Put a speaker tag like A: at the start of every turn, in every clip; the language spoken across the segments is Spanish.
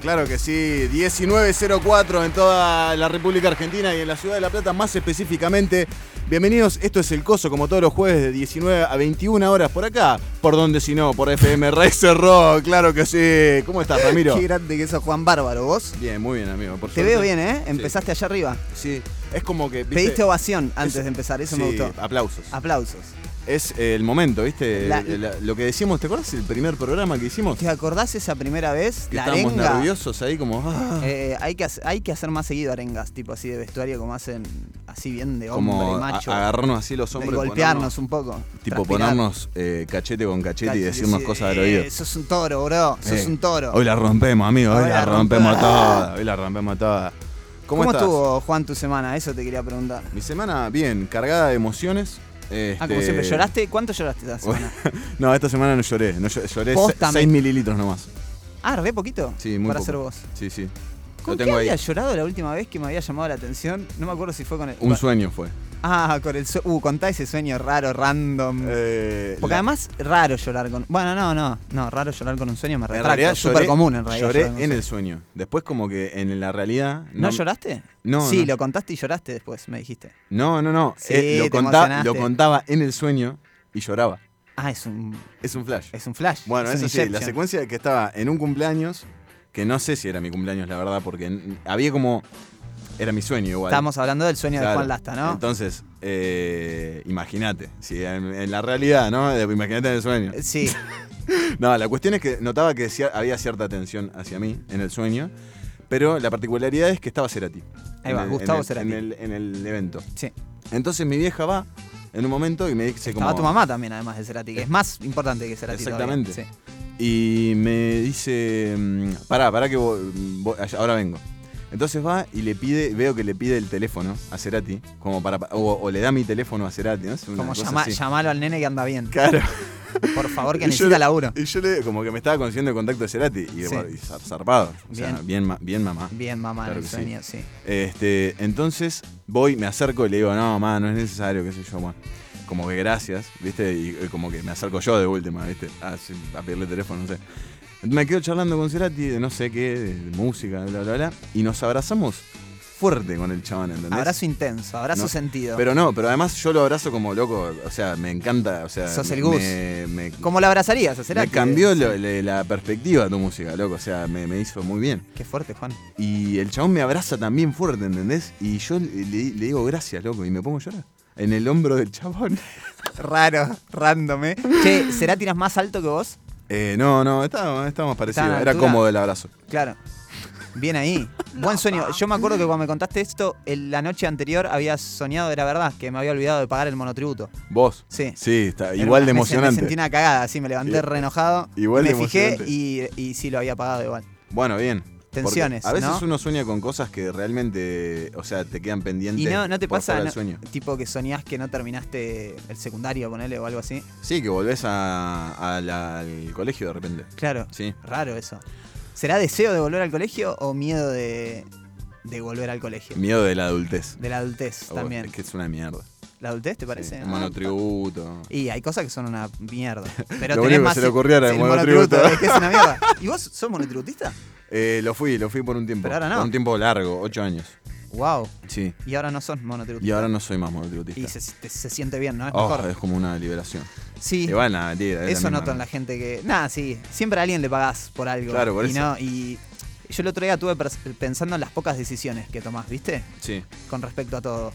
A: Claro que sí, 1904 en toda la República Argentina y en la ciudad de La Plata más específicamente. Bienvenidos, esto es El Coso, como todos los jueves de 19 a 21 horas por acá. ¿Por dónde si no? Por FM Racer Rock, claro que sí. ¿Cómo estás, Ramiro?
B: Qué grande que sos, Juan Bárbaro, vos.
A: Bien, muy bien, amigo. Por
B: Te
A: suerte.
B: veo bien, ¿eh? Empezaste allá arriba.
A: Sí, es como que... ¿viste?
B: Pediste ovación antes
A: Es-
B: de empezar, eso
A: Sí,
B: me gustó.
A: aplausos.
B: Aplausos.
A: Es eh, el momento, ¿viste?
B: La-
A: El- la- lo que decíamos, ¿te acuerdas el primer programa que hicimos?
B: ¿Te acordás esa primera vez?
A: Que
B: la
A: estábamos
B: arenga.
A: nerviosos ahí como... ah.
B: Eh, hay, que, hace- hay que hacer más seguido arengas, tipo así de vestuario, como hacen así bien de hombre,
A: como a-
B: macho.
A: agarrarnos así los
B: de
A: hombros.
B: golpearnos un poco.
A: ponernos- tipo
B: transpirar.
A: ponernos eh, cachete con cachete y
B: Cachete,
A: decirnos
B: sí,
A: cosas al oído.
B: eh, Sos un toro, bro. Sos
A: Eh,
B: un toro.
A: Hoy la rompemos, amigo. Hoy,
B: Hoy
A: la
B: la
A: rompemos
B: rompemos.
A: toda. Hoy la rompemos toda. ¿Cómo,
B: ¿Cómo,
A: estás?
B: estuvo, Juan, tu semana? Eso te quería preguntar.
A: Mi semana, bien, cargada de emociones.
B: Ah, como
A: Este,
B: siempre, ¿lloraste? ¿Cuánto lloraste esta semana?
A: No, esta semana no lloré. No, lloré- lloré
B: Posta,
A: 6
B: me-
A: mililitros nomás.
B: Ah, re poquito.
A: Sí, muy
B: Para
A: poco.
B: ser vos.
A: Sí, sí.
B: ¿Con
A: Lo
B: qué
A: tengo ahí.
B: había llorado la última vez que me había llamado la atención? No me acuerdo si fue con el.
A: Un sueño fue.
B: Ah, con el. sue- Uh, contá ese sueño raro, random.
A: Eh,
B: Porque
A: la-
B: además, raro llorar con. Bueno, no, no. No, raro llorar con un sueño me
A: en
B: retracto.
A: realidad
B: Súper
A: lloré-
B: común en realidad. llorar con un
A: Lloré en
B: sueño.
A: el sueño. Después como que en la realidad...
B: ¿No, lloraste?
A: No,
B: Sí,
A: no.
B: lo contaste y lloraste después, me dijiste.
A: No, no, no.
B: Sí,
A: Eh, lo,
B: te
A: contá-
B: emocionaste.
A: lo contaba en el sueño y lloraba.
B: Ah, es un.
A: Es un flash.
B: Es un flash.
A: Bueno,
B: es un
A: eso sí, la
B: Inception.
A: secuencia que estaba en un cumpleaños, que no sé si era mi cumpleaños, la verdad, porque n- había como. Era mi sueño igual.
B: Estamos hablando del sueño de
A: Claro.
B: Juan Lasta, ¿no?
A: Entonces, eh, imagínate, si en, en la realidad, ¿no? De- Imagínate en el sueño.
B: Eh, Sí.
A: No, la cuestión es que notaba que cier- había cierta tensión hacia mí en el sueño, pero la particularidad es que estaba Cerati.
B: Ahí
A: En
B: va,
A: el-
B: Gustavo
A: en el-
B: Cerati.
A: En el, en el evento.
B: Sí.
A: Entonces mi vieja va en un momento y me dice
B: Estaba
A: como...
B: tu mamá también, además de Cerati, que es más importante que Cerati. todavía.
A: Exactamente.
B: Sí.
A: Y me dice, mm, pará, pará que vo- mm, vo- allá- ahora vengo. Entonces va y le pide, veo que le pide el teléfono a Cerati, como para, o, o le da mi teléfono a Cerati, ¿no? Es una
B: Como
A: cosa
B: llama,
A: así.
B: llamalo al nene que anda bien.
A: Claro.
B: Por favor, que
A: Y yo
B: necesita
A: le-
B: laburo.
A: Y yo le, como que me estaba consiguiendo el contacto de Cerati, y,
B: Sí.
A: y zar- zarpado, o sea,
B: Bien.
A: bien, ma- bien mamá.
B: Bien, mamá,
A: Claro
B: en el
A: que sí.
B: sueño, sí.
A: Este, entonces voy, me acerco y le digo, no, mamá, no es necesario, qué sé yo, bueno. Como que gracias, ¿viste? Y, eh, como que me acerco yo de última, ¿viste? A, a pedirle teléfono, no sé. Me quedo charlando con Cerati de no sé qué, de música, bla, bla, bla. Y nos abrazamos fuerte con el chabón, ¿entendés?
B: Abrazo intenso, abrazo
A: No,
B: sentido.
A: Pero no, pero además yo lo abrazo como loco, o sea, me encanta, o sea...
B: Sos el
A: me-
B: Gus.
A: Me, me-
B: ¿Cómo la abrazarías? ¿Será
A: me
B: que-
A: cambió lo- le- la perspectiva de tu música, loco, o sea, me, me hizo muy bien.
B: Qué fuerte, Juan.
A: Y el chabón me abraza también fuerte, ¿entendés? Y yo le, le- le digo gracias, loco, y me pongo a llorar. En el hombro del chabón.
B: Raro, random, ¿eh? Che, ¿será tiras más alto que vos?
A: Eh, no, no, estábamos, estábamos parecidos.
B: Estaba a la
A: Era
B: altura.
A: cómodo el abrazo.
B: Claro. Bien ahí. Buen sueño. Yo me acuerdo que cuando me contaste esto, el- la noche anterior había soñado, era verdad, que me había olvidado de pagar el monotributo.
A: ¿vos.
B: Sí.
A: Sí, está,
B: Era
A: igual de
B: una- me se- Me
A: emocionante.
B: sentí una cagada, sí, me levanté
A: Eh,
B: re enojado.
A: igual de
B: me fijé
A: emocionante.
B: y, y sí lo había pagado igual.
A: Bueno, bien. Porque
B: Tensiones,
A: A veces
B: ¿no?
A: uno sueña con cosas que realmente, o sea, te quedan pendientes.
B: Y no, no te
A: por fuera
B: pasa
A: del
B: no-
A: sueño.
B: tipo que soñás que no terminaste el secundario, ponele o algo así.
A: Sí, que volvés a- a la- al colegio de repente.
B: Claro.
A: Sí.
B: Raro eso. ¿Será deseo de volver al colegio o miedo de, de volver al colegio?
A: Miedo de la adultez.
B: De la adultez
A: Oh,
B: también.
A: Es que es una mierda.
B: ¿La adultez te
A: Sí,
B: parece? Ah,
A: Un monotributo.
B: Y hay cosas que son una mierda. Pero
A: Lo
B: tenés
A: único que
B: más
A: se le ocurrió era el monotributo.
B: Es que es una mierda. ¿Y vos sos monotributista?
A: Eh, lo fui, lo fui por un tiempo.
B: Pero ahora no.
A: Por un tiempo largo, ocho años.
B: Wow.
A: Sí.
B: Y ahora no sos
A: Y
B: monotributista.
A: ahora no soy más monotributista.
B: Y se, te- se siente bien, ¿no? Es
A: Oh,
B: mejor.
A: es como una liberación.
B: Sí.
A: Te van a mentir, es la
B: Eso
A: misma.
B: noto en la gente que. Nada, sí. Siempre a alguien le pagás por algo.
A: Claro, por
B: y
A: eso.
B: No, y yo el otro día estuve pers- pensando en las pocas decisiones que tomás, ¿viste?
A: Sí.
B: Con respecto a todo.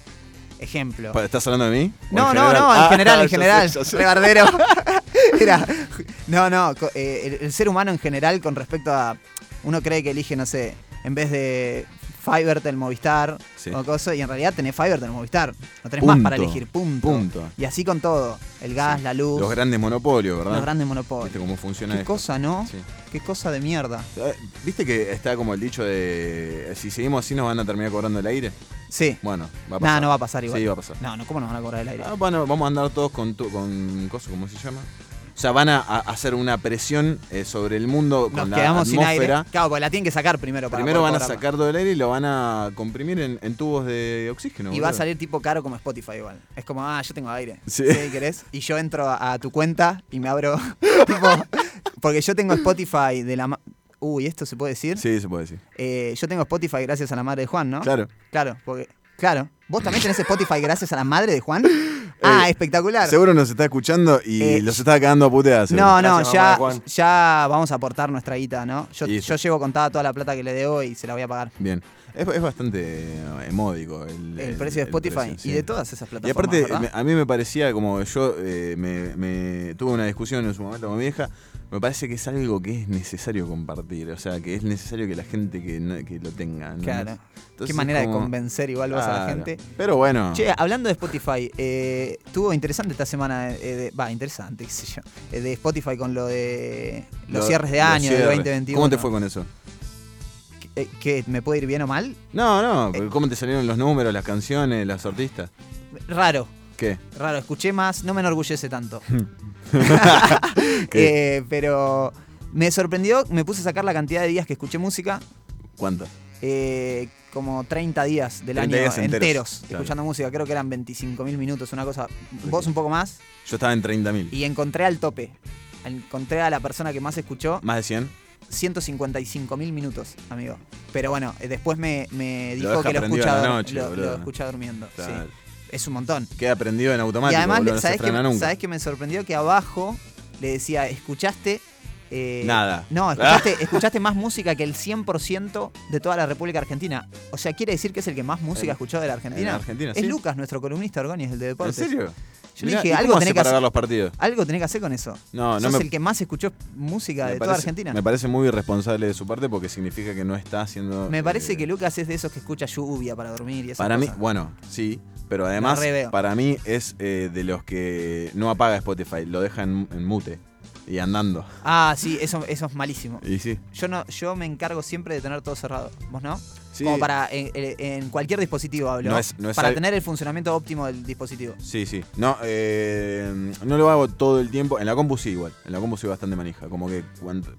B: Ejemplo.
A: Pa- ¿Estás hablando de mí? ¿O
B: No,
A: en
B: no,
A: general?
B: no, en
A: Ah,
B: general, en
A: ya sé,
B: general.
A: ya sé.
B: Rebardero. Mira, no, no, co- eh, el, el ser humano en general con respecto a. Uno cree que elige, no sé, en vez de Fiverr, el Movistar
A: Sí.
B: o cosa, y en realidad tenés Fiverr, el Movistar. No tenés más
A: Punto.
B: para elegir, punto.
A: Punto.
B: Y así con todo. El gas, la luz,
A: Los grandes monopolios, ¿verdad?
B: los grandes monopolios.
A: Viste cómo funciona
B: Qué
A: esto.
B: cosa, ¿no?
A: Sí.
B: Qué cosa de mierda.
A: Eh, ¿Viste que está como el dicho de eh, si seguimos así nos van a terminar cobrando el aire?
B: Sí.
A: Bueno, va a
B: Nah,
A: pasar.
B: no va a pasar igual.
A: Sí, va a pasar.
B: No, no, ¿cómo nos van a cobrar el aire?
A: Ah, bueno, vamos a andar todos con, tu- con cosas, ¿cómo se llama? O sea, van a, a hacer una presión eh, sobre el mundo
B: Nos
A: con la
B: quedamos sin aire.
A: atmósfera.
B: Claro, porque la tienen que sacar primero. Para
A: Primero
B: poder
A: van a
B: cobrarla.
A: sacar todo el aire y lo van a comprimir en, en tubos de oxígeno.
B: Y va a
A: boludo.
B: salir tipo caro como Spotify igual. Es como, ah, yo tengo aire.
A: Sí.
B: Sí. ¿Querés? Y yo entro a, a tu cuenta y me abro. tipo, porque yo tengo Spotify de la ma- Uy, ¿esto se puede decir?
A: Sí, se puede decir.
B: Eh, yo tengo Spotify gracias a la madre de Juan, ¿no?
A: Claro.
B: Claro, porque. Claro. ¿Vos también tenés Spotify gracias a la madre de Juan? Ah,
A: Eh,
B: espectacular.
A: Seguro nos está escuchando y
B: Eh,
A: los está cagando a puteas. seguro.
B: No, no,
C: Gracias, mamá de
B: ya,
C: Juan.
B: ya vamos a aportar nuestra guita, ¿no? Yo,
A: Listo.
B: yo llevo contada toda la plata que le debo y se la voy a pagar.
A: Bien. Es, es bastante eh, módico el,
B: El, precio de
A: el
B: Spotify
A: precio,
B: y
A: sí.
B: de todas esas
A: Y
B: plataformas.
A: aparte,
B: ¿verdad?
A: me- a mí me parecía como yo eh, me, me- tuve una discusión en su momento con mi vieja. Me parece que es algo que es necesario compartir, o sea, que es necesario que la gente que, no- que lo tenga. ¿no?
B: Claro. Qué
A: Entonces,
B: manera
A: como-
B: de convencer igual vas a la
A: Claro.
B: gente.
A: Pero bueno,
B: Che, hablando de Spotify, eh, estuvo interesante esta semana, eh, de- va, interesante, qué sé yo, eh, de Spotify con lo de los
A: lo-
B: cierres de
A: los
B: año del
A: cierres.
B: 2021.
A: ¿Cómo te fue con eso?
B: Eh, ¿Qué, me puede ir bien o mal?
A: No,
B: Eh.
A: no, pero ¿cómo te salieron los números, las canciones, las artistas?
B: Raro,
A: ¿Qué?
B: raro, escuché más, no me enorgullece tanto.
A: ¿Qué?
B: Eh, pero me sorprendió, me puse a sacar la cantidad de días que escuché música,
A: ¿Cuántas?
B: eh, como 30 días del
A: 30
B: año
A: días enteros, claro.
B: escuchando música, creo que eran 25.000 minutos, una cosa, vos un poco más,
A: Yo estaba en 30.000.
B: y encontré al tope. Encontré a la persona que más escuchó
A: ¿Más de 100?
B: 155 mil minutos, amigo. Pero bueno, eh, después me, me
A: Lo
B: dijo
A: deja
B: que lo
A: prendido
B: escucha,
A: a la
B: dur-
A: noche,
B: lo-
A: boludo.
B: lo escucha durmiendo. sí.
A: Claro.
B: Es un montón.
A: Queda prendido en automático.
B: y además,
A: boludo, no se
B: ¿sabes, que,
A: frena nunca.
B: ¿sabes que me sorprendió? Que abajo le decía, ¿escuchaste? eh,
A: Nada.
B: No, escuchaste, escuchaste más música que el 100% de toda la República Argentina. O sea, quiere decir que es el que más música
A: En-
B: ha escuchado de la Argentina.
A: en Argentina,
B: es
A: sí.
B: Lucas, nuestro columnista Orgoñez, el de
A: ¿En
B: deportes.
A: serio?
B: Yo le
A: Mirá,
B: dije,
A: ¿y
B: algo
A: cómo
B: tenés
A: hace
B: que
A: para ver
B: hacer.
A: los partidos?
B: Algo tenés que hacer con eso.
A: No, no
B: Sos
A: me,
B: el que más escuchó música
A: me
B: de toda
A: parece-
B: Argentina.
A: Me parece muy irresponsable de su parte porque significa que no está haciendo.
B: Me parece
A: eh,
B: que Lucas es de esos que escucha lluvia para dormir y esas
A: Para mí,
B: cosas.
A: bueno, sí. Pero además,
B: re veo.
A: para mí es eh, de los que no apaga Spotify, lo deja en, en mute y andando.
B: Ah, sí, eso, eso es malísimo.
A: Y sí.
B: Yo no, yo me encargo siempre de tener todo cerrado. ¿Vos no?
A: Sí.
B: Como para en, en- en cualquier dispositivo hablo.
A: No es- no es
B: para
A: al-
B: tener el funcionamiento óptimo del dispositivo.
A: Sí, sí. No, eh, no lo hago todo el tiempo. En la compu sí, igual. En la compu soy bastante manija. Como que cuando-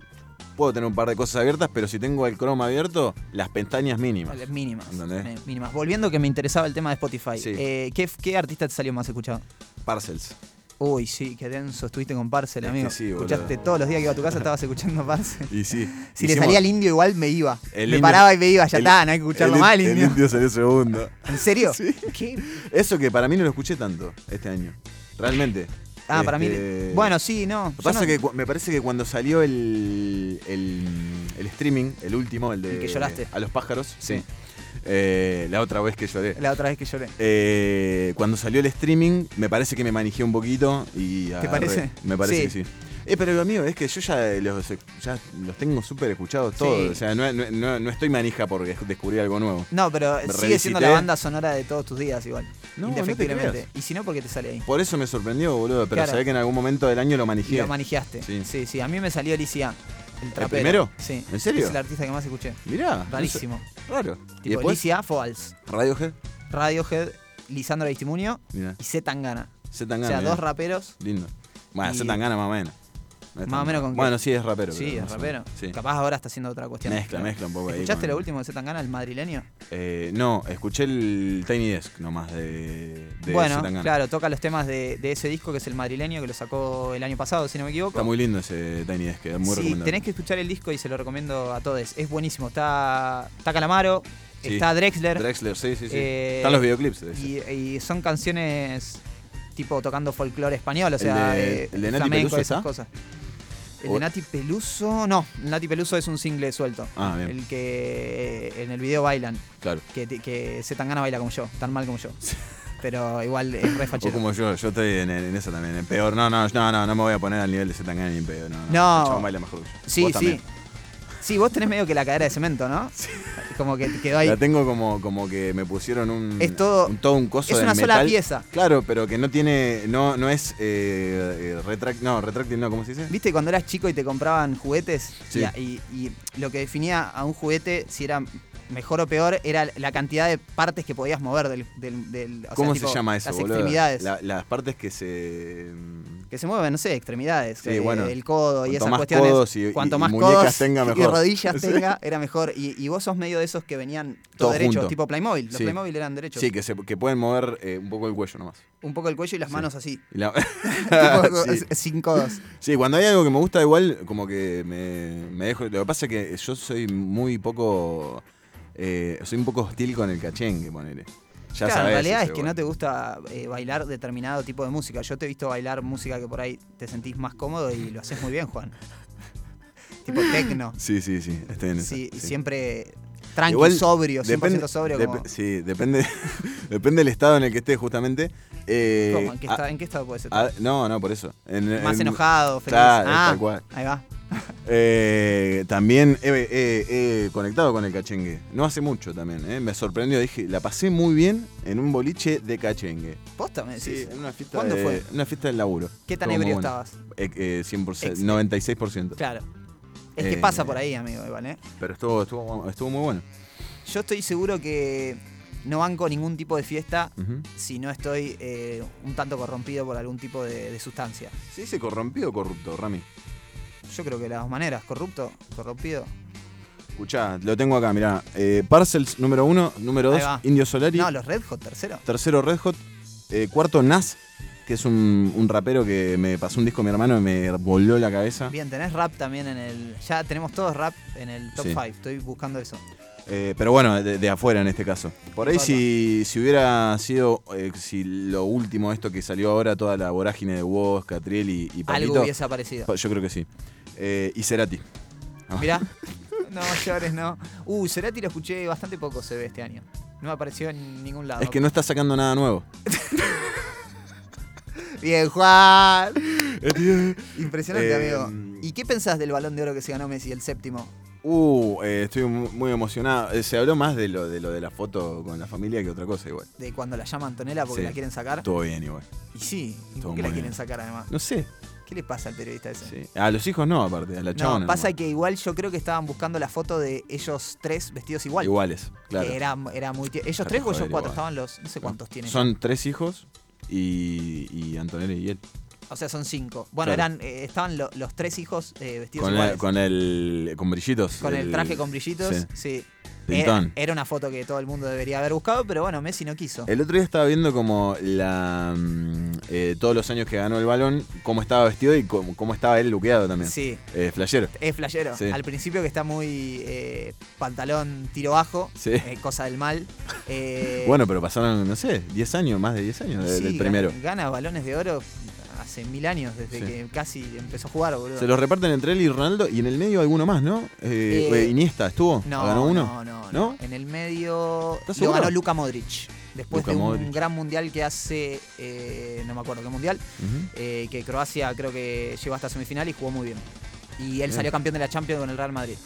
A: puedo tener un par de cosas abiertas, pero si tengo el Chrome abierto, las pestañas mínimas.
B: Las Mínimas.
A: ¿Entendés?
B: eh, Mínimas. Volviendo que me interesaba el tema de Spotify.
A: Sí.
B: eh, ¿qué, qué artista te salió más escuchado?
A: Parcels.
B: Uy, sí, qué denso. Estuviste con Parcel,
A: Es
B: amigo.
A: que sí, boludo.
B: Escuchaste todos los días que iba a tu casa, estabas escuchando Parcel.
A: Y sí.
B: Si le
A: Hicimos-
B: salía al indio igual me iba. Me
A: El indio-
B: paraba y me iba, ya
A: el-
B: está, no hay que escucharlo
A: el-
B: mal,
A: el
B: indio.
A: indio salió segundo.
B: ¿En serio?
A: Sí.
B: ¿Qué?
A: Eso que para mí no lo escuché tanto este año. Realmente.
B: Ah, para mí.
A: Este,
B: Bueno, sí, no.
A: lo
B: yo
A: que pasa
B: no-
A: es que cu- me parece que cuando salió el, el, el streaming, el último, el de.
B: El que lloraste.
A: A los pájaros.
B: Sí.
A: Sí. Eh, la otra vez que lloré.
B: La otra vez que lloré.
A: Eh, cuando salió el streaming, me parece que me manejé un poquito y. agarré.
B: parece?
A: Me parece
B: Sí.
A: que sí. Eh, pero amigo, es que yo ya los, ya los tengo súper escuchados todos.
B: Sí.
A: O sea, no, no- no- no estoy manija porque descubrí algo nuevo.
B: No, pero
A: Me
B: sigue siendo
A: revisité.
B: la banda sonora de todos tus días igual.
A: No, no te
B: indefectiblemente.
A: creas.
B: y si no, porque te sale ahí.
A: Por eso me sorprendió, boludo. Pero
B: Claro.
A: sabía que en algún momento del año lo
B: Y
A: manejé.
B: lo manejaste. Sí.
A: Sí.
B: sí, A mí me salió Alicia, el trapero.
A: primero?
B: Sí.
A: ¿En serio?
B: Es el artista que más escuché.
A: Mirá.
B: Rarísimo.
A: no sé, Raro. y
B: Tipo,
A: después,
B: Alicia, Foals,
A: Radiohead.
B: Radiohead, Lisandro Aristimuño
A: Mirá.
B: y Z Tangana.
A: Z
B: O
A: Tangana.
B: sea,
A: mirá.
B: dos raperos.
A: Lindo. Bueno,
B: Y-
A: Z Tangana más o menos. No es
B: Más o
A: tan-
B: menos con qué.
A: Bueno, sí, es rapero.
B: sí,
A: pero
B: es
A: más o
B: rapero.
A: menos. Sí.
B: Capaz ahora está haciendo otra cuestión.
A: Mezcla,
B: Pero-
A: mezcla un poco ahí
B: ¿Escuchaste
A: con-
B: lo último de Z Tangana, el madrileño?
A: Eh, no, escuché el Tiny Desk nomás de, de
B: bueno,
A: Z Tangana.
B: claro, toca los temas de, de ese disco que es el madrileño que lo sacó el año pasado, si no me equivoco.
A: Está muy lindo ese Tiny Desk, es muy
B: sí,
A: recomendable.
B: tenés que escuchar el disco y se lo recomiendo a todos. Es buenísimo. Está, está Calamaro,
A: Sí.
B: está Drexler,
A: Drexler, sí, sí, sí.
B: Eh,
A: Están los videoclips de ese.
B: y, y son canciones tipo tocando folclore español, o
A: ¿El
B: sea,
A: de-
B: eh,
A: el de Nati
B: flamenco,
A: Peluso
B: esas
A: está?
B: cosas. El
A: O-
B: de Nati Peluso, no, el Nati Peluso es un single suelto.
A: Ah, bien.
B: El que eh, en el video bailan,
A: Claro.
B: que, que se tan gana baila como yo, tan mal como yo. Pero igual es re
A: O
B: fachero.
A: como yo, yo estoy en, en esa también, en peor. No, no, no, no, no me voy a poner al nivel de Z Tangana ni en pedo. No,
B: No.
A: El chabón baila mejor que yo.
B: Sí,
A: Vos
B: sí.
A: también.
B: Sí, vos tenés medio que la cadera de cemento, ¿no? Como que te quedó ahí.
A: La tengo como, como que me pusieron un.
B: Es todo-
A: Un, todo un coso
B: es
A: de
B: una sola
A: metal.
B: pieza.
A: Claro, pero que no tiene. No, no es. Eh, eh, retract- no, retráctil, no, ¿cómo se dice?
B: ¿Viste cuando eras chico y te compraban juguetes?
A: Sí.
B: Y, y- y lo que definía a un juguete, si era mejor o peor, era la cantidad de partes que podías mover del... del- del- o sea,
A: ¿Cómo se
B: tipo,
A: llama eso,
B: Las
A: boludo?
B: extremidades.
A: La- las partes que se. mm,
B: que se mueven, no sé, extremidades,
A: Sí,
B: eh,
A: bueno.
B: el codo y
A: Cuanto
B: esas
A: más
B: cuestiones.
A: codos y- y-
B: cuanto
A: y
B: más
A: muñecas
B: codos
A: tenga,
B: y
A: mejor.
B: rodillas
A: Sí.
B: tenga, era mejor. Y, y vos sos medio de esos que venían todo,
A: Todo
B: derechos,
A: junto.
B: tipo Playmobil. Los
A: Sí.
B: Playmobil eran derechos.
A: Sí, que, se, que pueden mover eh, un poco el cuello nomás.
B: Un poco el cuello y las manos así.
A: Y la-
B: Tipo,
A: Sí.
B: Sin codos.
A: Sí, cuando hay algo que me gusta, igual como que me, me dejo. Lo que pasa es que yo soy muy poco. eh, soy un poco hostil con el cachengue, ponele. Ya
B: claro,
A: sabés
B: en realidad
A: ese,
B: es que
A: bueno.
B: no te gusta eh, bailar determinado tipo de música. Yo te he visto bailar música que por ahí te sentís más cómodo y lo haces muy bien, Juan. tipo tecno.
A: Sí, sí, sí. Estoy en esa,
B: Sí,
A: sí.
B: siempre tranqui,
A: Igual,
B: sobrio, 100%
A: depende-
B: sobrio.
A: dep-
B: como,
A: Sí, depende, depende del estado en el que estés, justamente. Eh,
B: ¿cómo? ¿En, qué
A: a-
B: esta- en qué estado puede ser?
A: a- no, no, por eso. En-
B: Más
A: en-
B: enojado, feliz.
A: Claro,
B: ah,
A: tal cual.
B: ahí va.
A: Eh, también he, he- he conectado con el cachengue. No hace mucho también, ¿eh? Me sorprendió. Dije, la pasé muy bien en un boliche de cachengue.
B: Posta, me decís.
A: en una fiesta
B: ¿Cuándo
A: de-
B: fue?
A: Una fiesta del laburo.
B: ¿Qué tan
A: Estuvo
B: ebrio
A: muy bueno.
B: estabas?
A: Eh, eh, 100%,
B: Ex-
A: 96%.
B: Claro. Es que
A: Eh,
B: pasa por ahí, amigo, igual, ¿eh?
A: Pero estuvo, estuvo, bu- estuvo muy bueno.
B: Yo estoy seguro que no banco ningún tipo de fiesta
A: Ujú.
B: si no estoy eh, un tanto corrompido por algún tipo de, de sustancia.
A: ¿Se dice corrompido o corrupto, Rami?
B: Yo creo que las dos maneras, corrupto, corrompido.
A: Escuchá, lo tengo acá, mirá. Eh, Parcels número uno, número
B: Ahí
A: dos,
B: va.
A: Indio Solari.
B: No, los Red Hot, tercero.
A: Tercero, Red Hot. Eh, cuarto, Nas, que es un, un rapero que me pasó un disco mi hermano y me voló la cabeza.
B: Bien, tenés rap también en el... Ya tenemos todos rap en el top
A: Sí.
B: 5, estoy buscando eso.
A: Eh, pero bueno, de, de afuera en este caso. Por ahí
B: Bárbaro.
A: si, si hubiera sido eh, si lo último de esto que salió ahora, toda la vorágine de Woz, Catriel y, y
B: Algo
A: Paquito,
B: hubiese aparecido.
A: pa- yo creo que sí. Eh, y Cerati. Ah.
B: Mirá. No, llores, no. Uh, Cerati lo escuché bastante poco, se ve este año. No me apareció en ningún lado.
A: Es que no está sacando nada nuevo.
B: Bien, Juan. Impresionante,
A: Eh,
B: amigo. ¿Y qué pensás del balón de oro que se ganó Messi, el séptimo?
A: Uh, eh, estoy mu- muy emocionado. Eh, se habló más de lo, de lo de la foto con la familia que otra cosa igual.
B: De cuando la llama Antonella porque
A: Sí.
B: la quieren sacar.
A: Todo bien igual.
B: Y sí, ¿y
A: Todo
B: ¿por qué la
A: muy
B: quieren
A: bien.
B: sacar además?
A: No sé.
B: ¿Qué le pasa al periodista ese?
A: sí. A los hijos no, aparte. A la
B: No,
A: chabona.
B: pasa
A: nomás.
B: que igual yo creo que estaban buscando la foto de ellos tres vestidos igual.
A: Iguales, claro.
B: Que era, era muy... tie- ¿Ellos
A: Para
B: tres o ellos
A: joder,
B: cuatro?
A: igual.
B: Estaban los... No sé cuántos tienen.
A: Son tres hijos y, y Antonella y él.
B: O sea, son cinco. Bueno,
A: Claro.
B: eran eh, estaban lo- los tres hijos eh, vestidos
A: Con
B: iguales.
A: el, con el. con brillitos.
B: Con el traje con brillitos,
A: sí.
B: sí.
A: Pintón.
B: Era, era una foto que todo el mundo debería haber buscado, pero bueno, Messi no quiso.
A: El otro día estaba viendo como la mm, eh, todos los años que ganó el balón, cómo estaba vestido y cómo, cómo estaba él luqueado también.
B: Sí,
A: Eh, flashero.
B: es flayero.
A: Sí.
B: Al principio que está muy eh, pantalón tiro bajo,
A: Sí.
B: eh, cosa del mal. Eh,
A: Bueno, pero pasaron, no sé, 10 años, más de 10 años de-
B: sí,
A: del
B: gana-
A: primero.
B: Gana, balones de oro hace mil años, desde
A: Sí.
B: que casi empezó a jugar, boludo.
A: Se los reparten entre él y Ronaldo y en el medio alguno más, ¿no? Eh,
B: Eh,
A: eh, Iniesta, ¿estuvo?
B: No,
A: ¿Ganó uno?
B: No,
A: ¿No?
B: no, no. En el medio
A: ¿Estás
B: lo
A: seguro?
B: ganó Luka Modric. Después
A: Luka
B: de un
A: Modric.
B: gran mundial que hace, eh, no me acuerdo qué mundial,
A: Ujú.
B: eh, que Croacia creo que llegó hasta semifinal y jugó muy bien. Y él
A: Bien.
B: salió campeón de la Champions con el Real Madrid.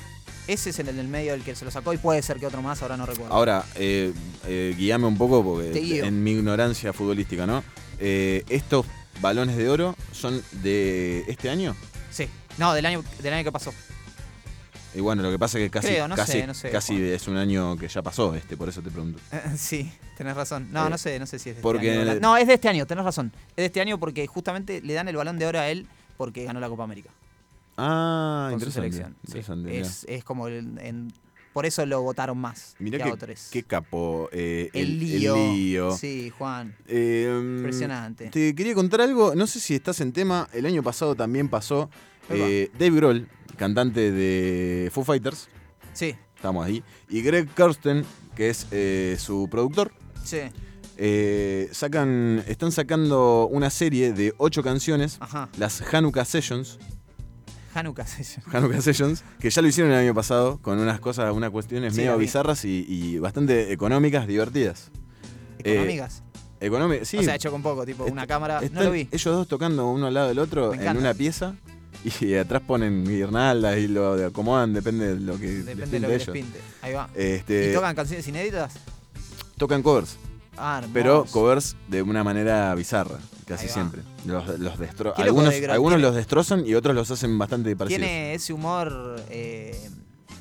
B: Ese es el del medio el que se lo sacó y puede ser que otro más, ahora no recuerdo.
A: Ahora, eh, eh, guíame un poco
B: Te
A: porque
B: guío.
A: en mi ignorancia futbolística, ¿no? Eh, estos balones de oro son de este año.
B: Sí. No, del año, del año que pasó.
A: Y bueno, lo que pasa es que casi,
B: Creo, no
A: casi,
B: sé, no sé,
A: casi
B: Juan.
A: es un año que ya pasó este, por eso te pregunto.
B: sí, tenés razón. No,
A: Eh,
B: no sé, no sé si es de
A: porque-
B: este año. No, es de este año, tenés razón. Es de este año porque justamente le dan el balón de oro a él porque ganó la Copa América.
A: Ah,
B: con su
A: interesante.
B: selección. Sí.
A: interesante, mirá.
B: Es, es como el- en- por eso lo votaron más
A: Mirá
B: que a
A: qué,
B: otros.
A: qué capo eh, el,
B: el,
A: el
B: lío.
A: lío.
B: Sí, Juan.
A: Eh, mm,
B: Impresionante.
A: Te quería contar algo, no sé si estás en tema, el año pasado también pasó
B: Ahí va.
A: eh, Dave Grohl, cantante de Foo Fighters,
B: Sí,
A: estamos ahí, y Greg Kirsten, que es eh, su productor,
B: sí.
A: eh, sacan, están sacando una serie de ocho canciones,
B: Ajá.
A: las Hanukkah Sessions,
B: Hanukkah se llama.
A: Hanukkah Sessions, que ya lo hicieron el año pasado con unas cosas, unas cuestiones
B: Sí, la
A: medio
B: vi.
A: bizarras y, y bastante económicas, divertidas.
B: Económicas.
A: Económicas, eh, sí.
B: O sea, hecho con poco, tipo
A: Est-
B: una cámara. No
A: están
B: lo vi.
A: Ellos dos tocando uno al lado del otro
B: Me
A: en
B: encanta.
A: una pieza y atrás ponen guirnaldas y lo acomodan, depende de lo que les
B: Depende
A: pinte
B: de lo que les
A: ellos.
B: pinte. Ahí va.
A: Este,
B: ¿Y tocan canciones inéditas?
A: tocan covers,
B: Ah, hermoso.
A: pero covers de una manera bizarra, casi
B: Ahí va.
A: siempre. Los, los destro-
B: Qué loco
A: algunos
B: de Graf,
A: algunos
B: tiene-
A: los destrozan y otros los hacen bastante parecidos.
B: Tiene ese humor eh,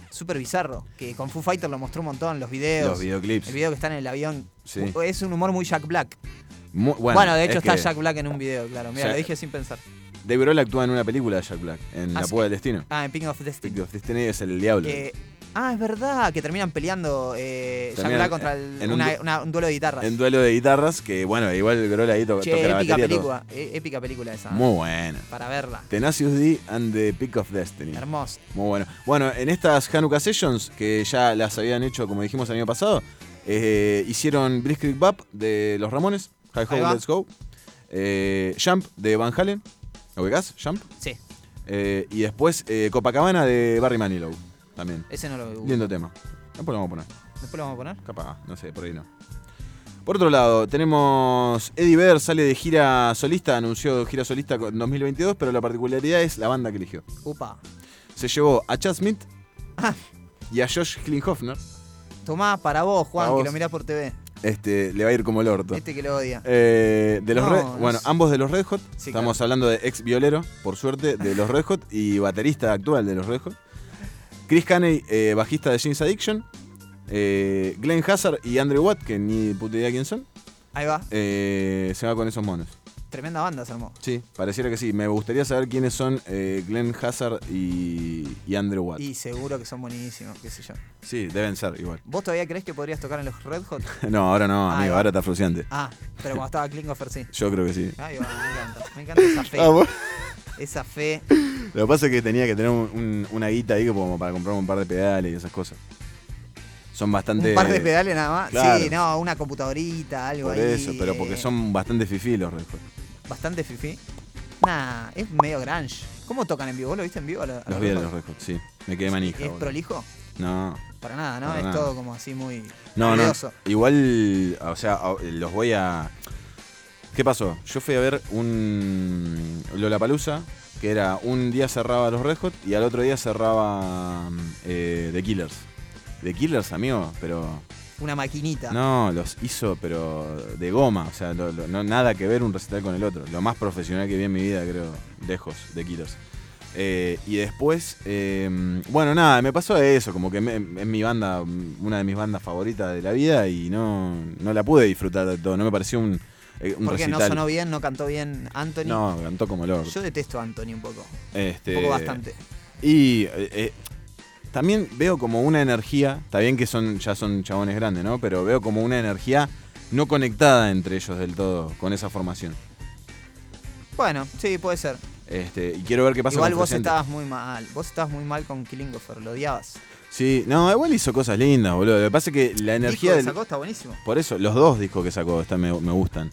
B: súper bizarro. Que con Foo Fighter lo mostró un montón, los videos.
A: Los videoclips.
B: El video que está en el avión.
A: Sí.
B: Es un humor muy Jack Black.
A: Mu- bueno,
B: Bueno, de
A: es
B: hecho está
A: que
B: Jack Black en un video, claro. Mira,
A: Jack-
B: lo dije sin pensar.
A: Dave Grohl actúa en una película de Jack Black, en
B: Ah,
A: La
B: sí.
A: Púa del Destino.
B: Ah, en Pink of
A: Pick
B: Destiny.
A: of Destiny es el diablo.
B: Que- ah, es verdad, que terminan peleando eh, Jack
A: Terminan
B: Black contra el-
A: en un
B: una-
A: du-
B: una- un duelo de guitarras.
A: En duelo de guitarras, que bueno, igual Grohl ahí to-
B: Che,
A: toca la
B: épica
A: batería. todo.
B: película, eh, épica película esa.
A: Muy buena.
B: Para verla.
A: Tenacious D and the Pick of Destiny.
B: Hermosa.
A: Muy bueno. Bueno, en estas Hanukkah Sessions, que ya las habían hecho, como dijimos el año pasado, eh, hicieron Bliss Creek Bap de Los Ramones, Hi
B: Ahí
A: Ho,
B: va.
A: Let's Go, eh, Jump de Van Halen, ¿lo ubicás? Jump.
B: Sí,
A: Eh, y después eh, Copacabana de Barry Manilow, también.
B: ese no lo veo.
A: Lindo tema. Después lo vamos a poner.
B: Después lo vamos a poner.
A: Capaz, no sé, por ahí no. Por otro lado, tenemos Eddie Vedder sale de gira solista, anunció gira solista en 2022, pero la particularidad es la banda que eligió.
B: Upa.
A: Se llevó a Chad Smith
B: Ah.
A: y a Josh Klinghofner.
B: Tomá para vos, Juan,
A: Para
B: que
A: vos.
B: lo mirás por TV.
A: Este, le va a ir como el orto.
B: Este que lo odia.
A: Eh, de los
B: No,
A: Red-
B: no
A: bueno,
B: sé.
A: ambos de los Red Hot.
B: Sí,
A: Estamos hablando de ex violero, por suerte, de los Red Hot y baterista actual de los Red Hot. Chris Caney, eh, bajista de Jeans Addiction. Eh, Glenn Hazard y Andrew Watt, que ni puta idea quién son.
B: Ahí va.
A: eh, se va con esos monos.
B: Tremenda banda se armó.
A: Sí, pareciera que sí. Me gustaría saber quiénes son eh, Glenn Hazard y, y Andrew Watt.
B: Y seguro que son buenísimos, qué sé yo.
A: Sí, deben ser igual.
B: ¿Vos todavía crees que podrías tocar en los Red Hot?
A: No, ahora no,
B: Ah,
A: amigo,
B: va.
A: ahora está frustrante.
B: Ah, pero cuando estaba Klinghoffer sí.
A: Yo creo que sí.
B: Ay, va, me encanta. Me encanta esa fe.
A: Ah, bueno.
B: Esa fe.
A: Lo que pasa es que tenía que tener un- un- una guita ahí como para comprar un par de pedales y esas cosas. Son bastante.
B: Un par de pedales nada más.
A: Claro.
B: Sí, no, una computadorita, algo
A: Por
B: ahí.
A: eso, pero porque
B: eh,
A: son bastante fifí los Red Hot.
B: Bastante fifi. Nah, es medio grunge. ¿Cómo tocan en vivo? ¿Vos lo viste en vivo? a a
A: Los vi a los Red Hot, sí. Me quedé manija.
B: ¿Es
A: boludo.
B: prolijo?
A: No.
B: Para nada, ¿no?
A: Para
B: es
A: nada.
B: todo como así muy.
A: No, no.
B: ruidoso.
A: Igual, o sea, a- los voy a. ¿Qué pasó? Yo fui a ver un Lollapalooza, que era un día cerraba los Red Hot y al otro día cerraba eh, The Killers. The Killers, amigo, pero
B: Una maquinita.
A: No, los hizo, pero de goma. O sea, lo- lo- no, nada que ver un recital con el otro. Lo más profesional que vi en mi vida, creo, lejos de Killers. Eh, y después, eh, bueno, nada, me pasó eso. Como que me- es mi banda, una de mis bandas favoritas de la vida y no, no la pude disfrutar de todo. No me pareció un, eh, un
B: porque no
A: recital.
B: sonó bien, no cantó bien Anthony.
A: No, cantó como Lord.
B: Yo detesto a Anthony un poco.
A: Este,
B: Un poco bastante.
A: y eh, eh, también veo como una energía, está bien que son, ya son chabones grandes, ¿no? Pero veo como una energía no conectada entre ellos del todo con esa formación.
B: Bueno, sí, puede ser.
A: Este, y quiero ver qué pasa
B: Igual
A: con
B: vos
A: Frusciante.
B: estabas muy mal. Vos estabas muy mal con Killingoffer, lo odiabas.
A: Sí, no, igual hizo cosas lindas, boludo. Lo que pasa es que la energía
B: Disco que
A: del-
B: sacó está buenísimo.
A: Por eso, los dos discos que sacó están- me, me gustan.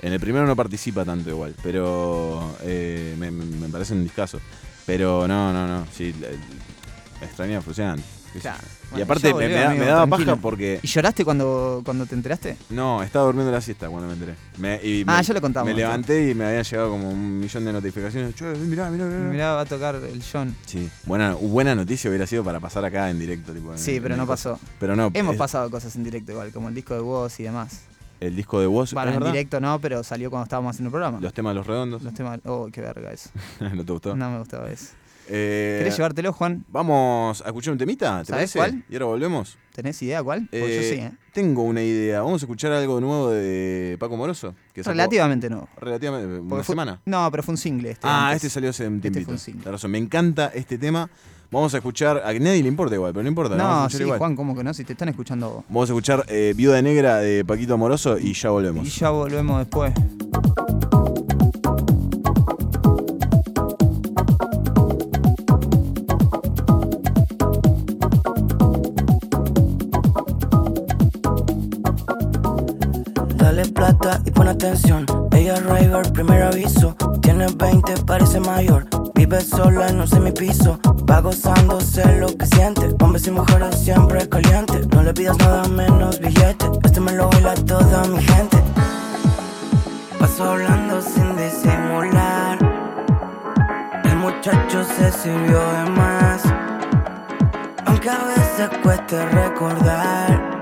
A: En el primero no participa tanto igual, pero eh, me, me- me parece un discazo. Pero no, no, no, sí, la- la- extraña a Frusciante. qué sé
B: Claro.
A: yo. y
B: Bueno,
A: aparte
B: ya
A: me,
B: volvió,
A: me da- me
B: amigo,
A: daba
B: tranquilo.
A: paja porque
B: ¿Y lloraste cuando, cuando te enteraste?
A: No, estaba durmiendo la siesta cuando me enteré. Me- y me-
B: Ah, ya lo contamos.
A: Me levanté y me habían llegado como un millón de notificaciones. Che, mirá, mirá, mirá.
B: Mirá, va a tocar el John.
A: Sí, buena, buena noticia hubiera sido para pasar acá en directo. Tipo,
B: Sí,
A: en-
B: pero
A: en
B: no
A: el-
B: pasó.
A: Pero no,
B: Hemos
A: es-
B: pasado cosas en directo igual, como el disco de Woz y demás.
A: el disco de voz,
B: Bueno,
A: ¿es
B: en
A: verdad?
B: directo no, pero salió cuando estábamos haciendo el programa.
A: los temas de los redondos.
B: Los temas... Oh, qué verga eso.
A: ¿No te gustó?
B: No me gustaba eso.
A: Eh,
B: ¿Querés llevártelo, Juan?
A: Vamos a escuchar un temita, ¿te
B: ¿Sabés
A: parece?
B: cuál?
A: Y ahora volvemos.
B: ¿Tenés idea cuál? Porque
A: Eh,
B: yo sí, ¿eh?
A: Tengo una idea. Vamos a escuchar algo nuevo de Paco Moroso. Que sacó
B: Relativamente nuevo.
A: Relativamente. Una
B: Porque fue-
A: semana.
B: No, pero fue un single este.
A: Ah,
B: antes.
A: este salió hace un
B: Este
A: tiempito.
B: fue un single.
A: Tenés razón, me encanta este tema. Vamos a escuchar, a nadie le importa igual, pero no importa. lo vamos a
B: No,
A: escuchar
B: sí,
A: igual.
B: Juan, ¿cómo que no? Si te están escuchando vos.
A: Vamos a escuchar eh, Viuda Negra de Paquito Amoroso y ya volvemos.
B: Y ya volvemos después.
C: Dale plata y pon atención. Ella es River, primer aviso. Tiene 20, parece mayor. Vive sola en un semipiso. Va gozándose lo que siente. Hombres y mujeres siempre calientes. No le pidas nada menos billete. Este me lo baila toda mi gente. Paso hablando sin disimular. El muchacho se sirvió de más. Aunque a veces cueste recordar.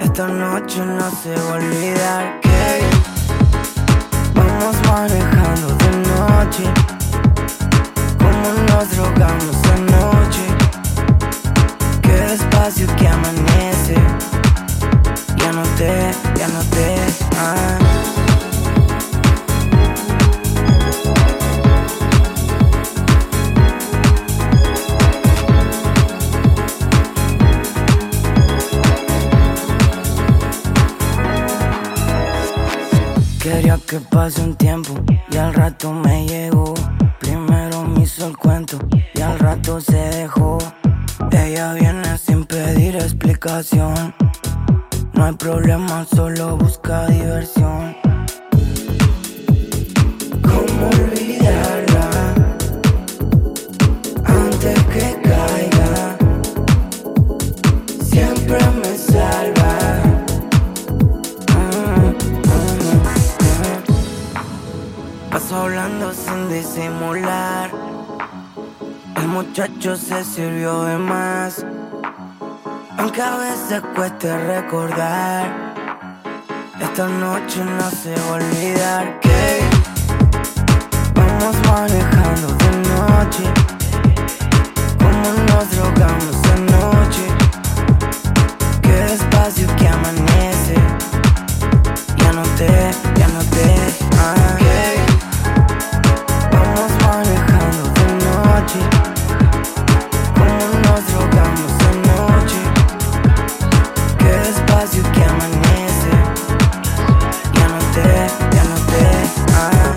C: Esta noche no se va a olvidar que vamos manejando de noche. Como nos drogamos anoche. Que despacio que amanece. Ya no te, ya no te. ah. Quería que pase un tiempo y al rato me llegó. Primero me hizo el cuento y al rato se dejó. Ella viene sin pedir explicación. No hay problema, solo busca diversión. ¿Cómo olvidarla? Antes que caiga, siempre me salva. Mm, mm, mm. Paso hablando sin disimular. El muchacho se sirvió de más. Aunque a veces cueste recordar. Esta noche no se va a olvidar que vamos manejando de noche. Como nos drogamos anoche. Que despacio que amanece. Ya no te, ya no te. ah. Vamos manejando de noche. Como nos drogamos anoche. Que despacio que amanece. Ya no te, ya no te. ah.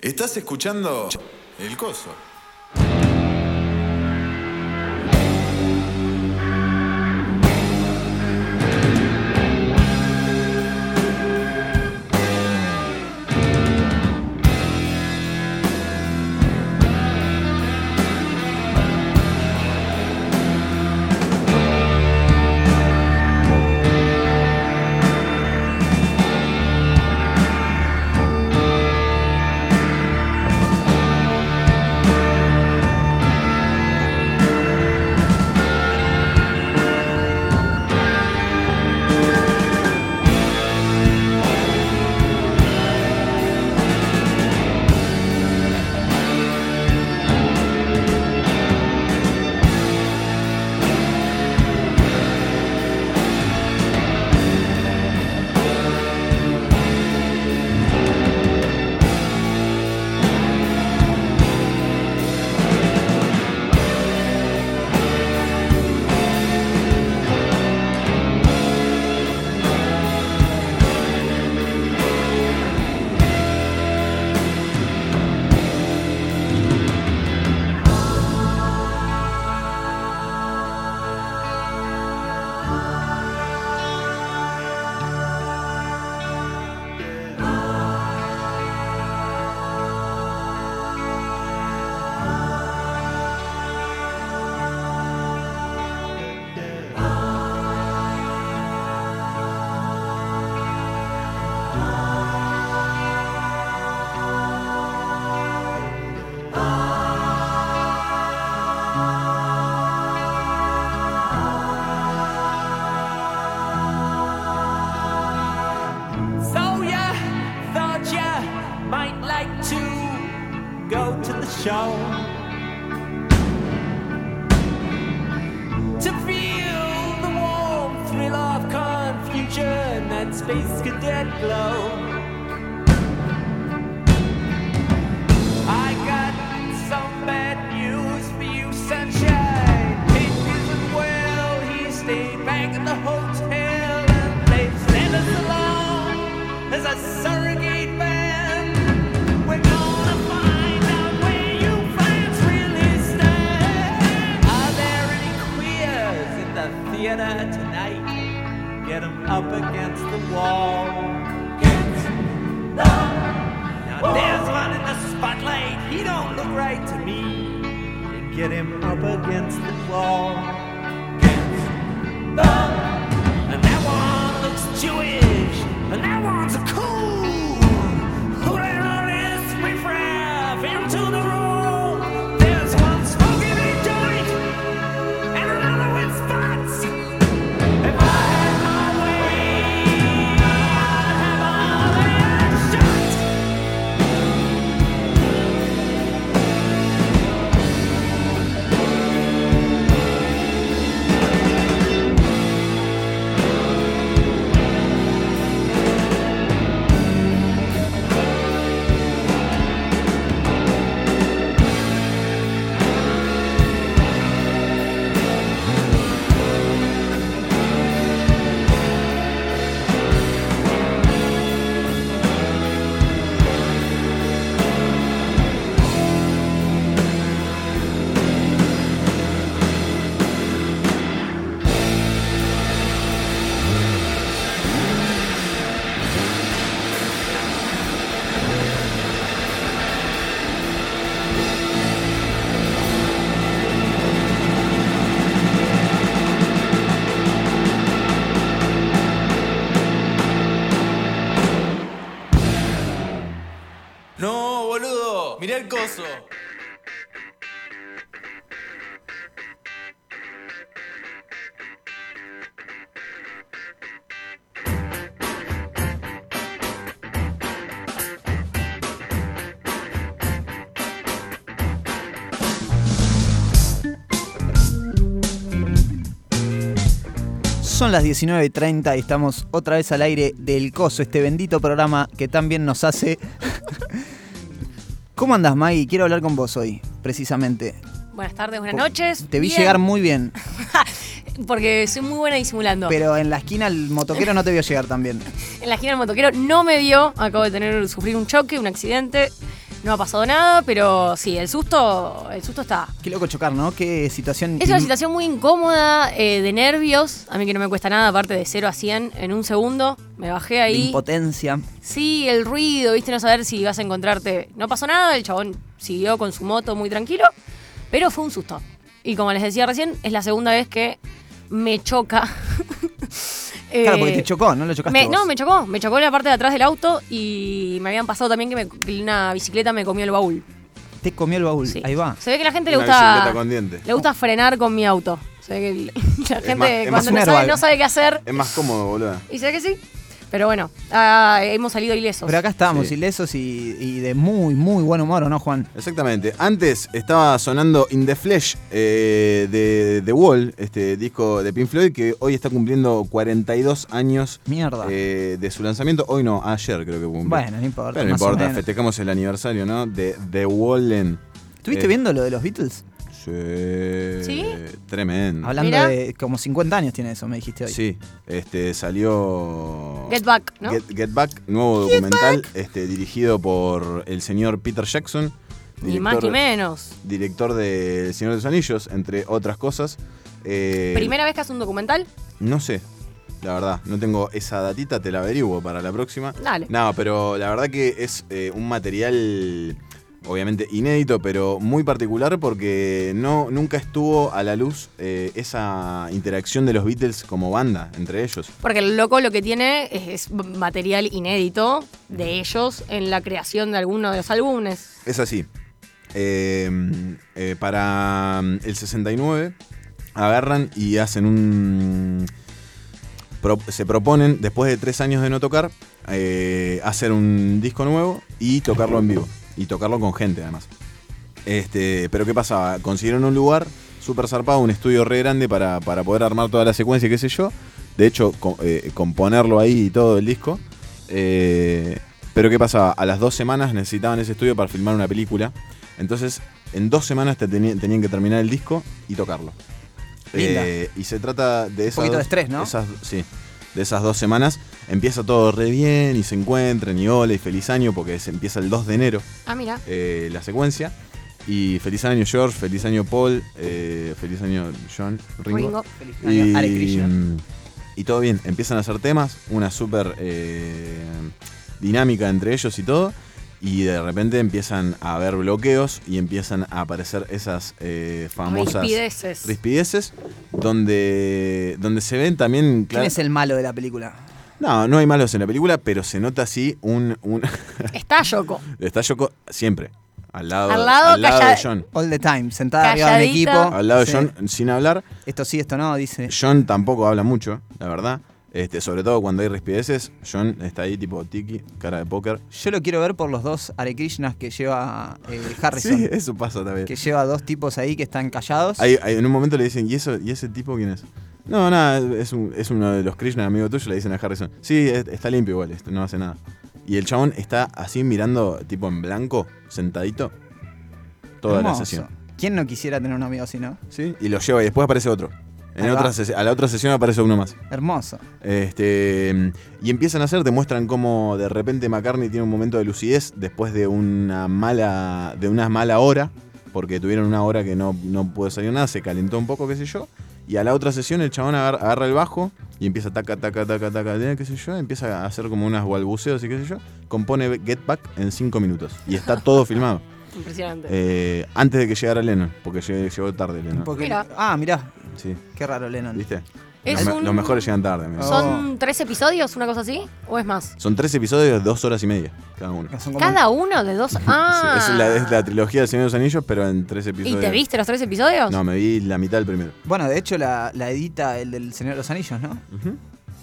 A: Estás escuchando El Coso.
D: So ya thought ya might like to go to the show to feel the warm thrill of confusion that space cadet glow. I got some bad news for you, sunshine. Pink isn't well. He stayed back at the hotel and they sent us along as a surrogate band. We're gonna find out where you friends really stand. Are there any queers in the theater tonight? Get 'em up against the wall. Now there's one in the spotlight. He don't look right to me. Get him up against the wall. And that one looks Jewish. And that one's a cool. Whoever it is, we
E: No, boludo, mirá el coso.
B: Son las 19 y 30 y estamos otra vez al aire del Coso, este bendito programa que tan bien nos hace. ¿Cómo andas, Maggie? Quiero hablar con vos hoy, precisamente.
F: Buenas tardes, buenas noches.
B: Te vi
F: Bien.
B: llegar muy bien,
F: Porque soy muy buena disimulando.
B: pero en la esquina el motoquero no te vio llegar tan bien.
F: En la gira del motoquero no me dio. Acabo de tener sufrir un choque, un accidente. No ha pasado nada, pero sí, el susto, el susto está.
B: Qué loco chocar, ¿no? Qué situación.
F: Es una situación muy incómoda, eh, de nervios. A mí que no me cuesta nada, aparte de 0 a 100 en un segundo. Me bajé
B: de
F: ahí.
B: impotencia.
F: Sí, el ruido, viste, no saber si vas a encontrarte. No pasó nada, el chabón siguió con su moto muy tranquilo, pero fue un susto. Y como les decía recién, es la segunda vez que me choca.
B: Claro,
F: Eh,
B: porque te chocó, ¿no? Lo chocaste.
F: me-
B: vos.
F: no, me chocó. Me chocó la parte de atrás del auto y me habían pasado también que, me- que una bicicleta me comió el baúl.
B: Te comió el baúl.
F: Sí.
B: Ahí va.
F: Se ve que la gente le
A: Una
F: gusta.
A: bicicleta con dientes.
F: Le gusta frenar con mi auto. Se ve que el- la gente
A: más- es más
F: cuando
B: un
F: no sabe,
B: airbag.
F: no sabe qué hacer.
A: Es más cómodo, boludo.
F: Y se ve que sí. Pero bueno, ah, hemos salido ilesos.
B: Pero acá estamos,
A: Sí.
B: ilesos y, y de muy, muy buen humor, ¿o no, Juan?
A: Exactamente. Antes estaba sonando In the Flesh eh, de The Wall, este disco de Pink Floyd, que hoy está cumpliendo 42 años
B: Mierda.
A: eh, de su lanzamiento. Hoy no, ayer creo que cumplió.
B: Bueno, no importa,
A: Pero no
B: más o
A: importa,
B: menos.
A: festejamos el aniversario, ¿no? De The Wallen.
B: ¿Estuviste
A: Eh,
B: viendo lo de los Beatles?
A: Sí.
F: ¿Sí?
A: Tremendo.
B: Hablando
F: Mirá.
B: de como 50 años tiene eso, me dijiste hoy.
A: Sí, este, salió...
F: Get back, ¿no?
A: Get, Get Back, nuevo documental este, dirigido por el señor Peter Jackson.
F: Ni más ni
A: director-
F: menos.
A: director de El Señor de los Anillos, entre otras cosas. Eh,
F: ¿Primera vez que hace un documental?
A: No sé, la verdad, no tengo esa datita, te la averiguo para la próxima.
F: Dale.
A: No, pero la verdad que es eh, un material obviamente inédito, pero muy particular porque no, nunca estuvo a la luz eh, esa interacción de los Beatles como banda entre ellos.
F: Porque el loco lo que tiene es, es material inédito
B: Mm.
F: de ellos en la creación de alguno de los álbumes.
A: Es así. Eh, eh, para mm, el 69 agarran y hacen un... pro- se proponen, después de tres años de no tocar, eh, hacer un disco nuevo y tocarlo en vivo. Y tocarlo con gente además. Este, pero ¿qué pasaba? Consiguieron un lugar súper zarpado, un estudio re grande para, para poder armar toda la secuencia y qué sé yo. De hecho, co- eh, componerlo ahí y todo el disco. Eh, pero ¿qué pasaba? A las dos semanas necesitaban ese estudio para filmar una película. Entonces, en dos semanas te teni- tenían que terminar el disco y tocarlo.
B: Linda.
A: Eh, y se trata de esas
B: poquito
A: dos-
B: de estrés, ¿no?
A: esas- sí, de esas dos semanas. Empieza todo re bien y se encuentran y hola y feliz año porque se empieza el 2 de enero
F: Ah, mira.
A: eh, la secuencia. Y feliz año George, feliz año Paul, eh, feliz año John, Ringo.
F: Ringo.
B: Feliz
A: Y, mm,
B: año, Hare Krishna.
A: y todo bien, empiezan a hacer temas, una súper eh, dinámica entre ellos y todo. Y de repente empiezan a haber bloqueos y empiezan a aparecer esas eh, famosas
F: Rispideces.
A: rispideces, donde, donde se ven también...
B: ¿Quién
A: clar-
B: es el malo de la película?
A: No, no hay malos en la película, pero se nota así un... un
F: Está Yoko.
A: Está Yoko siempre. Al lado,
F: Al lado,
A: de
F: calla-
A: John.
B: All the time, sentada arriba de un
F: Calladita.
B: equipo.
A: Al lado
B: Sí.
A: de John, sin hablar.
B: Esto sí, esto no, dice.
A: John tampoco habla mucho, la verdad. Este, sobre todo cuando hay respideces, John está ahí tipo tiki, cara de póker.
B: Yo lo quiero ver por los dos Hare Krishnas que lleva eh, Harrison.
A: Sí, eso pasa también.
B: Que lleva dos tipos ahí que están callados.
A: Hay- hay- en un momento le dicen, ¿y, eso, ¿y ese tipo quién es? No, nada, es, un- es uno de los Krishna, amigo tuyo, le dicen a Harrison. Sí, es- está limpio igual, esto no hace nada. Y el chabón está así mirando, tipo en blanco, sentadito, toda la
B: Hermoso.
A: sesión.
B: ¿Quién no quisiera tener un amigo así, no?
A: ¿sí? Y lo lleva y después aparece otro. En
B: Ahí va.
A: otra sesi- a la otra sesión aparece uno más.
B: Hermoso.
A: Este, y empiezan a hacer, te muestran cómo de repente McCartney tiene un momento de lucidez después de una mala, de una mala hora, porque tuvieron una hora que no, no pudo salir nada, se calentó un poco, qué sé yo. Y a la otra sesión el chabón agar- agarra, el bajo y empieza taca, taca, taca, taca, taca, qué sé yo, empieza a hacer como unas balbuceos y qué sé yo. Compone Get Back en 5 minutos y está todo filmado.
F: Impresionante.
A: Eh, antes de que llegara Lennon, porque lle- llegó tarde Lennon.
B: Porque-
F: Mirá.
B: Ah, mirá.
A: Sí,
B: Qué raro, Lennon.
A: ¿viste?
F: Es
A: los, me-
F: un-
A: los mejores llegan tarde. me-
B: Oh.
F: ¿Son tres episodios, una cosa así? ¿O es más?
A: Son tres episodios de dos horas y media cada uno.
B: Son como-
F: ¿Cada uno de dos? Ah.
A: Sí, es, la, es la trilogía de Señor de los Anillos, pero en tres
F: ¿Y
A: episodios.
F: te viste los tres episodios?
A: No, me vi la mitad del primero.
B: Bueno, de hecho la, la edita el del Señor de los Anillos, ¿no?
A: Ujú.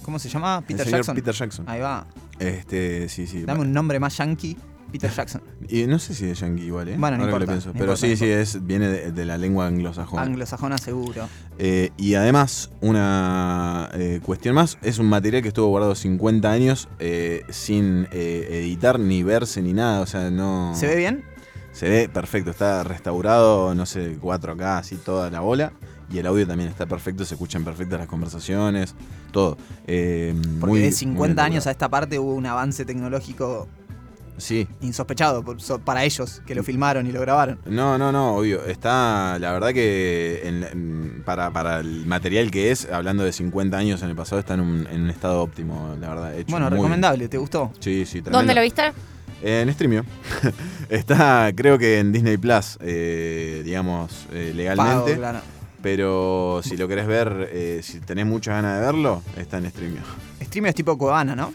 B: ¿Cómo se llama? Peter
A: señor
B: Jackson.
A: Peter Jackson.
B: Ahí va.
A: Este, sí, sí.
B: Dame un nombre más yankee. Peter Jackson.
A: Y no sé si es yankee igual, ¿eh?
B: Bueno, no
A: Ahora que lo
B: importa,
A: pienso.
B: no
A: Pero
B: importa,
A: sí,
B: no
A: sí, es, viene de, de la lengua anglosajona.
B: Anglosajona seguro.
A: Eh, y además, una eh, cuestión más, es un material que estuvo guardado 50 años eh, sin eh, editar, ni verse, ni nada. O sea, no...
B: ¿Se ve bien?
A: Se ve perfecto, está restaurado, no sé, 4K, así toda la bola. Y el audio también está perfecto, se escuchan perfectas las conversaciones, todo. Eh,
B: Porque
A: muy-
B: de
A: muy
B: 50
A: bien
B: años a
A: logrado.
B: esta parte hubo un avance tecnológico
A: Sí.
B: insospechado por- so- para ellos que lo filmaron y lo grabaron.
A: No, no, no, obvio. Está, la verdad que en la- en- para, para el material que es, hablando de 50 años en el pasado, está en un, en un estado óptimo, la verdad. hecho
B: Bueno,
A: muy bien.
B: recomendable, ¿te gustó?
A: Sí, sí, tremendo. Eh,
F: ¿Dónde lo viste?
A: En Streamio. está, creo que en Disney Plus, eh, digamos, eh, legalmente.
B: Pago, claro.
A: Pero si lo querés ver, eh, si tenés muchas ganas de verlo, está en Streamio.
B: Streamio es tipo Cuevana, ¿no?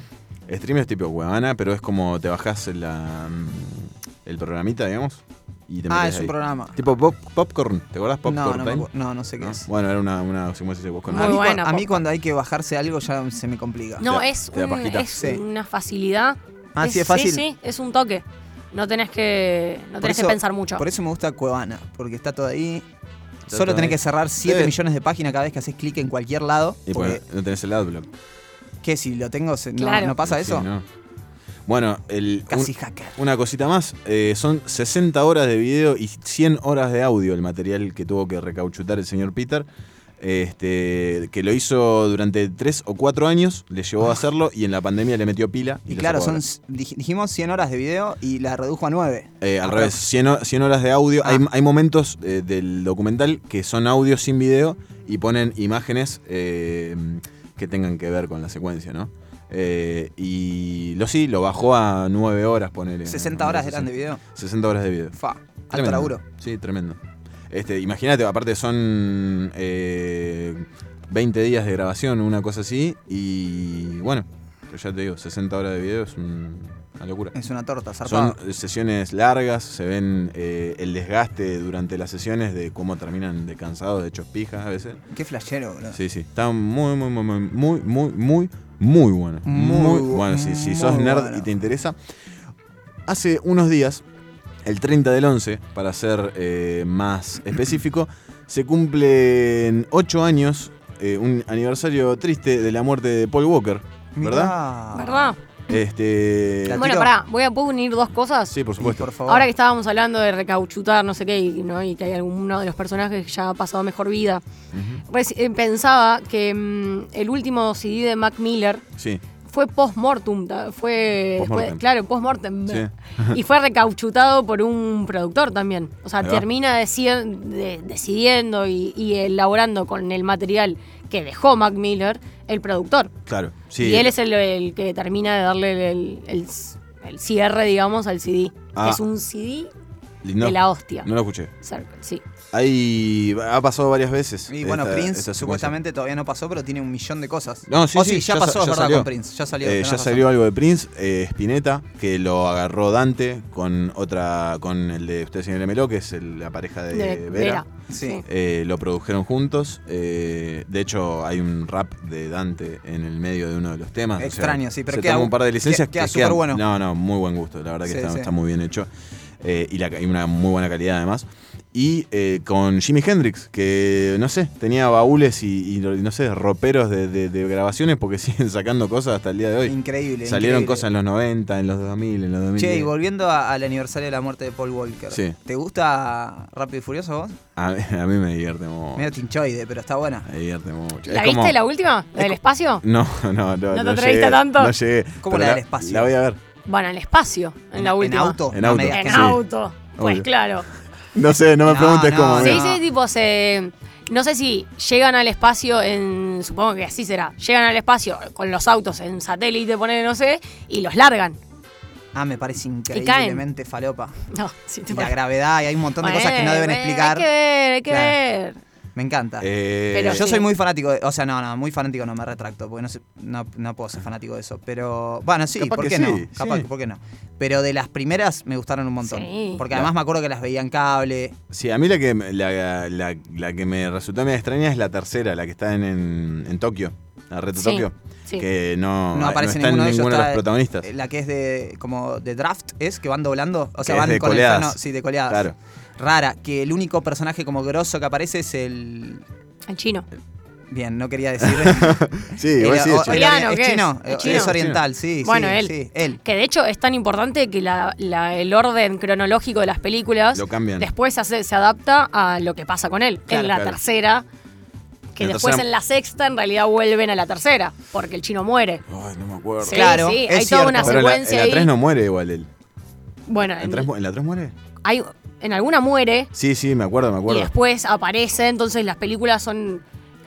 A: Streamio es tipo Cuevana, pero es como te bajás la, mm, el programita, digamos, y te metes
B: Ah, es un
A: ahí.
B: programa.
A: Tipo pop- Popcorn, ¿te acordás
B: No,
A: Popcorn
B: no, me
A: Time?
B: acu- no, no sé qué
A: ¿No?
B: es.
A: Bueno, era una, una como se dice, vos con-
F: Muy
B: a mí,
F: buena,
B: cuando, a mí
F: Popcorn.
B: cuando hay que bajarse algo ya se me complica.
F: No,
A: Te da-
F: es,
A: te da
F: un-
A: pajita.
F: es
B: Sí.
F: una facilidad.
B: Ah, sí, es fácil.
F: Sí, sí, es un toque. No tenés que, no
B: Por
F: tenés
B: eso-
F: que pensar mucho.
B: Por eso me gusta Cuevana, porque está todo ahí.
A: Está
B: Solo
A: todo
B: tenés
A: ahí.
B: que cerrar 7
A: Debe-
B: millones de páginas cada vez que haces clic en cualquier lado.
A: Y
B: Porque,
A: porque no tenés el adblock.
B: ¿Qué? Si lo tengo, se- no,
F: Claro.
B: ¿no pasa
A: Sí,
B: eso?
A: ¿no? Bueno, el, un-
B: Casi hacker.
A: una cosita más, eh, son 60 horas de video y 100 horas de audio el material que tuvo que recauchutar el señor Peter. Este, que lo hizo durante 3 o 4 años, le llevó a hacerlo y en la pandemia le metió pila.
B: Ah. Y
A: lo
B: claro,
A: sacó
B: son,
A: ahora.
B: dij- dijimos 100 horas de video y la redujo a 9.
A: Eh, al revés, 100, ho- 100 horas de audio.
B: Ah.
A: Hay, hay momentos eh, del documental que son audio sin video y ponen imágenes eh, que tengan que ver con la secuencia, ¿no? Eh, y lo sí, lo bajó a 9 horas, ponele.
B: 60 horas eran de video.
A: 60 horas de video.
B: Fa, alto
A: Tremendo.
B: laburo.
A: Sí, tremendo. Este, Imagínate, aparte son eh, 20 días de grabación, una cosa así. Y bueno, ya te digo, 60 horas de video es un- una locura.
B: Es una torta, zarpado.
A: Son sesiones largas, se ven eh, el desgaste durante las sesiones de cómo terminan de cansados, de hechos pijas a veces.
B: Qué flashero, bro.
A: Sí, sí, están muy, muy, muy, muy, muy, muy, muy, muy buenas.
B: Muy
A: Muy
B: bu-
A: bueno, si, si
B: muy
A: sos nerd
B: bueno.
A: y te interesa. Hace unos días, el 30 del 11, para ser eh, más específico, se cumplen 8 años, eh, un aniversario triste de la muerte de Paul Walker, ¿verdad?
B: Mirá.
F: ¿Verdad?
A: Este,
B: Ah, La-
F: Bueno,
B: Gatito.
F: pará, voy a, ¿puedo unir dos cosas?
A: sí, por
B: Sí,
A: supuesto.
B: por favor.
F: Ahora que estábamos hablando de recauchutar, no sé qué, y, ¿no? y que hay alguno de los personajes que ya ha pasado mejor vida. Reci- eh, pensaba que mm, el último CD de Mac Miller
A: Sí.
F: fue post-mortem, ta- fue,
A: Post-mortem.
F: fue- claro, post-mortem.
A: Sí.
F: y fue recauchutado por un productor también. O sea,
A: Ahí va.
F: termina deci- de- decidiendo y, y elaborando con el material que dejó Mac Miller, el productor.
A: Claro, sí.
F: Y él es el, el que termina de darle el, el- el cierre, digamos, al CD.
A: Ah.
F: Es un CD
A: Lindo.
F: de la hostia.
A: No lo escuché.
F: Circle, sí.
A: Ahí ha pasado varias veces.
B: Y bueno,
A: esta-
B: Prince
A: esta secuencia.
B: supuestamente todavía no pasó, pero tiene un millón de cosas.
A: No, sí,
B: O
A: sí,
B: ya,
A: sa-
B: pasó,
A: ya
B: es verdad,
A: salió.
B: con Prince. Ya salió.
A: Eh,
B: tenés
A: ya
B: razón.
A: salió algo de Prince, eh, Spinetta, que lo agarró Dante con otra, con el de usted, señor Melo, que es el- la pareja de,
F: De
A: Vera.
F: Vera.
B: Sí.
A: Eh, lo produjeron juntos. eh, de hecho, hay un rap de Dante en el medio de uno de los temas. o sea,
B: Extraño, sí, pero
A: se
B: queda
A: toma un
B: bu-
A: par de licencias
B: queda-
A: que
B: queda
A: quedan-
B: superbueno.
A: No, no, muy buen gusto. La verdad que
B: Sí,
A: está,
B: sí.
A: está muy bien hecho. Eh, y, la, y una muy buena calidad además. Y eh, con Jimi Hendrix, que no sé, tenía baúles y, y, no sé, roperos de, de- de grabaciones porque siguen sacando cosas hasta el día de hoy.
B: Increíble.
A: Salieron
B: increíble.
A: cosas en los 90, en los 2000, en los 2000.
B: Che, y volviendo a- al aniversario de la muerte de Paul Walker.
A: Sí.
B: ¿Te gusta Rápido y Furioso vos?
A: a, mí- a mí me divierte mucho.
B: Medio tinchoide, pero está buena.
A: Me divierte mucho.
F: ¿La
A: Es como-
F: viste la última? ¿La del
A: co-
F: espacio?
A: No, no, no. No
F: te atreviste
A: llegué,
F: tanto?
A: No llegué.
B: ¿Cómo
A: Pero
B: la del espacio?
A: La voy a ver.
F: Van al espacio en la última.
B: auto.
A: En
B: no
A: auto.
B: me digas
F: En
B: que
A: Sí.
B: no.
F: auto. Pues
A: Obvio. Ah,
F: claro.
A: No sé, no me
B: No,
A: preguntes
B: no,
A: cómo.
B: no.
A: mira.
F: Sí, sí, tipo, se. No sé si llegan al espacio en. Supongo que así será. Llegan al espacio con los autos en satélite, ponen, no sé, y los largan.
B: Ah, me parece
F: caen.
B: increíblemente falopa.
F: No, sí,
B: Y
F: tipo-
B: la gravedad, y hay un montón de cosas que no
F: Bueno,
B: deben
F: bueno,
B: explicar.
F: Hay que ver, hay que
B: Claro.
F: ver.
B: Me encanta.
A: Eh,
F: Pero
B: yo
F: sí.
B: soy muy fanático, de- o sea, no, no, muy fanático no me retracto, porque no, sé- no, no puedo ser fanático de eso. Pero, bueno, sí,
A: Capaz
B: ¿por
A: que
B: qué
A: sí,
B: no?
A: sí.
B: Capaz, que- ¿por qué no? Pero de las primeras me gustaron un montón.
F: Sí.
B: Porque además me acuerdo que las veía en cable.
A: Sí, a mí la que, la, la- la que me resultó medio extraña es la tercera, la que está en, en, en Tokio, la Reto
F: Sí,
A: Tokio,
F: sí.
A: que no,
B: No aparece
A: está en
B: ninguno de ellos.
A: ninguno de
B: está,
A: los protagonistas.
B: eh, La que es de, como de draft, ¿es? Que van doblando. O
A: Que
B: sea,
A: es
B: van
A: de
B: con
A: coleadas.
B: el freno. Sí, de coleadas.
A: Claro.
B: Rara, que el único personaje como grosso que aparece es el...
F: En chino.
B: Bien, no quería decir...
A: Sí,
B: Era-
A: igual sí,
B: o-
A: es chino.
B: era-
F: Coreano,
B: es
F: ¿qué es?
B: chino,
F: ¿Es
B: eh,
F: chino?
B: es oriental, sí.
F: Bueno,
B: sí,
F: él.
B: sí, él.
F: Que de hecho es tan importante que la- la- el orden cronológico de las películas
A: Lo cambian.
F: después hace- se adapta a lo que pasa con él.
A: Claro,
F: en la
A: claro.
F: tercera, que
A: En la
F: después
A: tercera-
F: en la sexta en realidad vuelven a la tercera, porque el chino muere.
A: Ay, no me acuerdo.
F: Sí,
B: Claro,
F: sí,
B: es
F: hay toda una
A: Pero en la- en
F: secuencia
A: la 3
F: ahí.
A: no muere igual él.
F: Bueno,
A: ¿En, tres
F: en,
A: mu- en la 3 muere?
F: hay, en alguna muere
A: Sí, sí, me acuerdo, me
F: y
A: acuerdo.
F: después aparece, entonces las películas son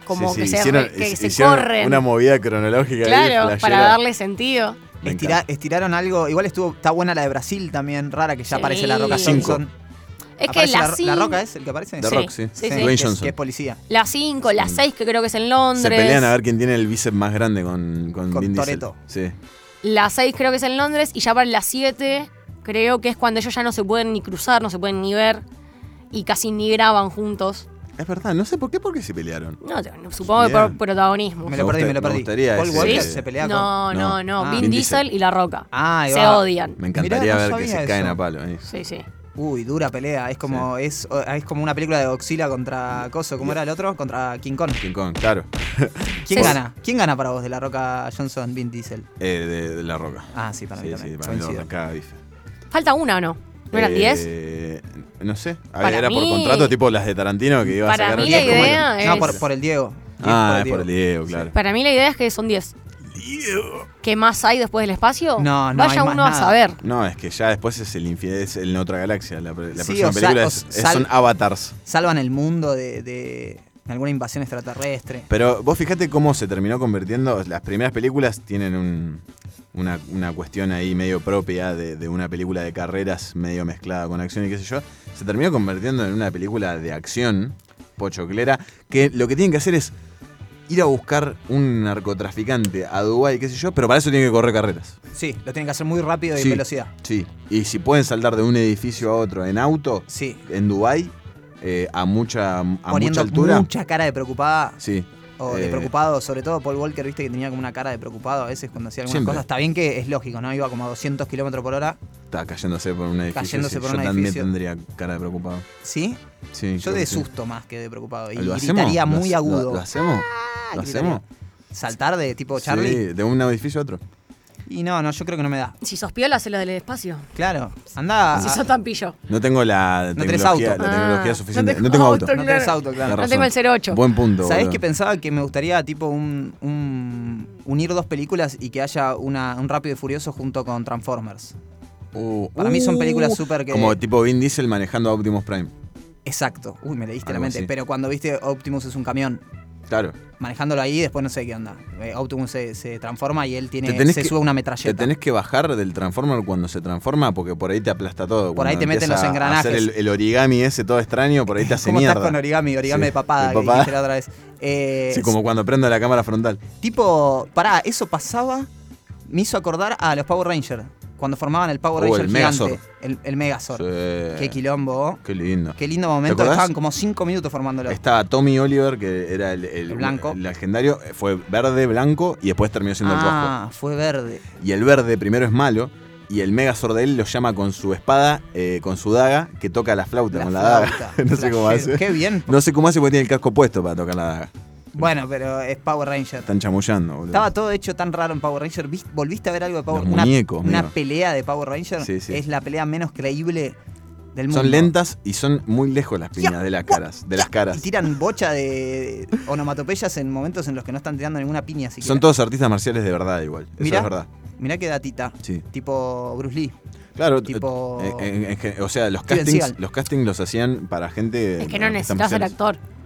F: como
A: Sí,
F: que
A: sí,
F: se,
A: hicieron-
F: re- que
A: hic-
F: se
A: hicieron
F: corren.
A: Una movida cronológica. ahí,
F: claro, para
A: flashera.
F: darle sentido.
A: Me
B: Estira-
A: encanta.
B: estiraron algo, igual estuvo, está buena la de Brasil también, rara, que ya
F: Sí.
B: aparece la Roca
A: La cinco.
B: Simpson.
F: Es que
B: Aparece
F: la,
B: Ro-
F: cin-
B: Roca es el que aparece.
A: The
F: Sí,
A: Rock, sí.
F: sí, sí.
A: Dwayne
B: que es-
A: Johnson.
B: que es policía.
F: La 5, la 6 que creo que es en Londres.
A: Se pelean a ver quién tiene el bíceps más grande con, con,
B: Con
A: Vin Diesel.
B: Toretto.
A: Sí.
F: La 6 creo que es en Londres y ya para la 7 creo que es cuando ellos ya no se pueden ni cruzar, no se pueden ni ver y casi ni graban juntos.
A: Es verdad, no sé por qué, por qué se pelearon.
F: No, te- no, supongo que
A: Mirá.
F: por protagonismo.
B: Me lo
A: Me
B: perdí,
A: gusta-
B: me lo
A: me
B: perdí.
A: gustaría
B: Paul
A: ese-
B: Walker
F: ¿Sí?
B: se pelea con...
F: No, no,
A: No.
F: no.
B: Ah.
F: Vin
A: Vin
F: Diesel
A: Diesel.
F: y La Roca.
B: Ah, ahí
F: se
B: va.
F: odian.
A: Me encantaría
B: Mirá,
A: ver
B: no
A: que se
B: sabía
A: caen
B: eso.
A: a palo. eh. ahí.
F: Sí, sí.
B: Uy, dura pelea. Es como, es, es como una película de Godzilla contra Coso. ¿Cómo era el otro? Contra King Kong.
A: King Kong, claro.
B: ¿Quién
F: Sí.
B: gana? ¿Quién gana para vos de la Roca Johnson Vin Diesel?
A: Eh, de, de la roca.
B: Ah, sí, para mí
A: sí, sí,
B: también.
A: para mí la
B: Coincido.
A: roca bife.
F: Falta una o no. ¿No eran 10?
A: Eh, no sé. A ver,
F: Para
A: era por
F: mí-
A: contrato tipo las de Tarantino que iba
F: Para
A: a sacar
F: mí
A: diez
F: la
A: como
F: idea
A: el-
F: Ah, es-
B: No, por, por el Diego.
A: Ah, es por el Diego, claro.
F: Para mí la idea es que son 10. ¿Qué más hay después del espacio?
B: No, no
F: Vaya
B: hay más
F: uno a
B: nada.
F: saber.
A: No, es que ya después es el infidel, es el en otra galaxia. La, pre- la
B: Sí,
A: próxima
B: o sea,
A: película
B: o
A: es- es-
B: sal-
A: son avatars.
B: Salvan el mundo de, de alguna invasión extraterrestre.
A: Pero vos fijate cómo se terminó convirtiendo. Las primeras películas tienen un- una, una cuestión ahí medio propia de, de una película de carreras medio mezclada con acción y qué sé yo. Se terminó convirtiendo en una película de acción, pochoclera, que lo que tienen que hacer es ir a buscar un narcotraficante a Dubái, qué sé yo, pero para eso tienen que correr carreras.
B: Sí, lo tienen que hacer muy rápido y en
A: Sí,
B: velocidad.
A: Sí. Y si pueden saltar de un edificio a otro en auto,
B: Sí.
A: en Dubái, eh, a mucha, a mucha
B: Poniendo
A: altura.
B: mucha cara de preocupada
A: Sí.
B: o de
A: Eh,
B: preocupado, sobre todo Paul Walker, viste que tenía como una cara de preocupado a veces cuando hacía algunas
A: Siempre.
B: cosas. Está bien que es lógico, ¿no? Iba como a 200 kilómetros por hora.
A: Está cayéndose por un edificio.
B: Cayéndose
A: sí.
B: por
A: Yo
B: un
A: también
B: edificio.
A: tendría cara de preocupado.
B: ¿Sí,
A: Sí,
B: Yo
A: creo
B: de
A: que sí.
B: susto más que de preocupado. Y
A: ¿Lo hacemos?
B: gritaría
A: ¿Lo
B: muy
A: hace-
B: agudo.
A: ¿Lo, lo hacemos?
B: Ah,
A: ¿Lo
B: gritaría.
A: hacemos?
B: Saltar de tipo Charlie.
A: Sí, de un edificio a otro.
B: Y no, no, yo creo que no me da.
F: Si sos piola, hacelo del espacio.
B: Claro. Anda.
F: Si
B: a-
F: sos tampillo.
A: Ah, No tengo la
B: No tenés
A: tecnología,
B: auto.
A: la
F: Ah,
A: tecnología
F: no
A: suficiente.
F: tengo
A: No tengo
F: auto,
A: auto.
B: No tenés auto,
A: Tenés
B: claro.
F: No tengo
A: razón.
F: el 08.
A: Buen punto.
B: ¿Sabés
A: boludo.
B: que pensaba que me gustaría tipo un, un- unir dos películas y que haya una, un Rápido y Furioso junto con Transformers?
A: Uh,
B: Para mí son
A: uh,
B: películas súper que-
A: Como tipo Vin Diesel manejando a Optimus Prime.
B: Exacto. Uy, me leíste la
A: Algo
B: mente.
A: así.
B: Pero cuando viste Optimus es un camión.
A: Claro.
B: Manejándolo ahí, después no sé qué onda. Eh, Optimus se, se transforma y él tiene,
A: Te tenés
B: se
A: que-
B: sube a una
A: Te
B: metralleta.
A: tenés que bajar del Transformer cuando se transforma porque por ahí te aplasta todo.
B: Por ahí
A: Cuando
B: te meten
A: empieza
B: los
A: a
B: engranajes.
A: hacer el, el origami ese todo extraño, por ahí te hace
B: ¿Cómo
A: mierda.
B: estás con origami? Origami
A: Sí,
B: de papá,
A: de
B: que
A: papá.
B: dijiste la otra vez. Eh,
A: Sí, como cuando prendo la cámara frontal.
B: Tipo, pará, eso pasaba, me hizo acordar a los Power Rangers, cuando formaban el Power
A: Oh,
B: Ranger
A: el
B: gigante,
A: Megazord.
B: el, el Megazord.
A: Sí.
B: Qué quilombo,
A: Qué lindo.
B: qué lindo momento,
A: acordás?
B: estaban como 5 minutos formándolo.
A: Estaba Tommy Oliver, que era el, el-
B: El blanco.
A: el legendario. Fue verde, blanco y después terminó siendo
B: ah, fue verde.
A: el rojo. Y el verde primero es malo. Y el Megazord de él lo llama con su espada, eh, con su daga, que toca la flauta
B: La
A: con la daga.
B: flauta,
A: no sé cómo
B: flashero.
A: hace.
B: Qué bien.
A: No sé cómo hace porque tiene el casco puesto para tocar la daga.
B: Bueno, pero es Power Ranger.
A: Están chamullando, boludo.
B: Estaba todo hecho tan raro en Power Ranger. ¿Viste- ¿Volviste a ver algo de Power
A: Los
B: una-
A: muñecos,
B: Una,
A: amigo.
B: pelea de Power Ranger
A: Sí, sí.
B: es la pelea menos creíble del mundo.
A: Son lentas y son muy lejos las piñas
B: Ya,
A: de las
B: gua-
A: caras. De las caras.
B: Y tiran bocha de onomatopeyas en momentos en los que no están tirando ninguna piña siquiera.
A: Son todos artistas marciales de verdad igual. Eso
B: Mirá.
A: es verdad.
B: Mirá qué datita.
A: Sí.
B: Tipo Bruce Lee.
A: Claro,
B: Tipo-
A: eh, en- en- en- o sea, los
B: Steven
A: castings,
B: Seagal.
A: los castings los hacían para gente.
F: Es que
A: eh,
F: no
A: artistas
F: necesitas ser
A: marciales.
F: actor.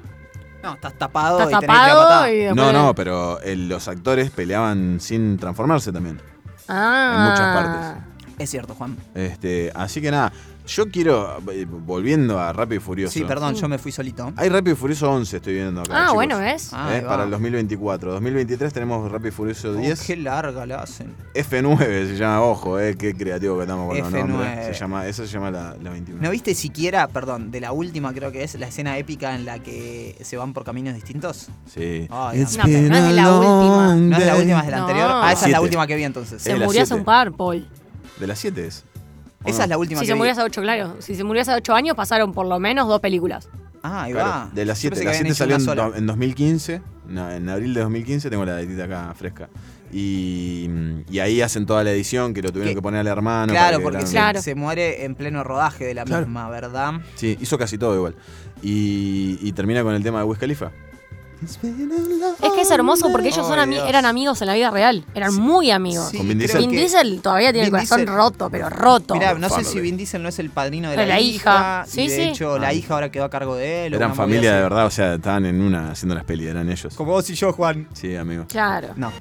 B: No, estás tapado
F: Estás
B: y tenés que ir a
F: tapado
B: patada.
F: y después-
A: No, no, pero eh, los actores peleaban sin transformarse también.
F: Ah.
A: en muchas partes.
B: Es cierto, Juan.
A: Este, así que nada, yo quiero, eh, volviendo a Rápido y Furioso.
B: Sí, perdón, yo me fui solito.
A: Hay Rápido y Furioso 11, estoy viendo acá.
F: Ah,
A: chicos.
F: bueno, ¿ves?
B: Ah, ahí
A: Eh,
B: va.
A: Para el 2024. 2023 tenemos Rápido y Furioso
B: Oh,
A: 10.
B: Qué larga la hacen.
A: F9 se llama, ojo, eh, qué creativo que estamos con los
B: F9.
A: nombres. Se llama, esa se llama la, la 21.
B: ¿No viste siquiera, perdón, de la última creo que es la escena épica en la que se van por caminos distintos?
A: Sí.
B: Ay,
A: It's
F: no, pero
A: been
F: no es de la
A: a
F: última.
A: long
B: No es la
A: day.
B: última, es de la
F: No.
B: anterior. Ah, esa es
A: Siete.
B: la última que vi entonces.
A: Eh,
F: Se
A: la
F: murió hace
A: siete.
F: un par, Paul.
A: De las 7 es. ¿o
B: Esa
A: no?
B: es la última
F: Si
B: que
F: se
B: vi.
F: murió hace ocho, claro. Si se murió hace ocho años, pasaron por lo menos dos películas.
B: Ah, ahí
A: Claro,
B: va.
A: De las
B: Yo
A: 7.
B: pensé que
A: La
B: habían
A: 7
B: hecho
A: salió
B: una
A: en,
B: sola.
A: do- en 2015. no, en abril de 2015 tengo la datita acá fresca. Y, y ahí hacen toda la edición que lo tuvieron
B: Que-
A: que, poner al hermano. para
B: Claro,
A: que
B: porque
A: eran-
B: se,
F: Claro.
B: se muere en pleno rodaje de la
A: Claro.
B: misma, ¿verdad?
A: Sí, hizo casi todo igual. Y, y termina con el tema de Wiz Khalifa.
F: Es que es hermoso porque ellos son
E: Ay,
F: ami-
E: Dios.
F: eran amigos en la vida real. Eran muy amigos.
B: Sí,
A: Con Vin
B: creo
A: Diesel.
F: Vin
B: que-
F: Diesel todavía tiene el
B: Vin
F: corazón
B: Diesel-
F: roto, pero roto.
B: Mirá, no sé
A: Family.
B: si Vin Diesel no es el padrino de
F: De
B: la,
F: la hija.
B: hija. y
F: Sí,
B: de
F: sí.
B: hecho, la hija ahora quedó a cargo de él. o
A: Eran
B: una movida
A: familia
B: así.
A: de verdad, o sea, estaban en una haciendo las pelis, eran ellos.
B: Como vos y yo, Juan.
A: Sí, amigo.
F: Claro.
B: No,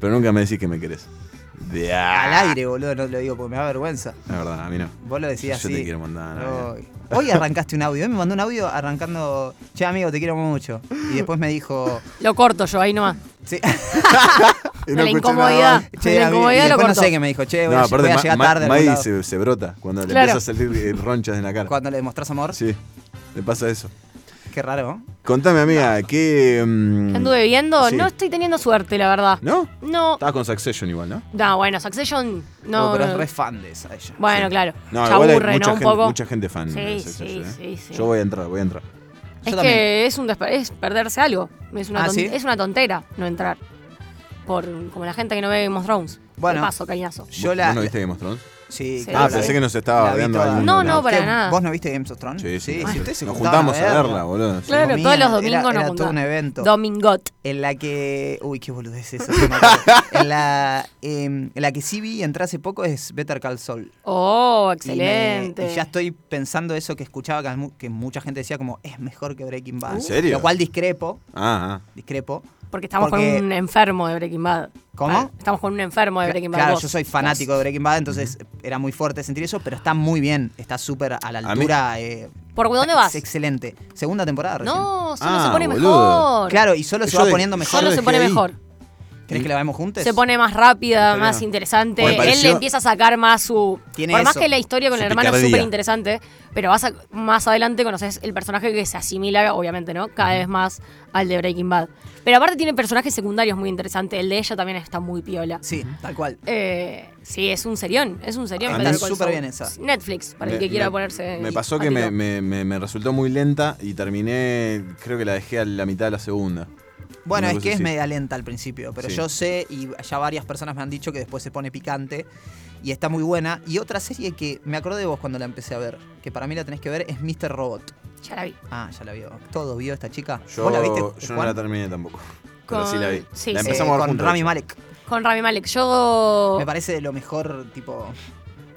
A: Pero nunca me decís que me querés. De
B: al aire, boludo, no te lo digo porque me da vergüenza.
A: La verdad, a mí no.
B: Vos lo
A: Yo
B: decías así.
A: te quiero mandar. a
B: Hoy- Hoy arrancaste un audio. Hoy me mandó un audio arrancando. Che, amigo, te quiero mucho. Y después me dijo.
F: Lo corto yo ahí nomás.
B: Sí.
A: Y
F: De
A: no
F: la
A: escuché
F: incomodidad.
A: nada.
F: De la
B: amigo, y
F: incomodidad lo
B: después
F: corto.
B: no sé qué me dijo. Che, voy,
A: No,
B: a, voy
A: aparte,
B: a
A: Ma-
B: llegar
A: Ma-
B: tarde. a algún
A: Maggie
B: lado.
A: se, se brota cuando le
F: Claro.
A: empieza a salir eh, ronchas en la cara.
B: Cuando le demostrás amor.
A: Sí, le pasa eso.
B: Qué raro. ¿no?
A: Contame, amiga, ¿qué. mm,
F: ¿Qué Anduve viendo,
A: Sí.
F: no estoy teniendo suerte, la verdad.
A: ¿No?
F: No.
A: Estabas con Succession igual, ¿no?
F: No, bueno, Succession no.
B: Oh, pero es re fan de esa ella.
F: bueno, claro.
A: No,
F: Se
A: igual hay
F: aburre,
A: mucha,
F: ¿no? Un
A: gente,
F: poco.
A: mucha gente fan
F: Sí,
A: de
F: sí,
A: Succession. ¿eh?
F: sí, sí.
A: Yo voy a entrar, voy a entrar.
F: Es
B: Yo también.
F: que es, un desper- es perderse algo. Es una,
B: Ah,
F: ton-
B: ¿sí?
F: es una tontera no entrar. Por, como la gente que no ve Game of Thrones.
B: Bueno.
F: Te paso, cariñazo.
B: Yo
A: ¿Vos-
B: la.
A: ¿Vos no viste Game of Thrones?
B: Sí,
F: Sí.
B: claro,
A: ah,
B: la
A: pensé
B: vi.
A: que nos estaba
B: La vi
A: hablando
B: toda.
A: alguien.
F: No,
A: de
F: no,
A: la-
F: para
B: ¿Usted-
F: nada.
B: ¿Vos no viste Game of Thrones?
A: Sí, sí.
B: sí ustedes se
A: nos
B: juntaban
A: juntamos a verla,
B: verla.
A: boludo. sí.
F: Claro,
B: Comían,
F: todos los
B: era-
F: domingos
B: era
F: nos
B: todo
F: juntamos.
B: un evento.
F: Domingot.
B: En la que. Uy, qué boludez eso. se me acordó. en, la, eh, en la que sí vi entrar hace poco es Better Call Saul.
F: Oh,
B: Y me-
F: excelente.
B: Y, ya estoy pensando eso que escuchaba que, mu- que mucha gente decía como es mejor que Breaking Bad.
A: ¿En serio?
B: Lo cual discrepo,
A: Ah, ah.
B: discrepo.
F: Porque estamos
B: Porque-
F: con un enfermo de Breaking Bad.
B: ¿Cómo?
F: Ah, Estamos con un enfermo de Breaking Bad.
B: claro,
F: vos.
B: yo soy fanático de Breaking Bad, entonces era muy fuerte sentir eso, pero está muy bien, está súper a la
A: mí-
B: altura. eh,
F: ¿Por dónde vas?
B: Es excelente. Segunda temporada recién.
F: No, solo
A: Ah,
F: se pone
A: boludo.
F: mejor.
B: Claro, y solo se
A: Yo
B: va
A: de-
B: poniendo
A: yo
B: mejor.
F: Solo
A: dejé
F: se pone
A: ahí.
F: mejor.
B: ¿Crees que la vemos juntos?
F: Se pone más rápida,
A: Pero-
F: más interesante.
A: Porque
F: Él le
A: pareció-
F: empieza a sacar más su.
B: Tiene
F: por más
B: eso,
F: que la historia con
A: su
F: el hermano es
A: picardía.
F: súper interesante, pero vas a- más adelante conoces el personaje que se asimila, obviamente, ¿no? Cada vez más al de Breaking Bad. Pero aparte tiene personajes secundarios muy interesantes. El de ella también está muy piola.
B: Sí, tal cual. Ah,
F: Eh, sí, es un serión, es un serión.
A: A
F: Better
A: mí-
F: Call
B: súper
F: Saul.
B: bien esa.
F: Netflix, para el
A: Me-
F: que quiera
A: me-
F: ponerse.
A: Me
F: y-
A: pasó que me,
F: patito.
A: me- me- me resultó muy lenta y terminé, creo que la dejé a la mitad de la segunda.
B: Bueno,
A: Una
B: es
A: cosa
B: que es
A: así.
B: media lenta al principio, pero
A: Sí.
B: yo sé y ya varias personas me han dicho que después se pone picante y está muy buena. Y otra serie que me acordé de vos cuando la empecé a ver, que para mí la tenés que ver, es Mr. Robot.
F: Ya la vi.
B: Ah, ya la vio. Todo vio esta chica.
A: Yo,
B: ¿Vos la viste?
A: yo no
B: Juan?
A: la terminé tampoco. Pero
F: Con-
A: sí la vi.
F: sí,
A: la
F: sí.
A: empezamos a
B: Eh,
A: ver
B: con
A: juntos,
B: Rami
A: de hecho.
B: Malek.
F: Con Rami Malek. Yo.
B: Me parece lo mejor, tipo.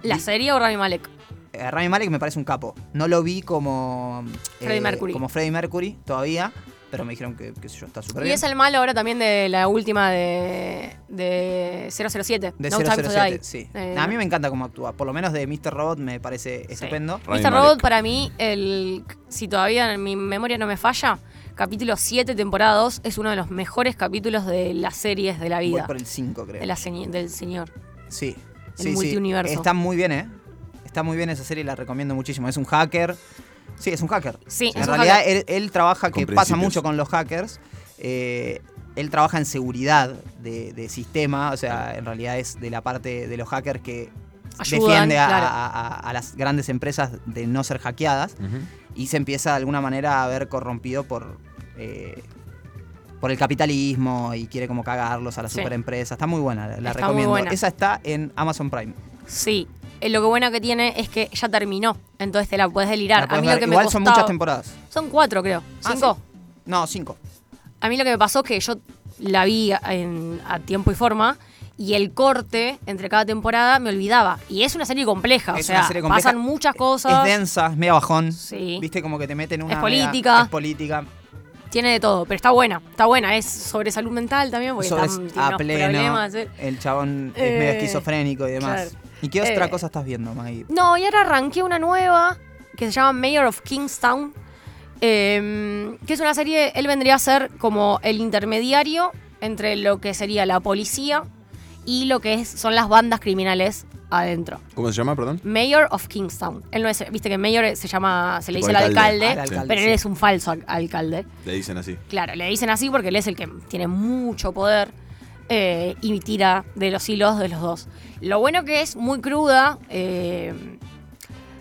F: ¿La serie o Rami Malek?
B: eh, Rami Malek me parece un capo. No lo vi como. eh,
F: Freddie Mercury.
B: Como Freddie Mercury todavía, pero me dijeron que, qué sé yo, está súper
F: Y
B: bien.
F: es el malo ahora también de la última de, de 007.
B: De
F: No Time to
B: 007,
F: Die.
B: sí.
F: Eh,
B: a mí me encanta cómo actúa. Por lo menos de Mr. Robot me parece
F: sí.
B: estupendo.
A: Rami
F: Mr.
A: Malek.
F: Robot para mí, el, si todavía en mi memoria no me falla, capítulo 7, temporada 2, es uno de los mejores capítulos de las series de la
B: Voy
F: vida.
B: por el 5, creo.
F: de la señi- del señor.
B: Sí.
F: El
B: sí, sí.
F: multiuniverso.
B: Está muy bien, ¿eh? Está muy bien esa serie, la recomiendo muchísimo. Es un hacker. Sí, es un hacker.
F: Sí,
B: en
F: es un
B: realidad
F: hacker.
B: Él, él trabaja,
A: Con
B: que pasa
A: principios.
B: mucho con los hackers. eh, él trabaja en seguridad de, de sistema, o sea, en realidad es de la parte de los hackers que
F: Ayudan,
B: defiende a,
F: claro.
B: a- a- a las grandes empresas de no ser hackeadas
A: Ujú.
B: y se empieza de alguna manera a ver corrompido por, eh, por el capitalismo y quiere como cagarlos a las
F: Sí.
B: superempresas. Está muy buena, la-
F: Está
B: la
F: muy
B: recomiendo.
F: buena.
B: Esa está en Amazon Prime.
F: Sí. Eh, Lo que bueno que tiene es que ya terminó, entonces te la puedes delirar.
B: La podés
F: a mí
B: ver.
F: lo que
B: Igual
F: me
B: son
F: costaba-
B: muchas temporadas.
F: Son cuatro, creo.
B: Ah,
F: Cinco.
B: sí. No, cinco.
F: A mí lo que me pasó es que yo la vi a- en- a tiempo y forma y el corte entre cada temporada me olvidaba. Y es una serie compleja, o
B: Es
F: sea,
B: una serie compleja.
F: pasan muchas
B: Es
F: cosas.
B: densa, es medio bajón.
F: Sí.
B: Viste como que te meten una.
F: Es
B: media-
F: política.
B: es política.
F: tiene de todo, pero está buena, está buena. Es sobre salud mental también, porque
B: Sobre-
F: están- tiene
B: a
F: unos
B: pleno.
F: problemas. eh.
B: El chabón
F: Eh,
B: es medio esquizofrénico y demás.
F: claro.
B: ¿Y qué otra
F: Eh.
B: cosa estás viendo, Maggie?
F: No, y ahora arranqué una nueva que se llama Mayor of Kingstown, eh, que es una serie, él vendría a ser como el intermediario entre lo que sería la policía y lo que es- son las bandas criminales adentro.
A: ¿Cómo se llama, perdón?
F: Mayor of Kingstown. Él no es, viste que Mayor se llama, se le
A: Tipo
F: dice el alcalde,
A: alcalde.
B: Ah, el alcalde,
F: pero él
B: sí.
F: es un falso al- alcalde.
A: Le dicen así.
F: Claro, le dicen así porque él es el que tiene mucho poder eh, y tira de los hilos de los dos. Lo bueno que es muy cruda, eh,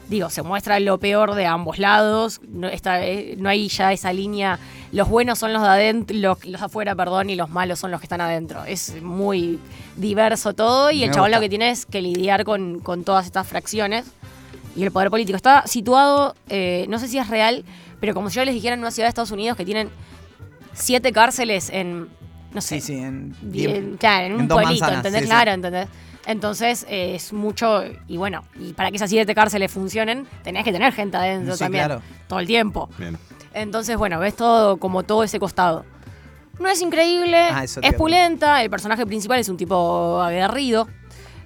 F: digo, se muestra lo peor de ambos lados, no, está- eh, no hay ya esa línea, los buenos son los de adentro, los, los de afuera, perdón, y los malos son los que están adentro. Es muy diverso todo y
B: Me
F: el chabón
B: gusta.
F: lo que tiene es que lidiar con, con todas estas fracciones y el poder político. Está situado, eh, no sé si es real, pero como si yo les dijera en una ciudad de Estados Unidos que tienen siete cárceles en, no sé,
B: Sí, sí, en,
F: die-
B: bien-
F: claro, en
B: en
F: un
B: dos
F: pueblito,
B: manzanas,
F: ¿entendés?
B: sí, sí.
F: claro, ¿entendés? Entonces eh, es mucho, y bueno, y para que esas siete cárceles funcionen, tenés que tener gente adentro
B: Sí,
F: también,
B: claro.
F: todo el tiempo.
A: Bien.
F: Entonces, bueno, ves todo como todo ese costado. No es increíble,
B: Ah, eso te
F: es
B: iba a
F: pulenta, el personaje principal es un tipo aguerrido.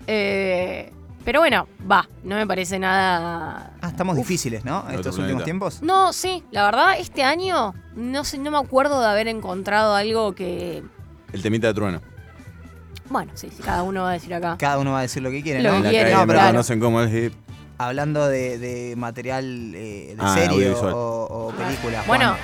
F: eh, pero bueno, va, no me parece nada...
B: Ah, estamos difíciles, ¿no? Estos
A: planeta.
B: últimos tiempos.
F: No, sí, la verdad, este año no sé, no me acuerdo de haber encontrado algo que.
A: El temita de trueno.
F: Bueno, sí, sí, cada uno va a decir acá.
B: Cada uno va a decir lo que quiere,
F: Lo
B: ¿no?
F: que
A: En la
F: Bien,
A: calle
F: no,
A: me
F: pero-
A: conocen como el hip.
B: Hablando de, de material eh, de
A: Ah,
B: serie o,
A: audiovisual.
B: o película. Juan.
F: Bueno,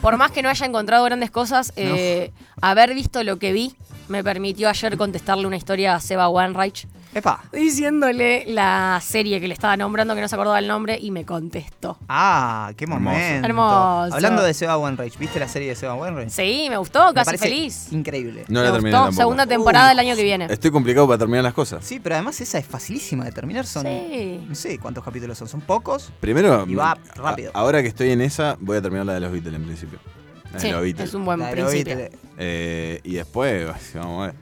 F: por más que no haya encontrado grandes cosas, eh, haber visto lo que vi me permitió ayer contestarle una historia a Seba Wanreich
B: Epa.
F: diciéndole la serie que le estaba nombrando, que no se acordaba el nombre, y me contestó.
B: Ah, qué momento.
F: Hermoso.
B: Hablando de Seba Wenreich, ¿viste la serie de Seba Wenreich?
F: Sí, me gustó,
B: Me
F: casi
B: parece
F: feliz.
B: Increíble.
A: No
F: me
A: la
F: gustó.
A: terminé tampoco.
F: Segunda temporada el año que viene.
A: Estoy complicado para terminar las cosas.
B: Sí, pero además esa es facilísima de terminar. Son.
F: Sí.
B: No sé cuántos capítulos son. Son pocos.
A: Primero,
B: Y va
A: a-
B: rápido.
A: ahora que estoy en esa, voy a terminar la de los Beatles en principio. La
F: Sí,
A: de los Beatles.
F: es un buen
B: La de los
F: principio.
B: Beatles.
A: Eh, y después, vamos a ver.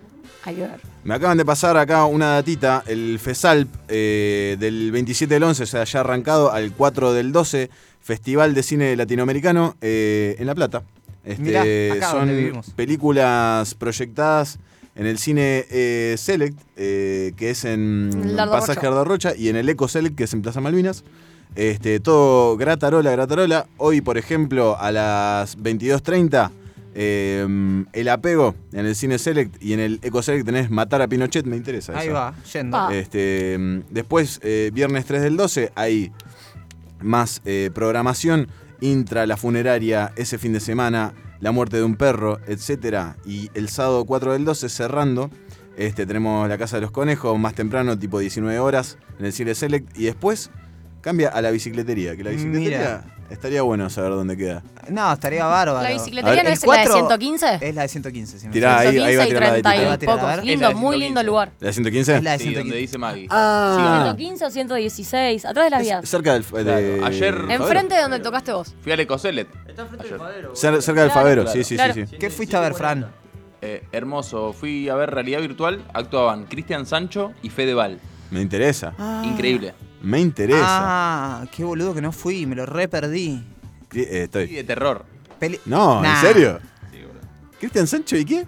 F: Hay que ver.
A: Me acaban de pasar acá una datita, el FESALP eh, del 27 del 11, o sea, ya arrancado al 4 del 12, Festival de Cine Latinoamericano eh, en La Plata. Este,
B: Mirá, acá
A: son
B: donde vivimos.
A: películas proyectadas en el cine eh, Select, eh, que es en
F: El Dardo
A: Pasaje
F: Rocha.
A: Gerardo Rocha y en el Eco Select, que es en Plaza Malvinas. Este, todo gratarola, gratarola. Hoy, por ejemplo, a las 22.30, eh, el apego en el Cine Select y en el Eco Select tenés Matar a Pinochet, me interesa.
B: Ahí
A: eso.
B: va, yendo.
F: Pa.
A: Este, mm, después, eh, viernes 3 del 12, hay más eh, programación. Intra, la funeraria, ese fin de semana, la muerte de un perro, etcétera Y el sábado 4 del 12, cerrando, este, tenemos la Casa de los Conejos, más temprano, tipo 19 horas, en el Cine Select. Y después cambia a la bicicletería, que la bicicletería estaría bueno saber dónde queda.
B: No, estaría bárbaro.
F: La
A: A
F: bicicletería
A: ver,
F: no
B: el
F: es la de
B: cuatro-
F: 115.
B: Es la de 115, si no me
A: Tirá
B: equivoco.
A: ahí, ahí va
F: 115
A: a
F: y
A: tirar la de Tito. Ahí va
F: treinta
A: a
F: y
B: tirar la de
F: pocos.
B: Tito.
F: Lindo,
E: Es la de
F: muy lindo
E: 115.
F: lugar.
A: ¿La
B: Es
A: 115?
B: la de
E: Sí, donde
B: 115.
E: dice Maggie.
A: Ah,
F: 115 o 116, atrás de las
A: Es
F: vías.
A: cerca del. de-
E: Claro, ayer-
A: Favero.
F: Enfrente de donde tocaste vos.
E: Fui al Ecoselet.
A: Cer- cerca del
F: Claro,
A: Favero,
E: claro.
A: sí, sí,
F: Claro.
A: sí, sí.
B: ¿Qué fuiste a ver, Fran?
E: Eh, hermoso. Fui a ver realidad virtual. Actuaban Cristian Sancho y Fedeval.
A: Me interesa.
E: Increíble.
A: Me interesa.
B: Ah, qué boludo que no fui, me lo re perdí.
A: Sí, eh,
E: Y
A: estoy.
E: de terror.
B: Peli-
A: No,
B: Nah.
A: ¿en serio? ¿Cristian Sancho y qué?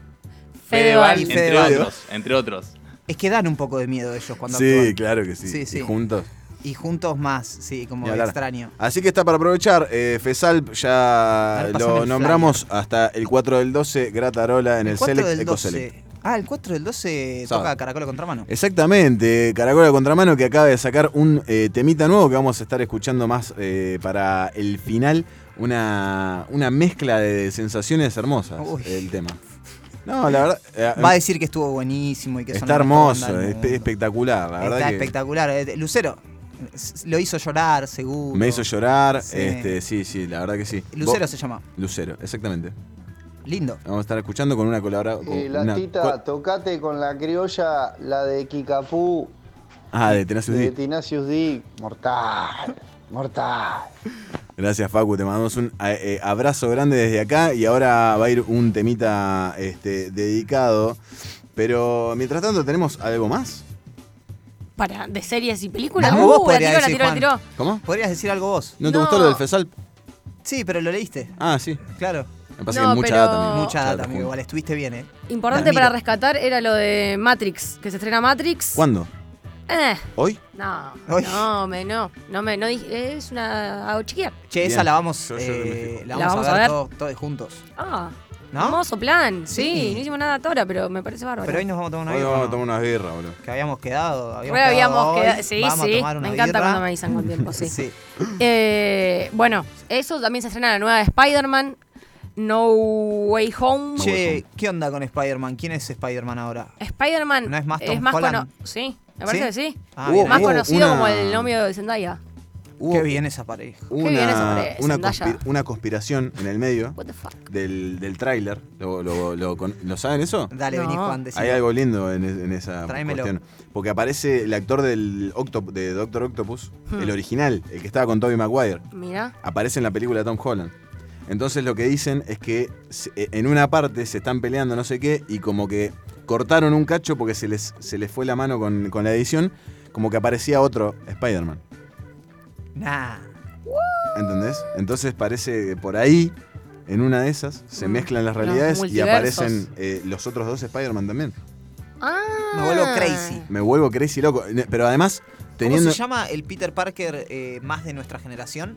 F: Fedeval.
E: entre
B: Fedeval.
E: otros. Entre otros.
B: Es que dan un poco de miedo ellos cuando
A: Sí,
B: actúan.
A: claro que sí.
B: Sí, sí.
A: Y juntos.
B: Y juntos más, sí, como
A: Ni hablar.
B: extraño.
A: Así que está para aprovechar. eh, FESALP ya
B: Ahora pasame el
A: lo
B: flyer.
A: nombramos hasta el 4 del 12, Gratarola en el,
B: 4
A: Select
B: del
A: Eco
B: 12.
A: Select.
B: Ah, el 4 del 12
A: Sábado.
B: toca Caracol Contramano.
A: Exactamente, Caracola Contramano que acaba de sacar un eh, temita nuevo que vamos a estar escuchando más eh, para el final. Una, una mezcla de sensaciones hermosas
B: Uy.
A: el tema. No, la verdad. eh,
B: Va a decir que estuvo buenísimo y que son
A: está
B: la mejor banda
A: hermoso,
B: del
A: es
B: mundo.
A: espectacular, la verdad.
B: Está
A: que
B: espectacular. Eh, Lucero s- lo hizo llorar, seguro.
A: Me hizo llorar.
B: Sí.
A: Este, sí, sí, la verdad que sí.
B: Lucero
A: Vos-
B: se llama.
A: Lucero, exactamente.
B: Lindo.
A: Vamos a estar escuchando con una colaboración.
G: Eh, la tita, tocate con la criolla, la de Kikapú,
A: Ah, de Tenacious
G: de
A: D.
G: Tinasius D. Mortal, mortal.
A: Gracias, Facu. Te mandamos un a- eh, abrazo grande desde acá. Y ahora va a ir un temita este, dedicado. Pero mientras tanto, ¿tenemos algo más?
F: Para, de series y películas.
B: Vamos, vos
F: Uh, la
B: podrías
F: tiró, la
B: decir,
F: tiró, la
B: Juan.
F: tiró.
A: ¿Cómo?
B: ¿Podrías decir algo vos?
A: ¿No te
F: No.
A: gustó lo del FESAL?
B: Sí, pero lo leíste.
A: Ah, sí.
B: Claro.
A: Me pasa que
F: No,
A: hay mucha
F: pero-
A: data, amigo,
B: Mucha data, amigo.
A: junta.
B: Igual estuviste bien, ¿eh?
F: Importante
B: Te
F: para
B: admiro.
F: rescatar era lo de Matrix, que se estrena Matrix.
A: ¿Cuándo?
F: Eh,
A: ¿Hoy?
F: no,
B: Ay.
F: no, me, no, no me, no dije, es una hago chiquear.
B: Che, esa
A: Bien.
B: la vamos,
A: Yo- yo
B: eh,
A: me fijo.
B: la
F: La
B: vamos
F: vamos
B: a
F: a
B: ver,
F: ver.
B: Todos, todos juntos.
F: Ah,
B: ¿No?
F: hermoso plan, sí.
B: Sí.
F: no hicimos nada hasta ahora, pero me parece bárbaro.
B: Pero hoy nos vamos a tomar una
A: Hoy
B: birra,
A: vamos a
B: ¿no?
A: tomar unas birras, boludo.
B: Que habíamos quedado.
F: Re
B: Habíamos quedado
F: habíamos
B: hoy,
F: quedado, sí,
B: vamos a
F: sí,
B: tomar
F: me
B: una
F: encanta
B: birra.
F: cuando me avisan con tiempo, sí.
B: Sí.
F: Eh, bueno, eso también se estrena la nueva de Spider-Man, No Way Home.
B: Che, ¿qué onda con Spider-Man? ¿Quién es Spider-Man ahora?
F: Spider-Man
B: ¿No es más Tom
F: cono-
B: Holland?
F: Sí, me parece que sí.
B: Ah,
A: Hubo-
B: bien,
F: Más
B: ahí.
A: hubo
F: conocido
A: una-
F: como el novio de Zendaya.
A: Hubo
B: Qué bien esa pareja.
A: Una,
F: bien eso, hombre,
A: una,
F: Zendaya.
A: conspir- una conspiración en el medio
F: What the fuck.
A: del, del tráiler. ¿Lo, lo, lo con- ¿lo saben eso?
B: Dale,
F: No.
B: vení, Juan, decime.
A: Hay algo lindo en, es- en esa
B: Tráemelo.
A: cuestión. Porque aparece el actor del Octop- de Doctor Octopus,
F: Hmm.
A: el original, el que estaba con Tobey Maguire.
F: Mira.
A: aparece en la película de Tom Holland. Entonces lo que dicen es que se- eh, en una parte se están peleando no sé qué y como que cortaron un cacho porque se les, se les fue la mano con, con la edición, como que aparecía otro Spider-Man.
B: Nah.
A: ¿Entendés? Entonces parece que por ahí, en una de esas, se
F: Mm,
A: mezclan las
F: los
A: realidades y
F: multiversos.
A: aparecen eh, los otros dos Spider-Man también.
F: Ah.
B: Me vuelvo crazy.
A: Me vuelvo crazy loco. Ne- Pero además,
B: ¿Cómo
A: teniendo...
B: se llama el Peter Parker eh, más de nuestra generación?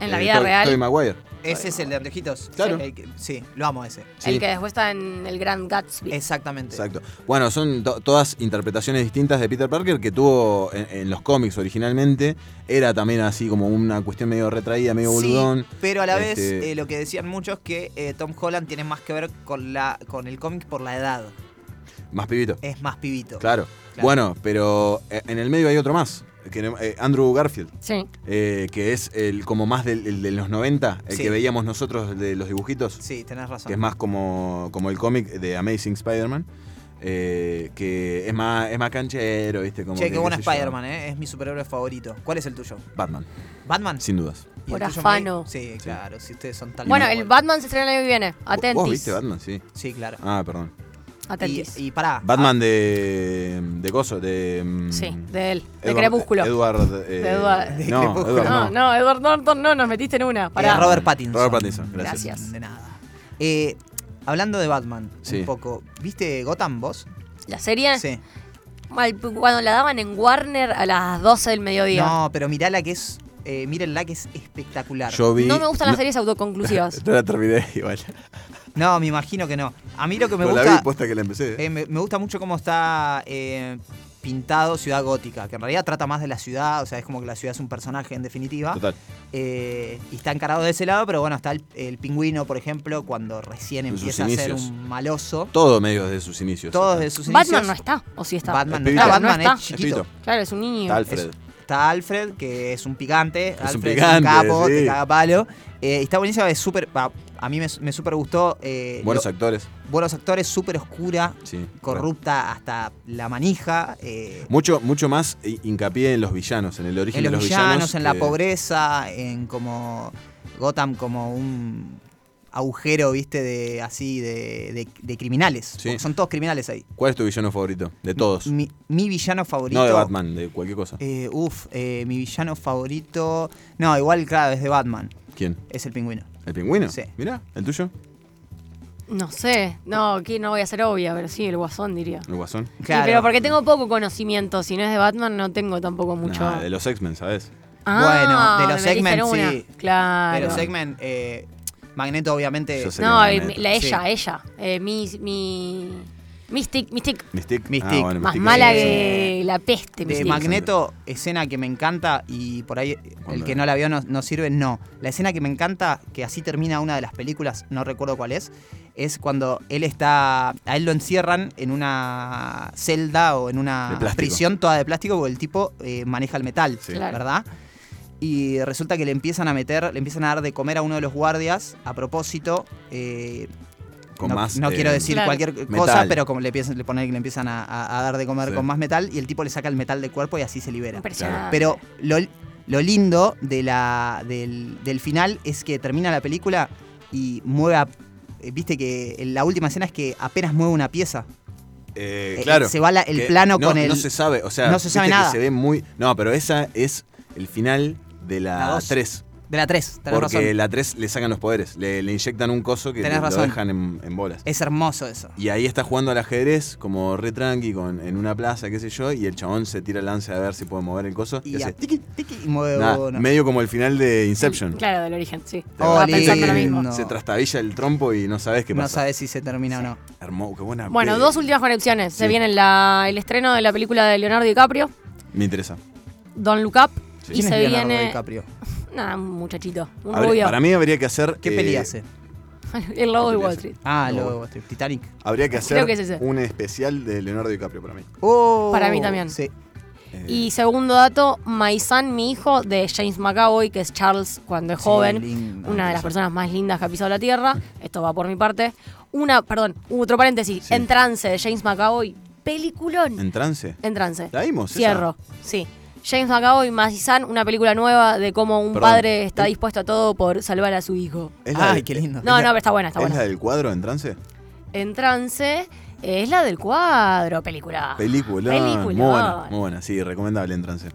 F: En la
A: eh,
F: vida
A: Tobey-
F: real.
A: Tobey Maguire.
B: Ese es el de Abrejitos.
A: Claro.
B: sí, lo amo a ese.
A: Sí.
F: El que después está en el Grand Gatsby.
B: Exactamente.
A: Exacto. Bueno, son to- todas interpretaciones distintas de Peter Parker que tuvo en, en los cómics originalmente. Era también así como una cuestión medio retraída, medio
B: Sí,
A: boludón.
B: pero a la vez
A: Este-
B: eh, lo que decían muchos es que eh, Tom Holland tiene más que ver con la con el cómic por la edad.
A: Más pibito.
B: Es más pibito.
A: Claro.
B: Claro.
A: Bueno, pero eh, en el medio hay otro más. Que, no- eh, Andrew Garfield,
F: Sí.
A: eh, que es el como más del, el de los 90, el
B: Sí.
A: que veíamos nosotros de los dibujitos.
B: Sí, tenés razón.
A: que es más como, como el cómic de Amazing Spider-Man. eh, que es más, es más canchero, ¿viste? Como
B: che,
A: que,
B: qué buena
A: sé yo,
B: Spider-Man, eh. Es mi superhéroe favorito. ¿Cuál es el tuyo?
A: Batman,
B: ¿Batman?
A: sin dudas.
B: ¿Y el
F: Por
B: tuyo,
F: afano.
B: May? Sí, claro, si ustedes son tan.
F: Bueno,
B: igual.
F: el Batman se estrena el año que viene. Atentis.
A: ¿Vos viste Batman? Sí.
B: Sí, claro.
A: Ah, perdón.
B: Y,
F: Atentis.
B: y pará.
A: Batman de. de Coso, de. mm,
F: Ah. sí, de él. De
A: Edward-
F: Crepúsculo.
A: Edward. eh,
F: De Edward-
A: no,
F: De
A: Edward
B: Crepúsculo.
A: no.
F: no, no, Edward Norton no, nos metiste en una.
B: eh,
F: Pará.
B: Robert Pattinson.
A: Robert Pattinson, gracias.
F: Gracias.
B: De nada. Eh, hablando de Batman,
A: Sí.
B: un poco. ¿Viste Gotham vos?
F: La serie,
B: Sí.
F: mal, cuando la daban en Warner a las 12 del mediodía.
B: No, pero mirala que es. Eh, mírenla que es espectacular.
A: Yo vi.
F: No me gustan las
A: no-
F: series autoconclusivas.
A: No la terminé igual.
B: No, me imagino que no. A mí lo que me
A: Pero
B: gusta.
A: la vi posta que la empecé.
B: Eh, me, me gusta mucho cómo está eh, pintado Ciudad Gótica, que en realidad trata más de la ciudad, o sea, es como que la ciudad es un personaje en definitiva.
A: Total.
B: Eh, y está encarado de ese lado, pero bueno, está el, el pingüino, por ejemplo, cuando recién
A: En sus
B: empieza a ser
A: inicios.
B: un maloso.
A: Todo medio desde sus inicios.
B: Todos de sus
F: Batman
B: inicios.
F: no está, o sí está.
B: Batman no
A: Es
B: está.
A: pibito.
B: Batman
F: No está.
B: es chiquito.
A: Chiquito.
F: Claro, es un niño.
A: Está Alfred.
B: Está Alfred, que es un picante.
A: un
B: Alfred
A: picante,
B: es un capo,
A: sí.
B: te caga palo. Eh, está buenísimo, es súper. va, A mí me, me súper gustó. eh,
A: Buenos
B: lo-
A: actores.
B: buenos actores, súper oscura,
A: Sí.
B: corrupta hasta la manija. eh,
A: Mucho, mucho más hi- hincapié en los villanos, en el origen
B: en los,
A: de los
B: villanos,
A: villanos.
B: en la
A: que-
B: pobreza, en como Gotham como un agujero, viste, de así, de, de- de criminales.
A: Sí.
B: Porque Son todos criminales ahí.
A: ¿Cuál es tu villano favorito? De todos.
B: Mi, mi villano favorito.
A: No de Batman, de cualquier cosa.
B: eh, uf, eh, mi villano favorito. No, igual, claro, es de Batman.
A: ¿Quién?
B: Es el pingüino.
A: ¿El pingüino?
B: Sí.
A: Mirá, ¿el tuyo?
F: No sé. No, aquí no voy a ser obvia, pero sí, el guasón diría.
A: ¿El guasón?
F: Sí,
B: Claro.
F: pero porque tengo poco conocimiento. Si no es de Batman, no tengo tampoco mucho.
A: Nah, de los X-Men, ¿sabes?
F: Ah,
B: Bueno, de los
F: me metiste en
B: X-Men,
F: una.
B: sí.
F: Claro.
B: Pero Segment, eh, Magneto, obviamente.
A: Yo sé.
F: No, el-
A: Segmento.
F: la ella,
B: Sí.
F: ella. Eh, mi, mi. Mystic, Mystic.
A: Mystic.
B: Mystic.
A: Ah, bueno,
F: Más
A: Mystic
F: mala
A: es-
F: que la peste,
B: De
A: Sí,
F: Mystic.
B: Magneto, escena que me encanta y por ahí el
A: Cuando-
B: que no la vio no, no sirve, no. La escena que me encanta, que así termina una de las películas, no recuerdo cuál es, es cuando él está, a él lo encierran en una celda o en
A: De
B: una
A: plástico.
B: prisión toda de plástico porque el tipo eh, maneja el metal,
A: Sí.
F: Claro.
B: ¿verdad? Y resulta que le empiezan a meter, le empiezan a dar de comer a uno de los guardias a propósito. eh,
A: Con
B: no,
A: más,
B: no
A: eh,
B: quiero decir
F: Claro.
B: cualquier
A: metal.
B: cosa, pero como le, piensan- le ponen, le empiezan a, a- a dar de comer
A: Sí.
B: con más metal y el tipo le saca el metal del cuerpo y así se libera.
F: Impresionante.
B: Pero lo, lo lindo de la, del, del final es que termina la película y mueve a- eh, Viste que en la última escena es que apenas mueve una pieza.
A: Eh,
B: Eh,
A: claro.
B: se va la- el
A: Que
B: plano
A: no-
B: con el-
A: No se sabe, o sea,
B: no se
A: viste
B: sabe
A: que
B: nada.
A: se ve muy. No, pero esa es el final de
B: La
A: la
B: dos.
A: 3.
B: De la 3, tenés
A: Porque
B: razón.
A: la 3 le sacan los poderes, le, le inyectan un coso que
B: Tenés
A: lo
B: razón.
A: dejan en, en bolas.
B: Es hermoso eso.
A: Y ahí está jugando al ajedrez, como re tranqui, con, en una plaza, qué sé yo, y el chabón se tira el lance a ver si puede mover el coso. Y,
B: Y, a-
A: hace
B: tiqui, tiqui, y mueve
A: nada,
B: uno.
A: medio como el final de Inception.
F: Claro, del origen, sí.
A: Te
B: Oh,
F: Estaba
A: viste
F: pensando lo
A: que
F: mismo.
B: lindo.
A: Se trastabilla el trompo y no sabes qué
B: no
A: pasa.
B: sabes si se termina o no.
A: Hermoso, qué buena.
F: Bueno,
A: peli.
F: dos últimas conexiones. Se
A: Sí.
F: viene la- el estreno de la película de Leonardo DiCaprio,
A: Me interesa.
F: Don Look Up. Y
A: Sí.
B: ¿Quién es
F: se
B: Leonardo
F: viene.
B: DiCaprio?
F: Nah, un muchachito. Un
A: Habría-
F: rubio.
A: para mí habría que hacer.
B: ¿Qué
A: eh,
B: peli hace?
F: el lobo de
A: ¿qué
F: Wall
A: hace?
F: Street.
B: Ah,
A: no.
B: lo de Wall Street, Titanic.
A: Habría que hacer
F: Creo que es ese.
A: un especial de Leonardo DiCaprio para mí.
B: Oh,
F: Para mí también.
B: Sí.
A: Eh,
F: Y segundo dato, My Son, mi hijo, de James McAvoy, que es Charles cuando es
B: Sí,
F: joven.
B: lindo.
F: una de las personas más lindas que ha pisado la Tierra. Esto va por mi parte. Una, perdón, otro paréntesis.
A: Sí.
F: En trance de James McAvoy. Peliculón.
A: ¿En trance?
F: En trance.
A: ¿La vimos esa?
F: Cierro, sí. James McAvoy, Mazizan, una película nueva de cómo un
A: Perdón.
F: padre está
A: ¿Eh?
F: dispuesto a todo por salvar a su hijo.
A: ¿Es la
B: Ay,
A: del-
B: qué lindo.
F: No,
A: es
F: no,
A: la-
F: pero está buena, está
A: ¿Es la
F: buena.
A: del cuadro en trance?
F: En trance eh, es la del cuadro, película.
A: Película.
F: Ah, Peliculón.
A: Muy buena, muy buena. Sí, recomendable en trance.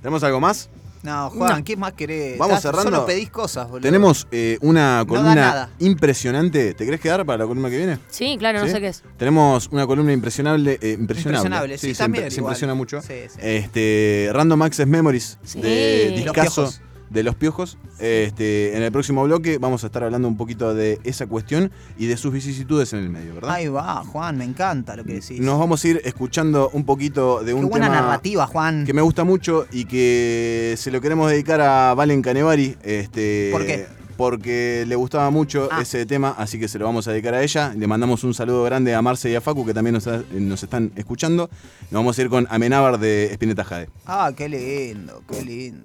A: ¿Tenemos algo más?
B: No, Juan,
F: No.
B: ¿qué más querés?
A: Vamos
B: Estás-
A: cerrando.
B: Solo pedís cosas, boludo.
A: Tenemos eh, una
B: No da
A: columna
B: nada.
A: impresionante. ¿Te querés quedar para la columna que viene?
F: Sí, claro,
A: ¿Sí?
F: no sé qué es.
A: Tenemos una columna impresionable. eh, impresionable.
B: Impresionable, sí,
A: se,
B: también
A: impre- se
B: igual.
A: impresiona mucho.
B: Sí, sí.
A: Este, Random Access Memories
F: Sí.
A: de
F: Los
A: Discaso
B: piojos.
A: de los piojos. Este, en el próximo bloque vamos a estar hablando un poquito de esa cuestión y de sus vicisitudes en el medio, ¿verdad?
B: Ahí va, Juan, me encanta lo que decís.
A: Nos vamos a ir escuchando un poquito de
B: Qué
A: un
B: buena
A: tema
B: narrativa, Juan.
A: que me gusta mucho y que se lo queremos dedicar a Valen Canevari. Este,
B: ¿Por qué?
A: Porque le gustaba mucho
B: Ah.
A: ese tema, así que se lo vamos a dedicar a ella. Le mandamos un saludo grande a Marce y a Facu, que también nos, nos están escuchando. Nos vamos a ir con Amenábar de Spinetta Jade.
B: Ah, qué lindo, qué lindo.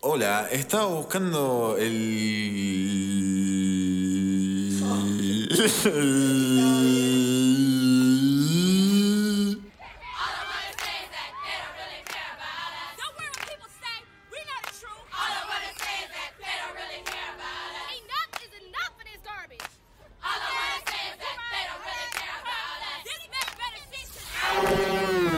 A: Pará, estaba buscando el.
D: Don't worry what people say. We know the truth. All I wanna say is that they don't really care about us. Enough is enough for this garbage. All I wanna say is that they don't really care about us. This man better cease to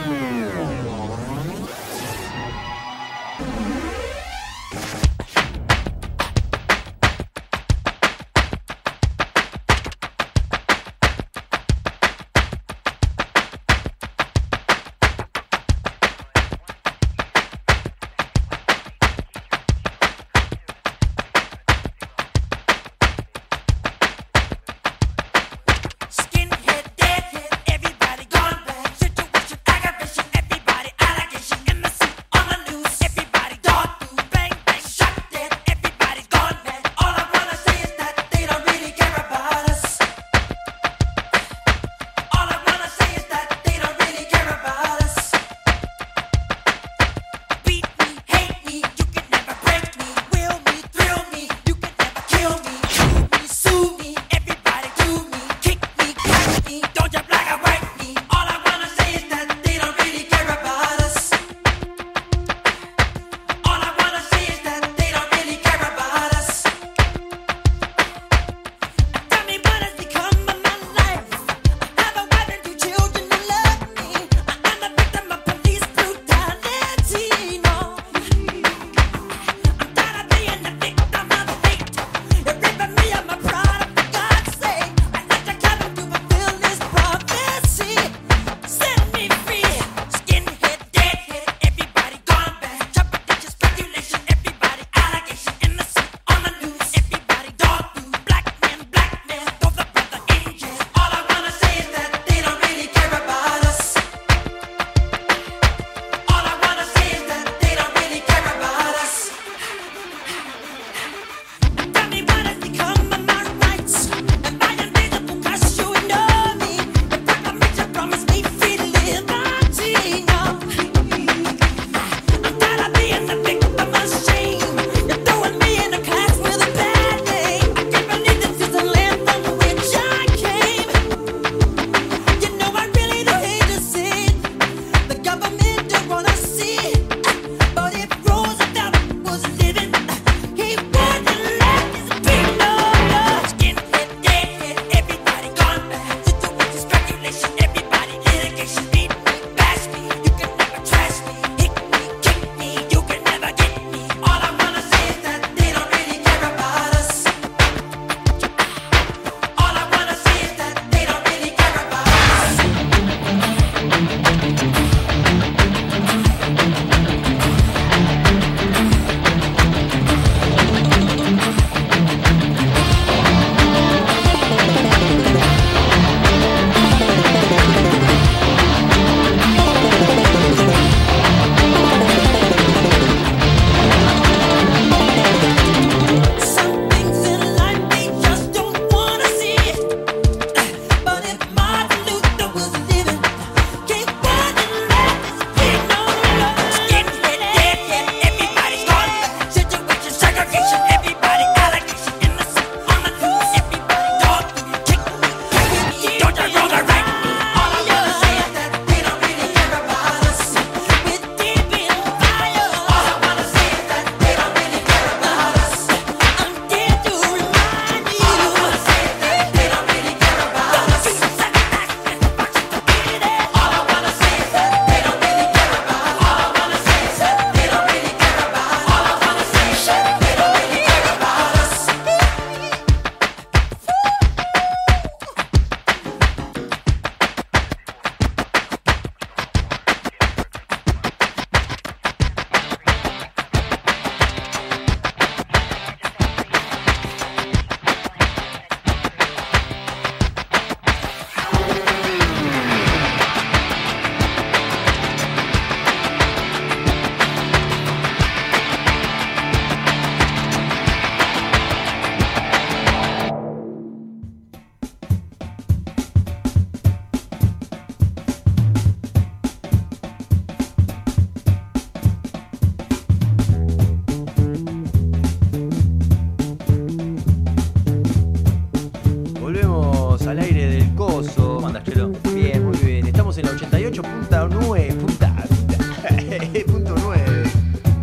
H: al aire del coso. ¿Cómo andas, Chelo? Bien, muy bien. Estamos en la 88.9. Punta, punta, punto 9.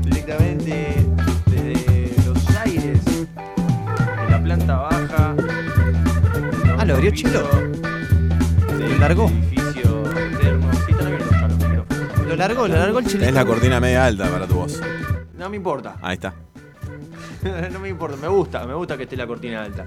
H: Directamente desde Los Aires, de la planta baja.
B: Ah, lo abrió Chelo.
H: Lo
B: largó.
H: Edificio eterno. Sí, están abiertos ya los micrófonos.
B: Lo largó, lo largó el Chelo.
A: Es la cortina media alta para tu voz.
H: No me importa.
A: Ahí está.
H: no me importa, me gusta, me gusta que esté la cortina alta.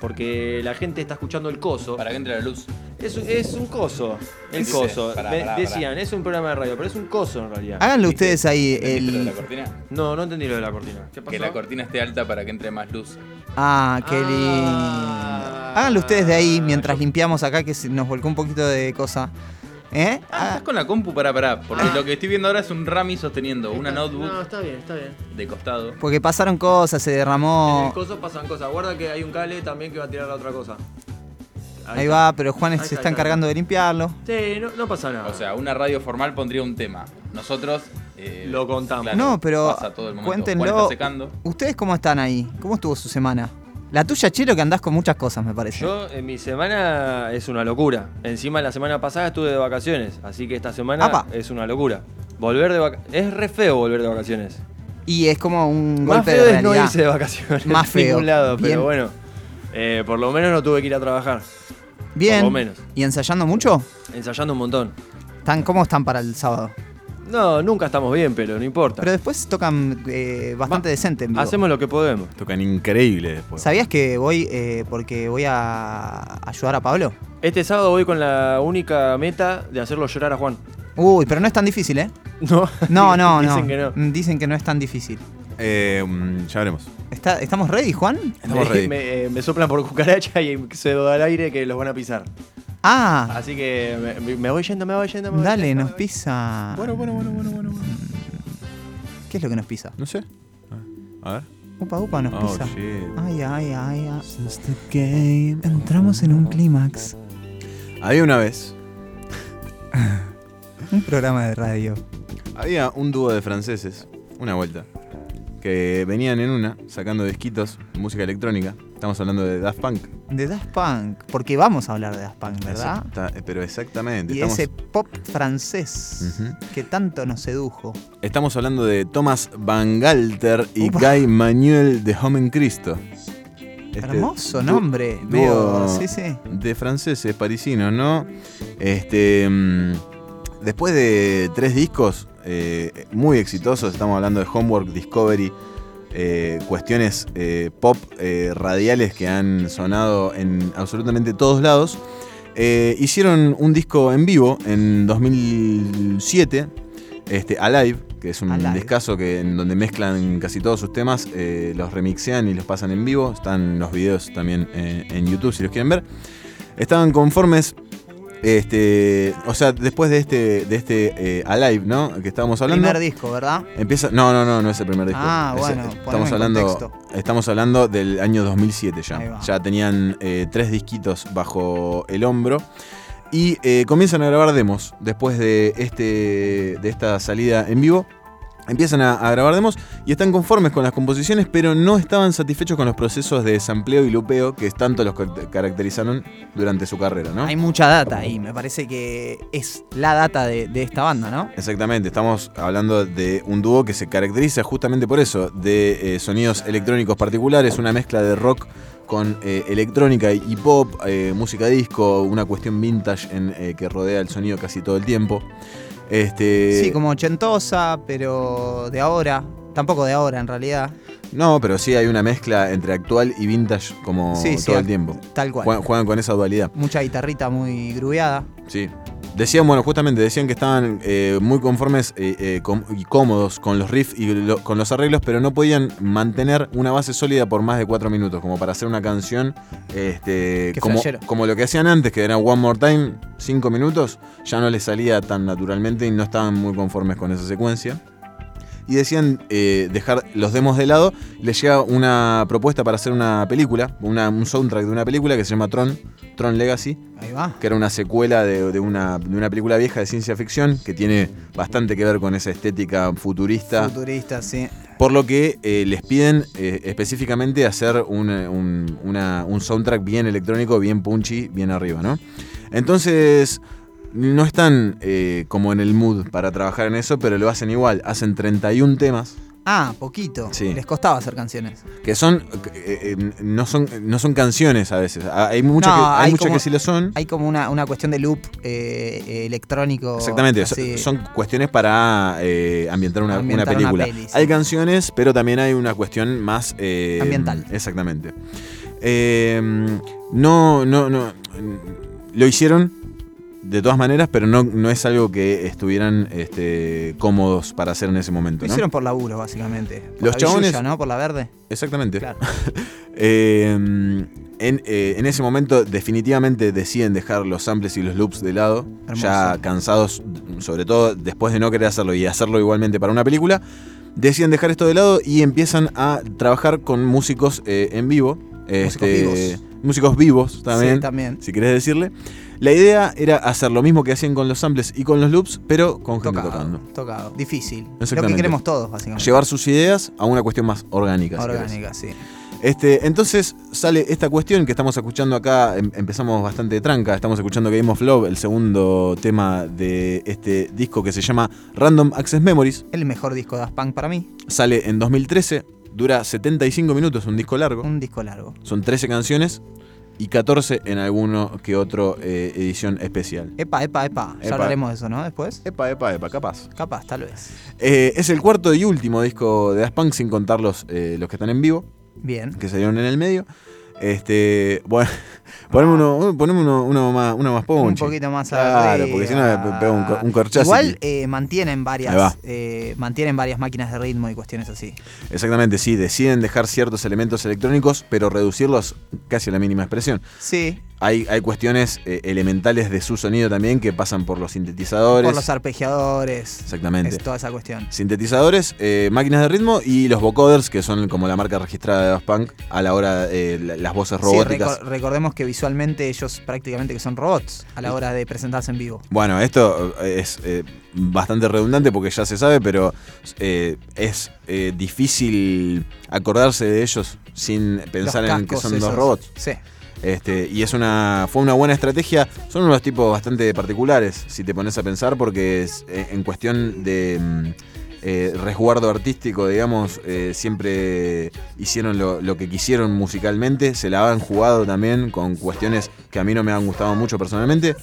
H: Porque la gente está escuchando el coso. Para que entre la luz. Es, un- es un coso. El
E: Dice,
H: coso.
E: pará,
H: Me-
E: pará, pará.
H: Decían, es un programa de radio, pero es un coso en realidad.
B: Háganlo ustedes ahí
E: ¿Entendiste lo de
B: el.
E: la cortina?
H: No, no entendí lo de la cortina. ¿Qué pasó?
E: Que la cortina esté alta para que entre más luz.
B: Ah, qué lindo. Háganlo ustedes de ahí mientras limpiamos acá que se nos volcó un poquito de cosa. ¿Eh?
E: Ah, estás con la compu para pará, porque lo que estoy viendo ahora es un Rami sosteniendo una
H: No,
E: notebook
H: está bien, está bien.
E: de costado.
B: Porque pasaron cosas, se
H: En el
B: derramó.
H: coso pasan cosas. Guarda que hay un cable también que va a tirar la otra cosa.
B: Ahí va, pero Juan
H: Ahí
B: se
H: está,
B: está
H: ahí está.
B: encargando de limpiarlo.
H: Sí, no, no pasa nada.
E: O sea, una radio formal pondría un tema. Nosotros eh,
H: lo contamos.
E: claro,
B: No, pero
E: pasa todo el momento. Juan está
B: cuéntenlo.
E: secando.
B: ¿Ustedes cómo están ahí? ¿Cómo estuvo su semana? La tuya, Chelo, que andás con muchas cosas, me parece.
H: Yo, en mi semana es una locura. Encima, la semana pasada estuve de vacaciones, así que esta semana
B: Apa.
H: es una locura. Volver de vacaciones. Es re feo volver de vacaciones.
B: Y es como un
H: Más
B: golpe
H: feo
B: de
H: es no
B: realidad.
H: irse de vacaciones.
B: Más
H: en ningún
B: feo.
H: lado, pero
B: Bien.
H: bueno. eh, por lo menos no tuve que ir a trabajar.
B: Bien.
H: por lo menos.
B: ¿Y ensayando mucho?
H: Ensayando un montón.
B: ¿Tan, ¿Cómo están para el sábado?
H: No, nunca estamos bien, pero no importa.
B: Pero después tocan eh, bastante decente en vivo.
H: Hacemos lo que podemos.
A: Tocan increíble después.
B: ¿Sabías que voy eh, porque voy a ayudar a Pablo?
H: Este sábado voy con la única meta de hacerlo llorar a Juan.
B: Uy, pero no es tan difícil, ¿eh?
H: No,
B: No, no, no.
H: Dicen que no.
B: Mm, Dicen que no es tan difícil.
A: Eh, mm, ya veremos.
B: Está- ¿Estamos ready, Juan?
A: Estamos
H: me,
A: ready.
H: me- eh, me soplan por cucaracha y se da al aire que los van a pisar.
B: Ah,
H: Así que me, me voy yendo, me voy yendo. Me voy
B: dale,
H: yendo,
B: nos
H: me voy
B: pisa.
A: Bueno, bueno, bueno, bueno, bueno, bueno.
B: ¿Qué es lo que nos pisa?
A: No sé. A ver.
B: Upa, upa, nos
A: Oh,
B: pisa.
A: shit.
B: Ay, ay, ay, ay. Entramos en un clímax.
A: Había una vez,
B: Un programa de radio.
A: había un dúo de franceses, una vuelta, que venían en una sacando disquitos, música electrónica. Estamos hablando de Daft Punk.
B: De Daft Punk. Porque vamos a hablar de Daft Punk, ¿verdad?
A: Exacta- eh, pero exactamente.
B: Y
A: estamos,
B: ese pop francés
A: Ujú.
B: que tanto nos sedujo.
A: estamos hablando de Thomas Van Galter y
B: Upa.
A: Guy Manuel de Homen Cristo. Este
B: Hermoso
A: du-
B: nombre.
A: dúo
B: Veo, sí, sí.
A: de franceses, parisinos, ¿no? Este, mm, después de tres discos eh, muy exitosos, estamos hablando de Homework, Discovery, eh, cuestiones eh, pop eh, radiales que han sonado en absolutamente todos lados, eh, hicieron un disco en vivo en 2007, este, Alive, que es un
B: Alive.
A: discazo que, en donde mezclan casi todos sus temas, eh, los remixean y los pasan en vivo. Están los videos también eh, en YouTube si los quieren ver. Estaban conformes. Este, o sea, después de este, de este eh, Alive, ¿no? Que estábamos hablando.
B: Primer disco, ¿verdad?
A: Empieza. No, no, no, no es el primer disco.
B: Ah,
A: Ese-
B: bueno, poneme
A: estamos
B: en
A: hablando,
B: contexto.
A: estamos hablando del año 2007
B: Ahí
A: ya.
B: va.
A: Ya tenían eh, tres disquitos bajo el hombro. Y eh, comienzan a grabar demos después de, este, de esta salida en vivo. Empiezan a, a grabar demos y están conformes con las composiciones, pero no estaban satisfechos con los procesos de sampleo y lupeo que tanto los ca- caracterizaron durante su carrera, ¿no?
B: Hay mucha data ahí. Me parece que es la data de, de esta banda, ¿no?
A: Exactamente, estamos hablando de un dúo que se caracteriza justamente por eso, de eh, sonidos electrónicos particulares, una mezcla de rock con eh, electrónica y pop, eh, música disco, una cuestión vintage en, eh, que rodea el sonido casi todo el tiempo. Este,
B: sí, como ochentosa, pero de ahora. Tampoco de ahora, en realidad.
A: No, pero sí hay una mezcla entre actual y vintage como
B: Sí, sí,
A: todo
B: ac-
A: el tiempo.
B: Tal cual.
A: Juegan, juegan con esa dualidad,
B: Mucha guitarrita muy grubeada.
A: sí. Decían, bueno, justamente decían que estaban eh, muy conformes eh, eh, com- y cómodos con los riffs y lo- con los arreglos, pero no podían mantener una base sólida por más de cuatro minutos, como para hacer una canción este,
B: Qué
A: como,
B: flashero.
A: como lo que hacían antes, que era One More Time, cinco minutos, ya no les salía tan naturalmente y no estaban muy conformes con esa secuencia. Y decían eh, dejar los demos de lado. Les llega una propuesta para hacer una película, una- un soundtrack de una película que se llama Tron, Tron Legacy
B: Ahí va.
A: que era una secuela de, de una, de una película vieja de ciencia ficción que tiene bastante que ver con esa estética futurista.
B: Futurista, sí.
A: Por lo que eh, les piden eh, específicamente hacer un, eh, un- una- un soundtrack bien electrónico, bien punchy, bien arriba, ¿no? Entonces, no están eh, como en el mood para trabajar en eso, pero lo hacen igual. Hacen 31 temas
B: Ah, poquito.
A: Sí.
B: Les costaba hacer canciones.
A: que son eh, eh, no son no son canciones a veces. Ah, Hay muchas
B: No,
A: que, hay muchas
B: como-
A: que sí lo son.
B: Hay como una, una cuestión de loop eh, eh, electrónico.
A: Exactamente, so-
B: así.
A: son cuestiones para eh, ambientar una, una
B: Ambientar una
A: película.
B: peli, sí.
A: Hay canciones, pero también hay una cuestión más... eh,
B: Ambiental.
A: Exactamente. Eh, no, no, no. Lo hicieron de todas maneras, pero no, no es algo que estuvieran este, cómodos para hacer en ese momento.
B: Lo
A: ¿no?
B: hicieron por laburo, básicamente. Por
A: Los
B: la
A: chabones-
B: billulla, ¿no? Por la verde.
A: Exactamente.
B: Claro.
A: Eh, en, eh, en ese momento definitivamente deciden dejar los samples y los loops de lado,
B: Hermoso.
A: ya cansados, sobre todo después de no querer hacerlo y hacerlo igualmente para una película, deciden dejar esto de lado y empiezan a trabajar con músicos eh, en vivo. este,
B: Músicos vivos.
A: músicos vivos también,
B: Sí, también.
A: si querés decirle. La idea era hacer lo mismo que hacían con los samples y con los loops, pero con gente
B: Tocado,
A: tocando.
B: Tocado. Difícil. Lo que
A: Exactamente.
B: queremos todos, básicamente.
A: Llevar sus ideas a una cuestión más orgánica. si querés.
B: Orgánica, sí.
A: Este, entonces sale esta cuestión que estamos escuchando acá, em- empezamos bastante tranca, estamos escuchando Game of Love, el segundo tema de este disco que se llama Random Access Memories,
B: El mejor disco de Daft Punk para mí.
A: sale en 2013, dura 75 minutos, un disco largo,
B: Un disco largo.
A: son 13 canciones y 14 en alguno que otro eh, edición especial.
B: Epa, epa, epa. Ya
A: Epa.
B: hablaremos de eso, ¿no? Después.
A: Epa, epa, epa, capaz.
B: Capaz, tal vez.
A: Eh, es el cuarto y último disco de Daft Punk, sin contar los, eh, los que están en vivo.
B: Bien.
A: que salieron en el medio. Este, bueno, poneme uno, poneme uno, uno más, uno más
B: Ah. un
A: ponche.
B: poquito más
A: Claro,
B: arriba.
A: porque si no me pe- pego un, cor- un corchazo.
B: Igual eh, mantienen
A: Ahí va.
B: varias eh, mantienen varias máquinas de ritmo y cuestiones así.
A: Exactamente, sí, deciden dejar ciertos elementos electrónicos, pero reducirlos casi a la mínima expresión.
B: Sí,
A: Hay, hay cuestiones eh, elementales de su sonido también que pasan por los sintetizadores.
B: por los arpegiadores.
A: Exactamente.
B: Es toda esa cuestión.
A: Sintetizadores, eh, máquinas de ritmo y los vocoders, que son como la marca registrada de Daft Punk a la hora de las voces
B: Sí,
A: robóticas.
B: reco- recordemos que visualmente ellos prácticamente que son robots a la hora de presentarse en vivo.
A: Bueno, esto eh, es eh, bastante redundante porque ya se sabe, pero eh, es eh, difícil acordarse de ellos sin pensar
B: Los
A: en que
B: cascos
A: son dos
B: esos.
A: robots.
B: Sí.
A: Este, y es una, fue una buena estrategia. Son unos tipos bastante particulares, si te pones a pensar, porque es, eh, en cuestión de mm, eh, resguardo artístico, digamos, eh, siempre hicieron lo, lo que quisieron musicalmente. Se la han jugado también con cuestiones que a mí no me han gustado mucho personalmente,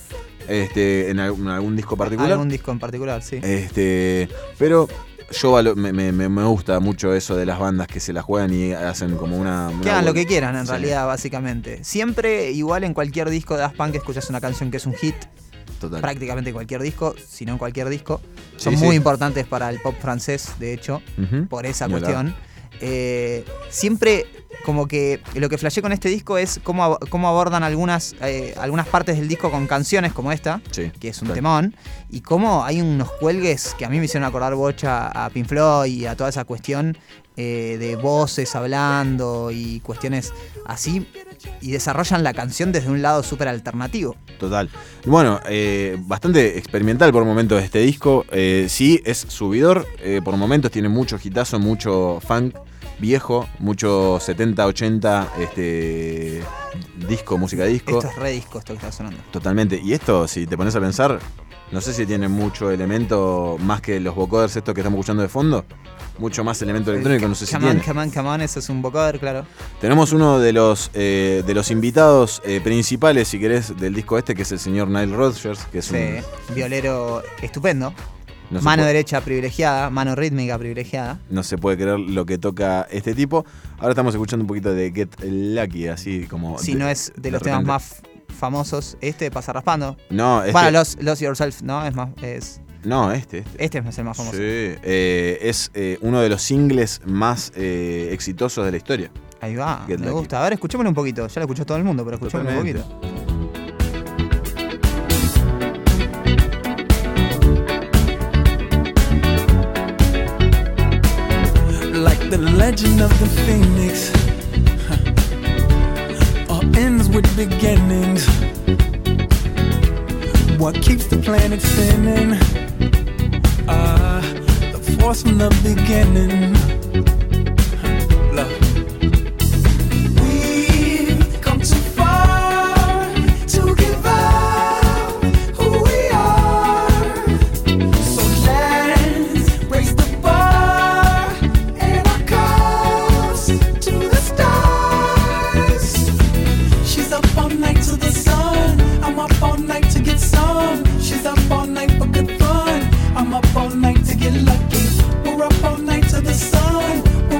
A: este, en, algún, en algún disco particular.
B: Algún disco en particular, sí.
A: Este, pero yo valo- me, me- me- me gusta mucho eso de las bandas que se la juegan y hacen como una. una
B: que hagan lo
A: vuelta.
B: que quieran en
A: Sí.
B: realidad, básicamente. Siempre, igual en cualquier disco de Daft Punk escuchas una canción que es un hit,
A: Total.
B: prácticamente cualquier disco, si no en cualquier disco.
A: Sí,
B: Son
A: sí.
B: muy importantes para el pop francés, de hecho.
A: Ujú.
B: por esa
A: Ni hablar.
B: cuestión. Eh, siempre como que lo que flashé con este disco es cómo, ab- cómo abordan algunas, eh, algunas partes del disco con canciones como esta,
A: Sí,
B: que es un
A: tal.
B: temón, y cómo hay unos cuelgues que a mí me hicieron acordar bocha a Pink Floyd y a toda esa cuestión eh, de voces hablando y cuestiones así, y desarrollan la canción desde un lado súper alternativo.
A: Total. Bueno, eh, bastante experimental por momentos este disco. Eh, sí, es subidor. eh, por momentos tiene mucho gitazo, mucho funk viejo, mucho 70, 80 este, disco, música disco.
B: Esto es re disco, esto que está sonando.
A: Totalmente. Y esto, si te pones a pensar, no sé si tiene mucho elemento más que los vocoders estos que estamos escuchando de fondo. Mucho más elemento electrónico, no sé si
B: come on,
A: tiene.
B: come on, come on, eso es un vocoder, claro.
A: Tenemos uno de los, eh, de los invitados eh, principales, si querés, del disco este, que es el señor Nile Rodgers, que es
B: Sí,
A: un...
B: violero estupendo.
A: Mm. no se
B: mano
A: puede-
B: derecha privilegiada, mano rítmica privilegiada.
A: No se puede creer lo que toca este tipo. Ahora estamos escuchando un poquito de Get Lucky, así como.
B: Si no es de, los temas
A: Oh, repente.
B: más f- famosos, este pasa raspando.
A: No, este.
B: Bueno, los, los Yourself, ¿no? Es más, es,
A: No, este, este.
B: este es el más famoso.
A: Sí, eh, es eh, uno de los singles más eh, exitosos de la historia.
B: Ahí va,
A: Get
B: me
A: Lucky.
B: gusta. A ver, escuchémoslo un poquito. Ya lo escuchó todo el mundo, pero escuchémoslo un
A: Totalmente.
B: poquito.
I: like the legend of the phoenix. huh. All ends with beginnings. What keeps the planet spinning? Ah, the force from the beginning.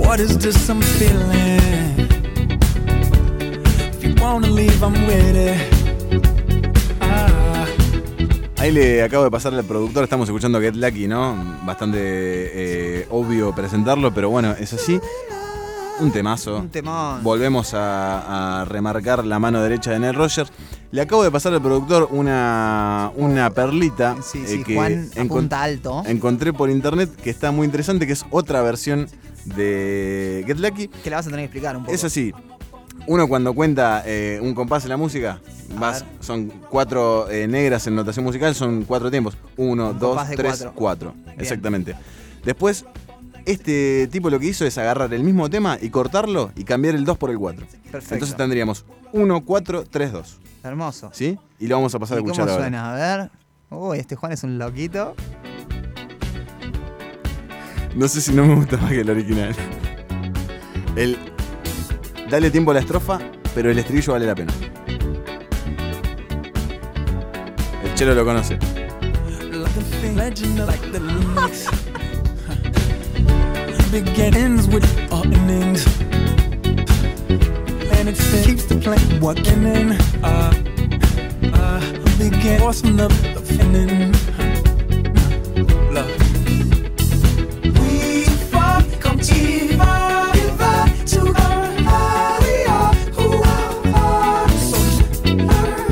I: What is this I'm feeling? If you wanna leave, I'm with it. Ah.
A: Ahí le acabo de pasar al productor, estamos escuchando Get Lucky, ¿no? Bastante eh, obvio presentarlo, pero bueno, es así. Un temazo.
B: Un temón.
A: Volvemos a, a remarcar la mano derecha de Ned Rogers. Le acabo de pasar al productor una, una perlita
B: Sí,
A: eh,
B: sí,
A: que
B: Juan
A: encon-
B: apunta alto.
A: encontré por internet que está muy interesante, que es otra versión de Get Lucky.
B: Que la vas a tener que explicar un poco.
A: Es así. Uno cuando cuenta eh, un compás en la música, vas- son cuatro eh, negras en notación musical, son cuatro tiempos. Uno, dos,
B: compás de
A: tres, cuatro.
B: cuatro.
A: Exactamente. Después, este tipo lo que hizo es agarrar el mismo tema y cortarlo y cambiar el 2 por el 4.
B: Perfecto.
A: Entonces tendríamos 1, 4, 3, 2.
B: Hermoso.
A: ¿Sí? Y lo vamos a pasar a
B: ¿Y
A: escuchar
B: ¿Cómo
A: ahora.
B: suena? A ver. Uy, este Juan es un loquito.
A: No sé si no me gusta más que el original. El. Dale tiempo a la estrofa, pero el estribillo vale la pena. El chelo lo conoce.
I: Legend of the Lynx. Begins with a and end. And it keeps the plan working in. Uh, uh, begin awesome love the feeling. Love. We fuck come diva, diva to her. How we are, who we are. So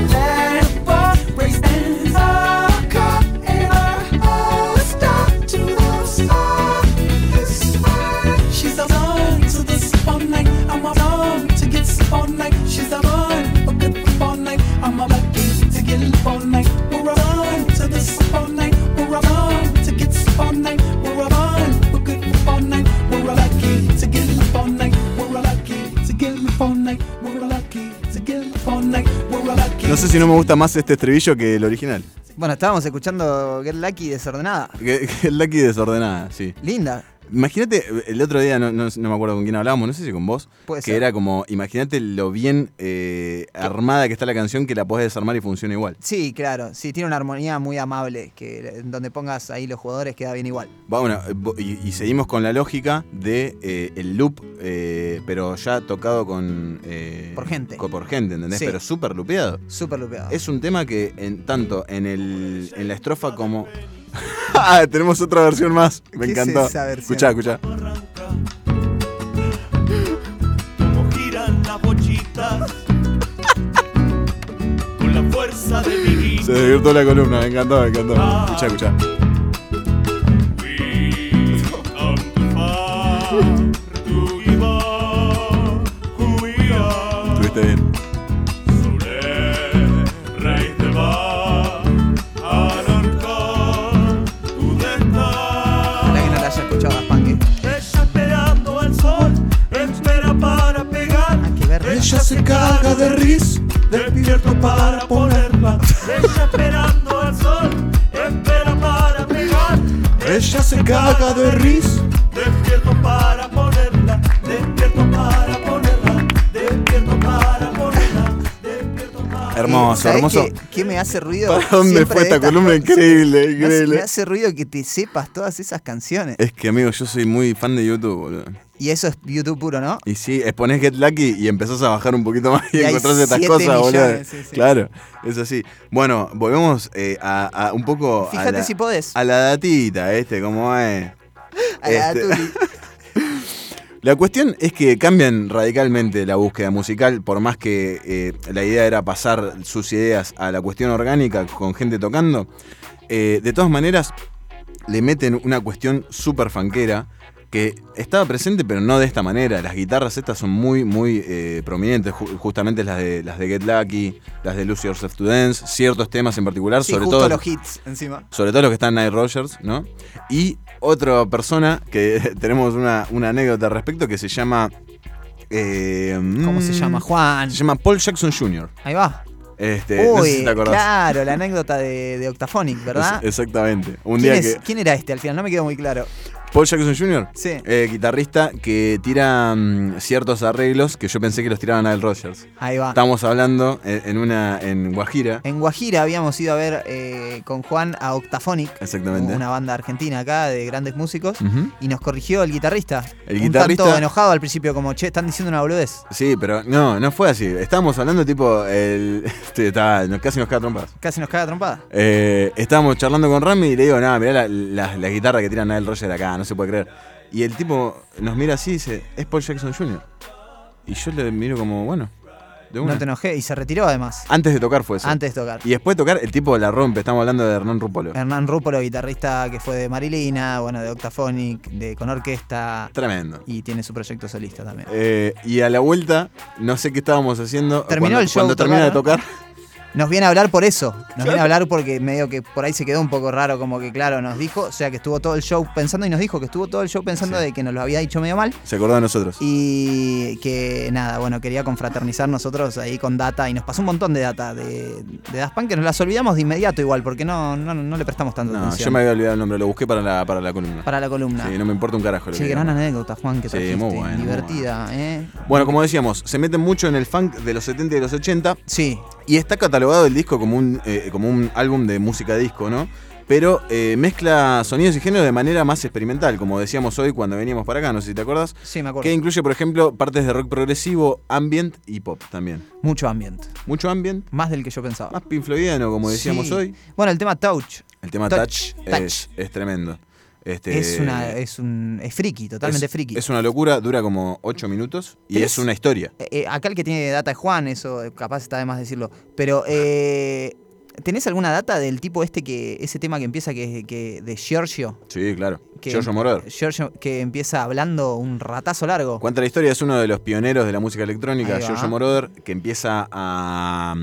I: She's a run to the spotlight. I'm a run to get spotlight. She's a run for good spotlight. I'm a lucky to get spotlight. We're a run to the spotlight. We're a run to get spotlight. We're a run for good spotlight. We're a lucky to get spotlight. We're a lucky to get spotlight. We're a lucky to get spotlight. We're a lucky.
A: No sé si no me gusta más este estribillo que el original.
B: Bueno, estábamos escuchando Get Lucky desordenada.
A: Que- que El Lucky desordenada, sí.
B: Linda.
A: Imagínate, el otro día, no, no- no me acuerdo con quién hablábamos, no sé si con vos,
B: Puede
A: que
B: ser.
A: era como, imagínate lo bien eh, armada que está la canción que la podés desarmar y funciona igual.
B: Sí, claro. Sí, tiene una armonía muy amable. Que donde pongas ahí los jugadores queda bien igual.
A: Va, Bueno, eh, bo- y, y seguimos con la lógica de eh, el loop, eh, pero ya tocado con... eh,
B: Por gente.
A: co- por gente, ¿entendés?
B: Sí. Ah.
A: Pero súper lupeado.
B: Súper lupeado.
A: Es un tema que en, tanto en, el, en la estrofa como... Ah, Tenemos otra versión más. Me
B: ¿Qué es
A: encantó.
B: esa versión?
A: Escuchá, escuchá.
D: Como giran las bochitas con la fuerza de mi
A: Se desvirtó la columna, me encantó, me encantó. Escuchá, escuchá. Estuviste bien.
D: rey te va a arrancar tu
B: Ojalá que no la haya escuchado a Panque.
D: Está esperando al sol, espera para pegar.
I: Ella se carga de ris, despierto para ponerla.
D: Está esperando al sol, espera para pegar.
I: Ella se carga de ris,
D: Despierto para ponerla, despierto para ponerla, despierto para ponerla.
A: Hermoso,
B: ¿Sabés
A: hermoso.
B: Qué, qué me hace ruido?
A: ¿Para dónde
B: siempre
A: fue
B: de
A: esta columna?
B: cosas?
A: Increíble,
B: Me hace-
A: increíble.
B: Me hace ruido que te sepas todas esas canciones.
A: Es que, amigo, yo soy muy fan de YouTube, boludo.
B: Y eso es YouTube puro, ¿no?
A: Y sí, es ponés Get Lucky y empezás a bajar un poquito más y,
B: Y hay
A: encontrás estas
B: siete
A: cosas, boludo.
B: millones, sí, sí.
A: Claro, es así. Bueno, volvemos eh, a, a un poco a
B: Fíjate
A: la,
B: si podés.
A: a la datita, este, cómo es.
B: A la
A: Este-
B: Tuli.
A: La cuestión es que cambian radicalmente la búsqueda musical, por más que eh, la idea era pasar sus ideas a la cuestión orgánica con gente tocando. eh, de todas maneras, le meten una cuestión súper fanquera que estaba presente, pero no de esta manera. Las guitarras estas son muy, muy eh, prominentes, ju- justamente las de, las de Get Lucky, las de Lose Yourself to Dance, ciertos temas en particular,
B: Sí,
A: sobre
B: justo
A: todo.
B: los hits encima.
A: Sobre todo los que están Nile Rogers, ¿no? Y otra persona que tenemos una, una anécdota al respecto que se llama ¿Cómo
B: se llama? Juan.
A: Se llama Paul Jackson Jr.
B: Ahí va.
A: Este, no
B: Uy,
A: sé si te acordás.
B: claro, la anécdota de, de Octaphonic, ¿verdad?
A: Es- exactamente. Un
B: ¿Quién,
A: día
B: es-
A: que.
B: quién era este? Al final no me quedó muy claro.
A: Paul Jackson Jr.,
B: Sí.
A: eh, guitarrista que tira mm, ciertos arreglos que yo pensé que los tiraban a Al Rogers.
B: Ahí va.
A: Estamos hablando en, en una. en Guajira.
B: En Guajira habíamos ido a ver eh, con Juan a Octaphonic,
A: Exactamente.
B: una banda argentina acá de grandes músicos,
A: Ujú.
B: y nos corrigió el guitarrista.
A: El
B: Un
A: guitarrista-
B: tanto enojado al principio, como, che, están diciendo una boludez.
A: Sí, pero no, no fue así. Estábamos hablando tipo el. este, estaba- no, casi nos queda trompas.
B: Casi nos caga trompada.
A: Eh, estábamos charlando con Rami y le digo, nada, mirá la, la- la guitarra que tira Nile Roger acá, no se puede creer. Y el tipo nos mira así y dice, es Paul Jackson Jr. Y yo le miro como, bueno, de una.
B: No te enojé. Y se retiró además.
A: Antes de tocar fue eso.
B: Antes de tocar.
A: Y después de tocar, el tipo la rompe. Estamos hablando de Hernán Rupolo.
B: Hernán Rúpolo, guitarrista que fue de Marilina, bueno, de Octaphonic, de con orquesta.
A: Tremendo.
B: Y tiene su proyecto solista también.
A: Eh, y a la vuelta, no sé qué estábamos haciendo.
B: Terminó
A: cuando,
B: el show,
A: Cuando termina de
B: tocar,
A: tocar,
B: Nos viene a hablar por eso. Nos viene a hablar porque medio que por ahí se quedó un poco raro, como que claro, nos dijo, o sea, que estuvo todo el show pensando y nos dijo que estuvo todo el show pensando de que nos lo había dicho medio mal.
A: se acordó de nosotros.
B: Y que nada, bueno, quería confraternizar nosotros ahí con data y nos pasó un montón de data de, de Daft Punk que nos las olvidamos de inmediato igual, porque no, no, no le prestamos tanta
A: No,
B: atención.
A: yo me había olvidado el nombre, lo busqué para la, para la columna.
B: Para la columna.
A: Sí, no me importa un carajo. lo
B: Che, ¿eh?
A: que
B: gran
A: digamos.
B: anécdota, Juan, que
A: Sí,
B: trajiste.
A: muy bueno, muy
B: Divertida, ¿eh?
A: Bueno, como decíamos, se meten mucho en el funk de los 70 y de los 80.
B: Sí.
A: Y está catalogado el disco como un, eh, como un álbum de música disco, ¿no? Pero eh, mezcla sonidos y géneros de manera más experimental, como decíamos hoy cuando veníamos para acá, no sé si te acuerdas.
B: Sí, me acuerdo.
A: Que incluye, por ejemplo, partes de rock progresivo, ambient y pop también.
B: Mucho ambiente.
A: Mucho ambient.
B: Más del que yo pensaba.
A: Más pinfloidiano, como decíamos
B: Sí.
A: hoy.
B: Bueno, el tema Touch.
A: El tema
B: Touch,
A: touch,
B: touch.
A: Es, es tremendo. Este,
B: es una. Es un. Es friki, totalmente
A: es-
B: friki.
A: Es una locura, dura como 8 minutos y
B: Tres.
A: es una historia.
B: Eh, eh, acá el que tiene data es Juan, eso eh, capaz está de más decirlo. Pero, eh, ¿tenés alguna data del tipo este que. ese tema que empieza que, que de Giorgio?
A: Sí, claro.
B: Que, em,
A: Giorgio Moroder.
B: Giorgio, que empieza hablando un ratazo largo.
A: Cuenta la historia, es uno de los pioneros de la música electrónica,
B: Ahí va.
A: Giorgio Moroder, que empieza a,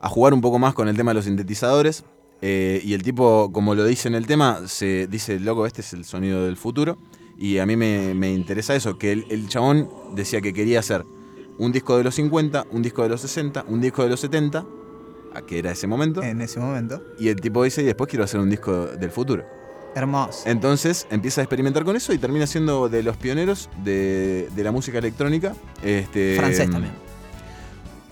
A: a jugar un poco más con el tema de los sintetizadores. eh, y el tipo, como lo dice en el tema, se dice, loco, este es el sonido del futuro. Y a mí me, me interesa eso, que el, el chabón decía que quería hacer un disco de los 50, un disco de los 60, un disco de los 70, a que era ese momento.
B: En ese momento.
A: Y el tipo dice, y después quiero hacer un disco del futuro.
B: Hermoso.
A: Entonces empieza a experimentar con eso y termina siendo de los pioneros de, de la música electrónica. Este,
B: Francés
A: mm,
B: también.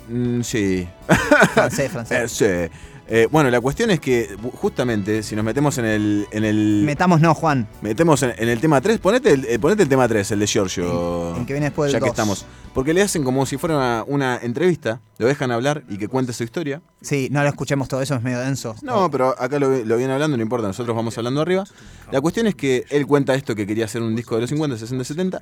A: mm, sí.
B: Francés, francés.
A: Eh, sí. Eh, bueno, la cuestión es que bu- justamente si nos metemos en el. En el
B: Metamos no, Juan.
A: metemos en, en el tema 3, ponete el, eh, ponete el tema 3, el de Giorgio.
B: el que viene después del
A: Ya que
B: dos.
A: estamos. Porque le hacen como si fuera una, una entrevista, lo dejan hablar y que cuente su historia.
B: Sí, no lo escuchemos todo eso, es medio denso.
A: No, pero acá lo, lo viene hablando, no importa, nosotros vamos hablando arriba. La cuestión es que él cuenta esto que quería hacer un disco de los 50, 60, 70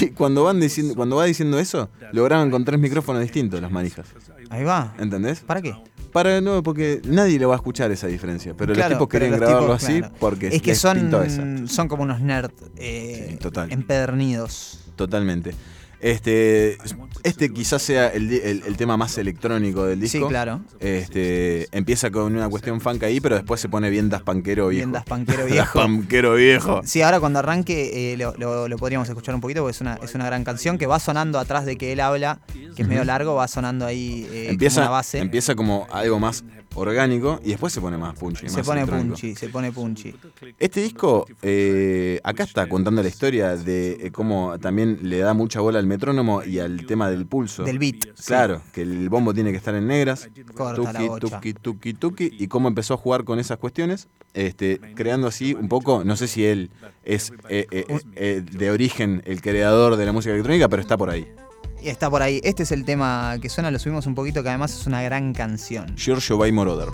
A: y cuando van diciendo cuando va diciendo eso, lo graban con tres micrófonos distintos las manijas.
B: Ahí va.
A: ¿Entendés?
B: ¿Para qué?
A: Para no, porque nadie lo va a escuchar esa diferencia, pero
B: Claro,
A: los tipos
B: pero
A: querían
B: los
A: grabarlo
B: tipos,
A: así
B: claro.
A: porque
B: es que
A: les pintó esa.
B: son, son como unos nerds eh,
A: total.
B: empedernidos.
A: Totalmente. Este, este quizás sea el, di- el- el tema más electrónico del disco.
B: Sí, claro.
A: Este, empieza con una cuestión funk ahí, pero después se pone bien daspanquero viejo.
B: Bien daspanquero viejo.
A: Daspanquero viejo.
B: Sí, ahora cuando arranque eh, lo, lo- lo podríamos escuchar un poquito porque es una, es una gran canción que va sonando atrás de que él habla, que es medio
A: Ujú.
B: largo, va sonando ahí eh, como
A: empieza,
B: una base.
A: empieza como algo más orgánico y después se pone más punchy.
B: se
A: más
B: pone
A: electrónico.
B: punchy, se pone punchy.
A: Este disco, eh, acá está contando la historia de eh, cómo también le da mucha bola al metrónomo y al tema del pulso.
B: Del beat, sí.
A: Claro, que el bombo tiene que estar en negras.
B: Corta la
A: tuki,
B: bocha.
A: tuki, tuki, tuki. Y cómo empezó a jugar con esas cuestiones, este, creando así un poco, no sé si él es eh, eh, eh, de origen el creador de la música electrónica, pero está por ahí.
B: Y está por ahí. Este es el tema que suena, lo subimos un poquito, que además es una gran canción.
A: Giorgio Bay Moroder.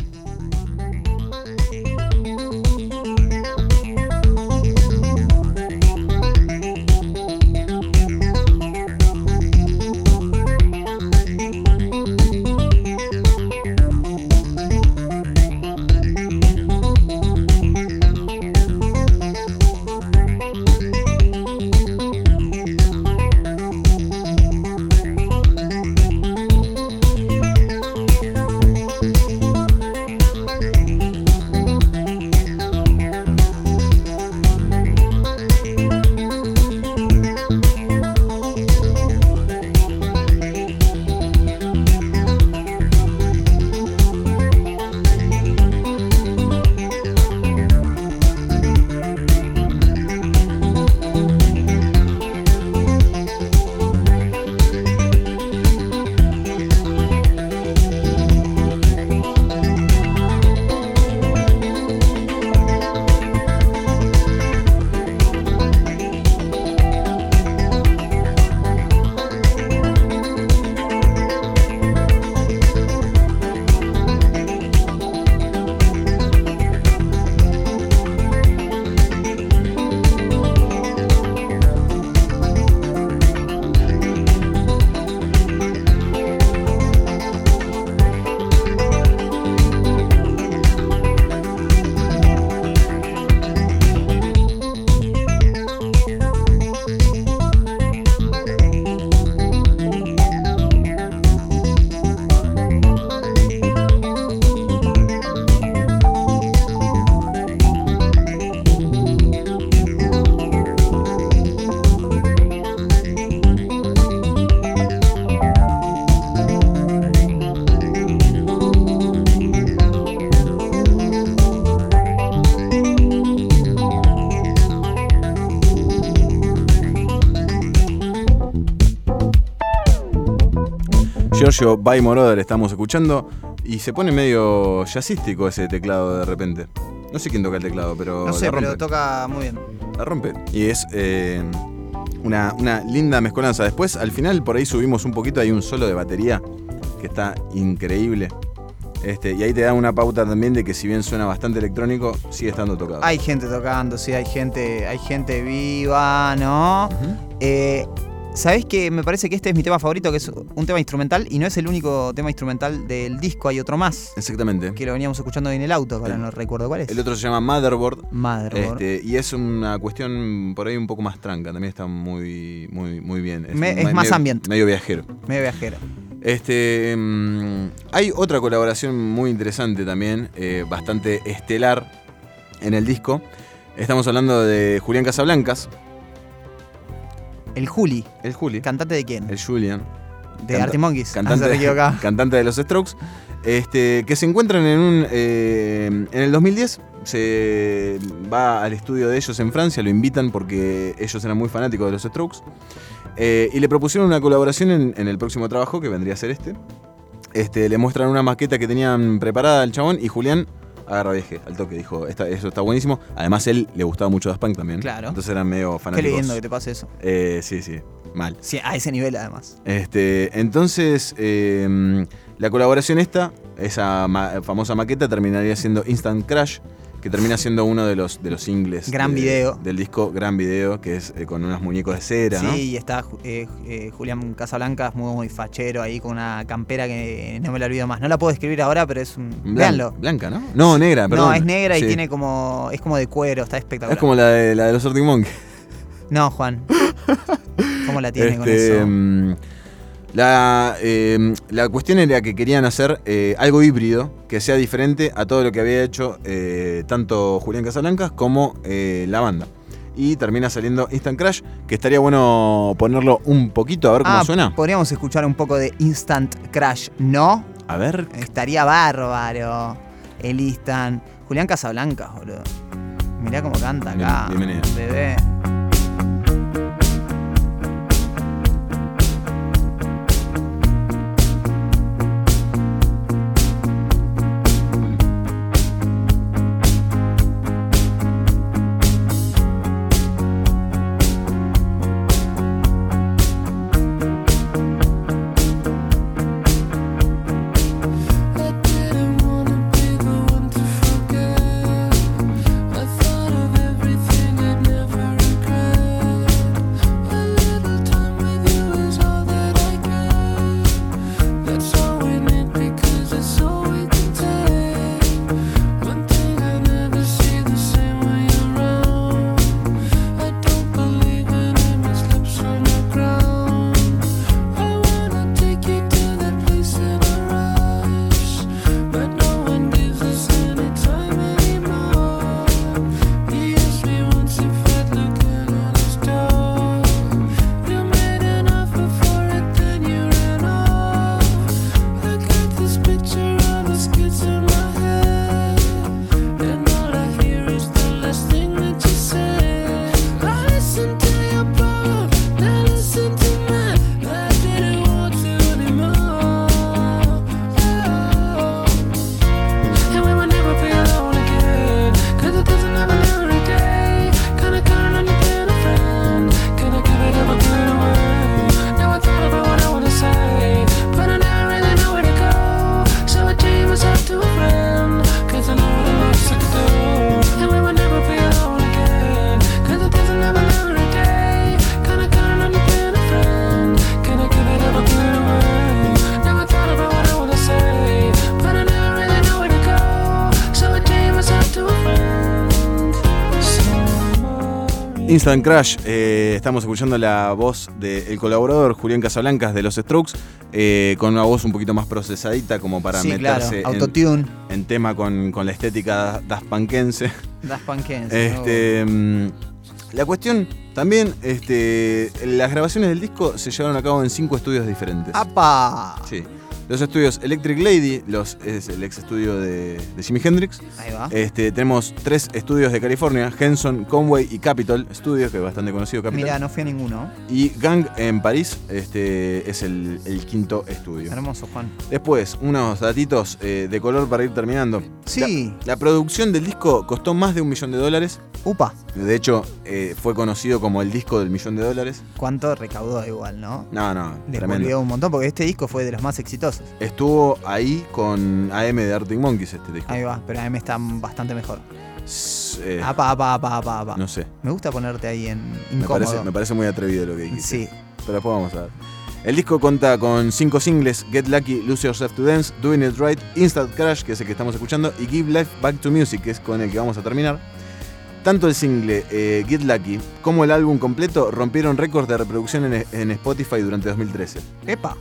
A: Giorgio by Moroder estamos escuchando y se pone medio jazzístico ese teclado de repente. No sé quién toca el teclado, pero
B: No sé,
A: la
B: pero
A: rompe.
B: toca muy bien.
A: La rompe. Y es eh, una, una linda mezcolanza. Después, al final, por ahí subimos un poquito, hay un solo de batería que está increíble. Este, y ahí te da una pauta también de que si bien suena bastante electrónico, sigue estando tocado.
B: Hay gente tocando, sí, hay gente, hay gente viva, ¿no? Eh, ¿Sabés que me parece que este es mi tema favorito, que es un tema instrumental y no es el único tema instrumental del disco, hay otro más.
A: Exactamente.
B: Que lo veníamos escuchando hoy en el auto, que ahora no recuerdo cuál es.
A: El otro se llama Motherboard.
B: Motherboard.
A: Este, y es una cuestión por ahí un poco más tranca, también está muy, muy, muy bien.
B: Me- es
A: me-
B: más
A: medio-
B: ambient.
A: Medio viajero.
B: Medio viajero.
A: Este, mm, hay otra colaboración muy interesante también, eh, bastante estelar en el disco. Estamos hablando de Julián Casablancas.
B: El Juli.
A: El Juli.
B: ¿Cantante de quién?
A: El Julian.
B: De Artimonkeys.
A: Cantante,
B: Ah, se equivocaba.
A: cantante de los Strokes. Este, que se encuentran en un. eh, en el 2010 se va al estudio de ellos en Francia, lo invitan porque ellos eran muy fanáticos de los Strokes. Eh, y le propusieron una colaboración en, en el próximo trabajo, que vendría a ser este. Este, le muestran una maqueta que tenían preparada al chabón y Julián agarra viaje al toque. Dijo, "Esta- eso está buenísimo. Además, él le gustaba mucho Daft Punk también.
B: Claro.
A: Entonces eran medio
B: Qué
A: fanáticos.
B: lindo que te pase eso.
A: Eh, sí, sí. Mal.
B: Sí, a ese nivel además.
A: Este, entonces, eh, la colaboración esta, esa ma- famosa maqueta, terminaría siendo Instant Crash, que termina siendo uno de los, de los singles.
B: Gran
A: de-
B: video.
A: Del disco Gran Video, que es eh, con unos muñecos de cera,
B: sí,
A: ¿no?
B: y está Ju- eh, eh, Julián Casablancas muy, muy fachero ahí con una campera que no me la olvido más. No la puedo describir ahora, pero es un.
A: Blan-
B: Véanlo.
A: Blanca, ¿no? No, negra, perdón.
B: No, es negra y
A: Sí.
B: tiene como. Es como de cuero, está
A: Es
B: espectacular.
A: como la de, la de los Arctic Monkeys.
B: No, Juan. ¿Cómo la tiene con
A: Este,
B: eso?
A: mm, La, eh, la cuestión era que querían hacer eh, algo híbrido que sea diferente a todo lo que había hecho eh, tanto Julián Casablancas como eh, la banda. Y termina saliendo Instant Crash, que estaría bueno ponerlo un poquito a ver cómo
B: Ah,
A: suena.
B: Podríamos escuchar un poco de Instant Crash, ¿no?
A: A ver.
B: Estaría bárbaro. El Instant. Julián Casablancas, boludo. Mirá cómo canta
A: Bien-
B: acá.
A: bienvenido.
B: Bebé.
D: Listen to your problem, now listen to mine. I didn't want to anymore. And we will never be alone again. Cause it doesn't happen every day. Gonna count on you being a friend. Gonna give it up and put it away. Now I thought about what I wanna say. But I never really know where to go. So I dream myself to a friend. Cause I know what it looks like to do. And we will never be alone again. Cause it doesn't happen every day. Gonna count on you being a friend. Gonna give it up and put it away. Now I thought about what I wanna say. But I never really know where to go. So I dream myself to a friend. So
A: Instant Crash, eh, estamos escuchando la voz del colaborador Julián Casablancas de los Strokes, eh, con una voz un poquito más procesadita como para
B: Sí, claro,
A: meterse en-
B: autotune.
A: en, tema con, con la estética das panquense.
B: Das panquenses.
A: Este, mm, la cuestión también,
B: Ah.
A: este, las grabaciones del disco se llevaron a cabo en cinco estudios diferentes.
B: ¡Apa!
A: Sí. Los estudios Electric Lady, los, es el ex estudio de, de Jimi Hendrix.
B: Ahí va.
A: Este, tenemos tres estudios de California, Henson, Conway y Capitol Studios, que es bastante conocido Capitol.
B: Mirá, no fui a ninguno.
A: Y Gang en París este, es el, el quinto estudio.
B: Hermoso, Juan.
A: Después, unos datitos eh, de color para ir terminando.
B: Sí.
A: La, la producción del disco costó más de un millón de dólares.
B: Upa.
A: De hecho, eh, fue conocido como el disco del millón de dólares.
B: ¿Cuánto recaudó igual, no?
A: No, no,
B: Les
A: tremendo.
B: volvió un montón porque este disco fue de los más exitosos.
A: Estuvo ahí con AM de Arctic Monkeys este disco.
B: Ahí va, pero a mí me está bastante mejor.
A: S- eh,
B: Apa, apa, apa, apa, apa.
A: No sé.
B: Me gusta ponerte ahí en
A: Me
B: incómodo.
A: parece, me parece muy atrevido lo que dijiste.
B: Sí.
A: Pero después vamos a ver. El disco cuenta con cinco singles: Get Lucky, Lose Yourself to Dance, Doing It Right, Instant Crash, que es el que estamos escuchando, y Give Life Back to Music, que es con el que vamos a terminar. Tanto el single eh, Get Lucky como el álbum completo rompieron récords de reproducción en, en Spotify durante 2013.
B: Epa.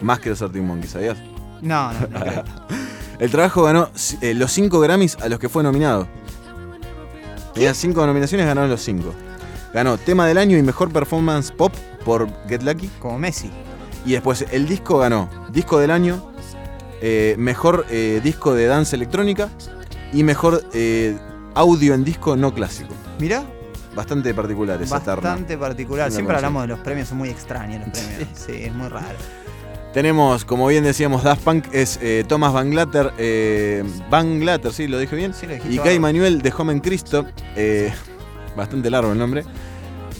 A: Más que los Arctic Monkeys, ¿sabías?
B: No, no, no creo.
A: El trabajo ganó eh, los 5 Grammys a los que fue nominado. Tenía 5 nominaciones, ganaron los 5. Ganó tema del año y mejor performance pop por Get Lucky.
B: Como Messi.
A: Y después el disco ganó disco del año, eh, mejor eh, disco de danza electrónica y mejor eh, audio en disco no clásico.
B: Mirá,
A: Bastante particular esa terna.
B: bastante particular.
A: No
B: Siempre
A: conocí.
B: hablamos de los premios, son muy extraños los premios. sí, es muy raro.
A: Tenemos, como bien decíamos, Daft Punk es eh, Thomas Van Glatter, eh, Van Glatter, sí, lo dije bien,
B: dijiste
A: y Guy
B: bárbaro.
A: Manuel de Home en Cristo, eh, bastante largo el nombre.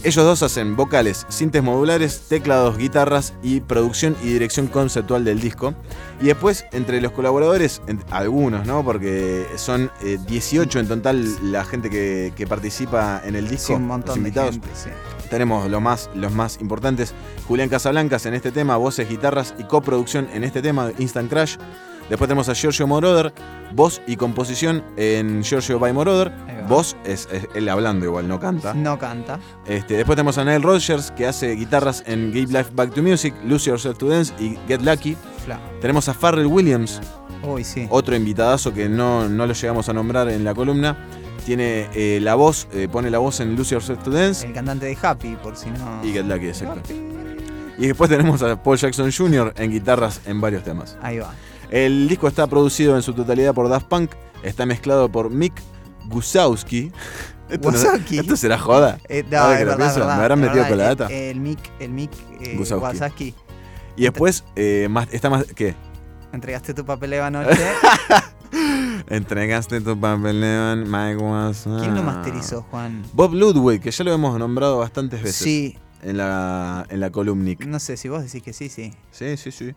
A: Ellos dos hacen vocales, sintes modulares, teclados, guitarras y producción y dirección conceptual del disco. Y después, entre los colaboradores, en- algunos, ¿no? Porque son eh, 18 en total la gente que, que participa en el disco,
B: Sí, un
A: los
B: montón de
A: invitados.
B: gente, sí.
A: Tenemos los más, los más importantes. Julián Casablancas en este tema, voces, guitarras y coproducción en este tema, Instant Crash. Después tenemos a Giorgio Moroder, voz y composición en Giorgio by Moroder. Voz es, es él hablando igual, no canta.
B: No canta.
A: Este, después tenemos a Nile Rodgers, que hace guitarras en Give Life Back to Music, Lose Yourself to Dance y Get Lucky.
B: Fla.
A: Tenemos a Farrell Williams,
B: Uy, sí.
A: otro invitadazo que no, no lo llegamos a nombrar en la columna. Tiene eh, la voz, eh, pone la voz en Lose Yourself to Dance.
B: El cantante de Happy, por si no.
A: Y Get Lucky, exacto. Y después tenemos a Paul Jackson Jr. en guitarras en varios temas.
B: Ahí va.
A: El disco está producido en su totalidad por Daft Punk, está mezclado por Mick Gusowski. Esto, no-
B: Wasaki.
A: esto será joda.
B: Eh, no,
A: Ahora
B: es
A: que lo
B: verdad,
A: pienso,
B: verdad,
A: me habrán
B: es
A: metido
B: verdad,
A: con la
B: el-
A: data.
B: El, mic, el mic eh,
A: Gusowski.
B: Wasaki.
A: y después, eh, más, está más. ¿Qué?
B: Entregaste tu papeleo anoche.
A: Entregaste tu papel, Evan, Mike Wazowski.
B: ¿Quién lo masterizó, Juan?
A: Bob Ludwig, que ya lo hemos nombrado bastantes veces.
B: Sí.
A: En la, en la columnic.
B: No sé, si vos decís que sí, sí.
A: Sí, sí, sí.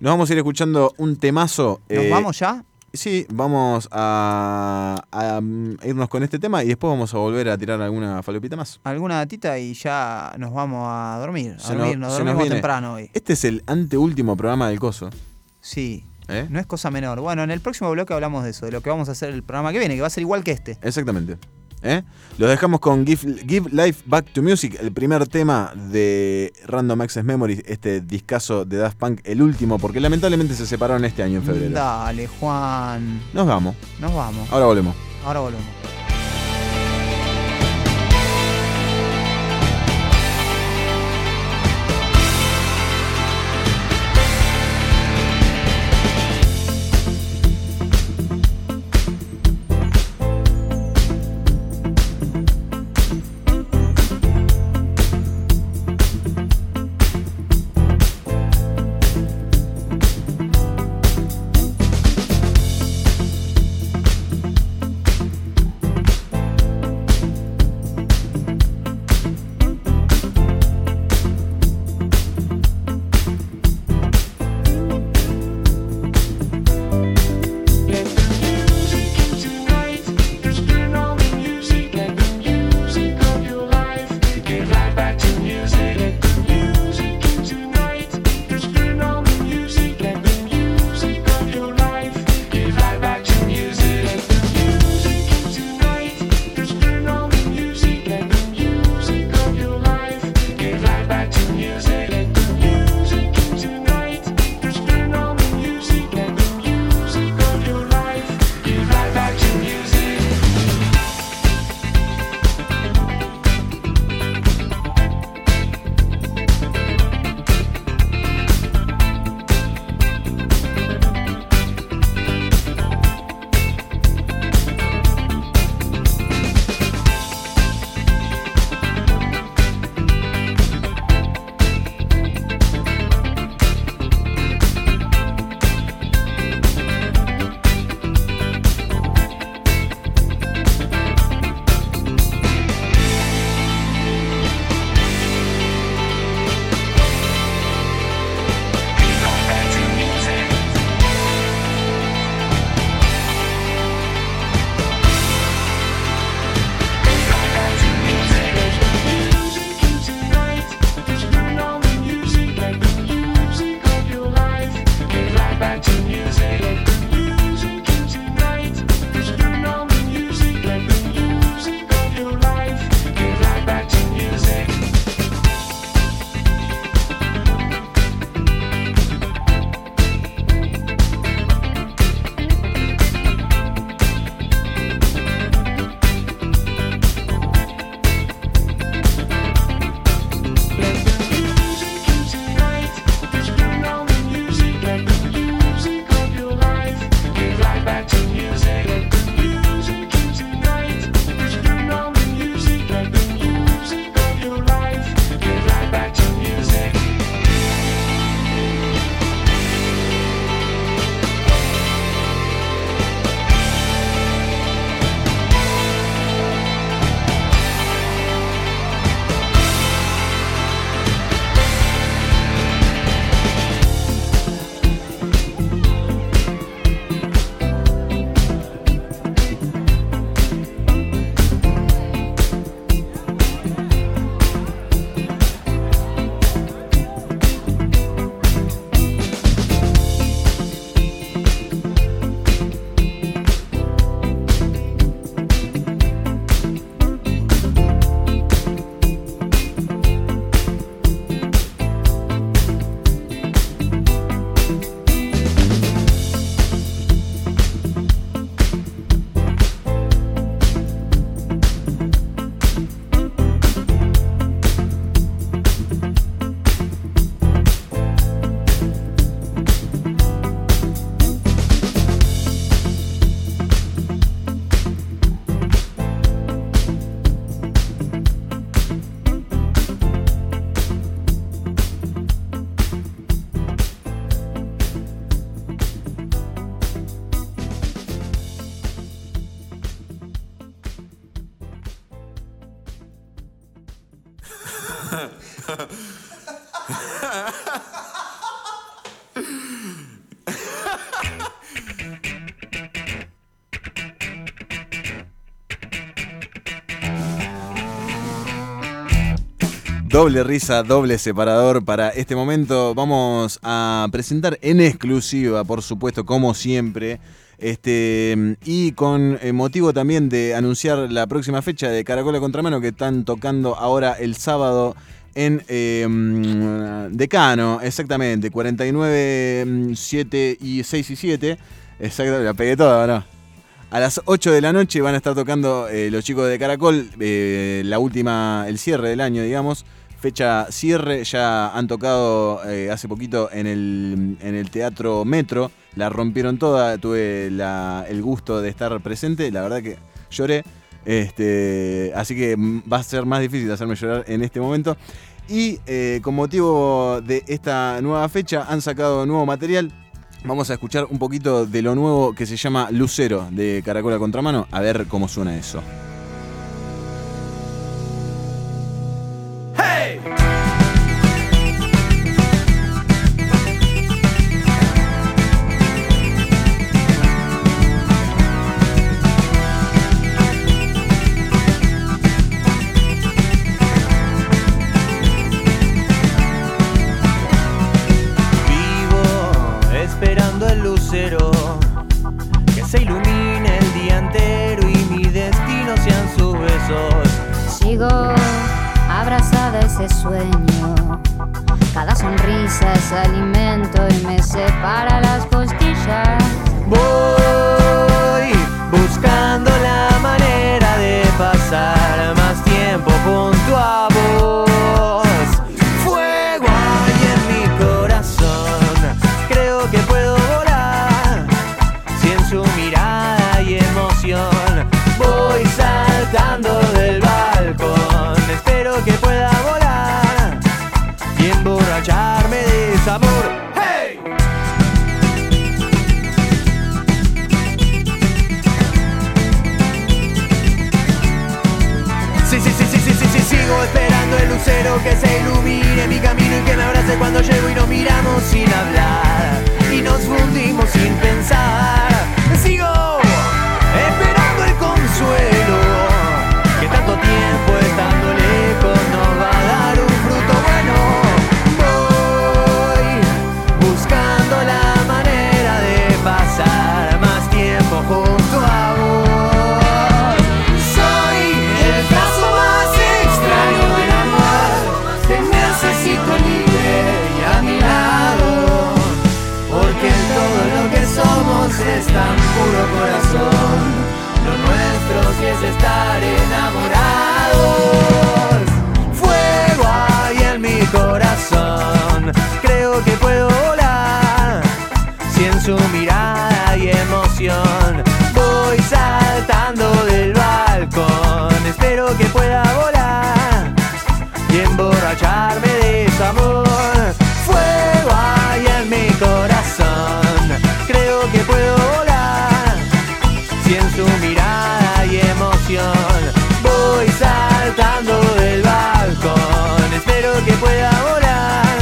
A: Nos vamos a ir escuchando un temazo.
B: ¿Nos
A: eh,
B: vamos ya?
A: Sí, vamos a, a, mm, irnos con este tema y después vamos a volver a tirar alguna falopita más.
B: ¿Alguna datita y ya nos vamos a dormir? A
A: Se nos-
B: dormir, nos
A: se nos
B: dormimos
A: viene.
B: temprano hoy.
A: Este es el anteúltimo programa del coso.
B: Sí.
A: ¿eh?
B: No es cosa menor. Bueno, en el próximo bloque hablamos de eso, de lo que vamos a hacer el programa que viene, que va a ser igual que este.
A: Exactamente. ¿eh? Los dejamos con Give, Give Life Back to Music, el primer tema de Random Access Memories, este discazo de Daft Punk, el último, porque lamentablemente se separaron este año en febrero.
B: Dale, Juan.
A: Nos vamos.
B: Nos vamos.
A: Ahora volvemos.
B: Ahora volvemos.
A: Doble risa, doble separador para este momento. Vamos a presentar en exclusiva, por supuesto, como siempre. Este, y con eh, motivo también de anunciar la próxima fecha de Caracola Contramano que están tocando ahora el sábado en eh, mm, Decano, exactamente, 49, mm, 7 y 6 y 7. Exacto, la pegué toda, ¿no? A las 8 de la noche van a estar tocando eh, los chicos de Caracol, eh, la última, el cierre del año, digamos. Fecha cierre, ya han tocado eh, hace poquito en el, en el Teatro Metro, la rompieron toda, tuve la- el gusto de estar presente, la verdad que lloré, este, así que mm, va a ser más difícil hacerme llorar en este momento. Y eh, con motivo de esta nueva fecha han sacado nuevo material, Vamos a escuchar un poquito de lo nuevo que se llama Lucero de Caracola Contramano, a ver cómo suena eso.
J: Vivo esperando el lucero que se ilumine el día entero y mi destino sean sus besos.
K: Sigo abrazada a ese sueño. Cada sonrisa es alimento y me separa las costillas.
J: Voy buscando la manera de pasar más tiempo junto a vos. Fuego hay en mi corazón, creo que puedo volar. Si en su mirada hay emoción, voy saltando del balcón. Espero que pueda volar y emborracharme de sabor. ¡Hey! Sí, sí, sí, sí, sí, sí, sí, sigo esperando el lucero que se ilumine mi camino y que me abrace cuando llego y nos miramos sin hablar y nos fundimos sin pensar. Sigo esperando el consuelo que tanto tiempo estando lejos nos va a dar un fruto bueno. Voy buscando la manera de pasar más tiempo junto a vos. Soy el caso más extraño del amor. Te necesito libre y a mi lado. Porque en todo lo que somos es tan puro corazón. Lo nuestro sí es estar enamorados. Fuego hay en mi corazón. Creo que puedo volar. Si en su mirada hay emoción, voy saltando del balcón. Espero que pueda volar y emborracharme de su amor. Fuego hay en mi corazón, creo que puedo volar. Si en su mirada hay emoción, voy saltando del balcón. Espero que pueda volar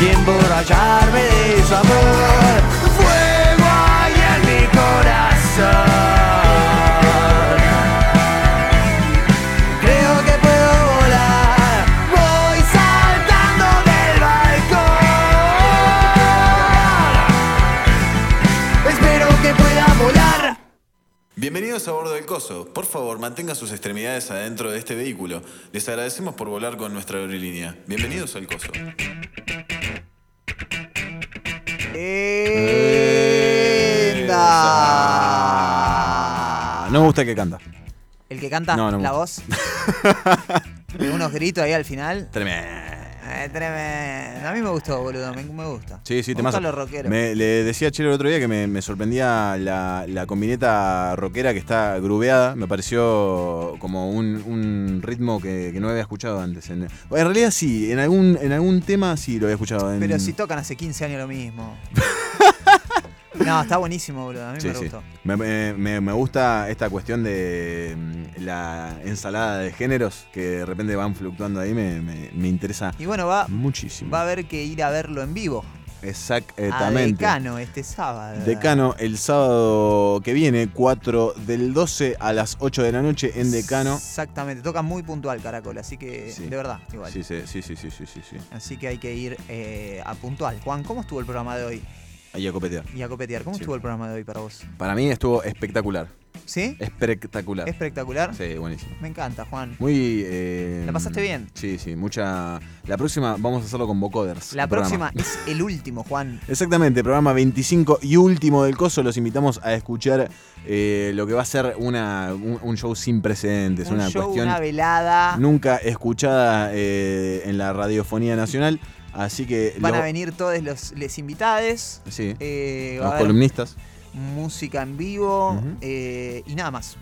J: y emborracharme de su amor. Fuego hay en mi corazón. Creo que puedo volar. Voy saltando del balcón. Espero que pueda volar.
L: Bienvenidos a bordo del Coso. Por favor, mantenga sus extremidades adentro de este vehículo. Les agradecemos por volar con nuestra aerolínea. Bienvenidos al Coso.
A: No me gusta el que canta.
B: El que canta
A: No, no me
B: la voz. Y unos gritos ahí al final.
A: Tremendo.
B: Eh, tremendo. A mí me gustó, boludo. Me, me gusta.
A: Sí, sí,
B: Me
A: te
B: gustan los rockeros.
A: Me, le decía a Chelo el otro día que me, me sorprendía la, la combineta rockera que está grubeada. Me pareció como un, un ritmo que, que no había escuchado antes. En, en realidad sí, en algún, en algún tema sí lo había escuchado. en-
B: Pero si tocan hace 15 años lo mismo. No, está buenísimo, boludo. A mí
A: Sí,
B: me re
A: sí.
B: gustó.
A: Me, me- me- me gusta esta cuestión de mm, la ensalada de géneros que de repente van fluctuando ahí, me, me- me interesa
B: Y bueno, va,
A: muchísimo.
B: va a haber que ir a verlo en vivo. A
A: Exactamente.
B: Decano este sábado.
A: Decano el sábado que viene, 4 del 12 a las 8 de la noche en Decano.
B: Exactamente, toca muy puntual Caracol, así que
A: Sí.
B: de verdad, igual.
A: Sí, sí, sí, sí, sí, sí, sí, sí.
B: Así que hay que ir eh, a puntual. Juan, ¿cómo estuvo el programa de hoy?
A: Ahí a copetear.
B: Y a copetear, ¿cómo
A: Sí.
B: estuvo el programa de hoy para vos?
A: Para mí estuvo espectacular.
B: ¿Sí?
A: Espectacular.
B: Espectacular.
A: Sí, buenísimo.
B: Me encanta, Juan.
A: Muy. eh,
B: ¿La pasaste bien?
A: Sí, sí, mucha. La próxima vamos a hacerlo con vocoders.
B: La
A: el programa.
B: próxima es el último, Juan.
A: Exactamente, programa 25 y último del coso. Los invitamos a escuchar eh, lo que va a ser una, un, un show sin precedentes,
B: Un
A: una
B: show,
A: cuestión
B: una velada.
A: nunca escuchada eh, en la radiofonía nacional. Así que
B: Van
A: Mm, lo-
B: a venir todos los les invitades.
A: Sí.
B: Eh, va a
A: los
B: haber
A: columnistas.
B: Música en vivo eh, y nada más.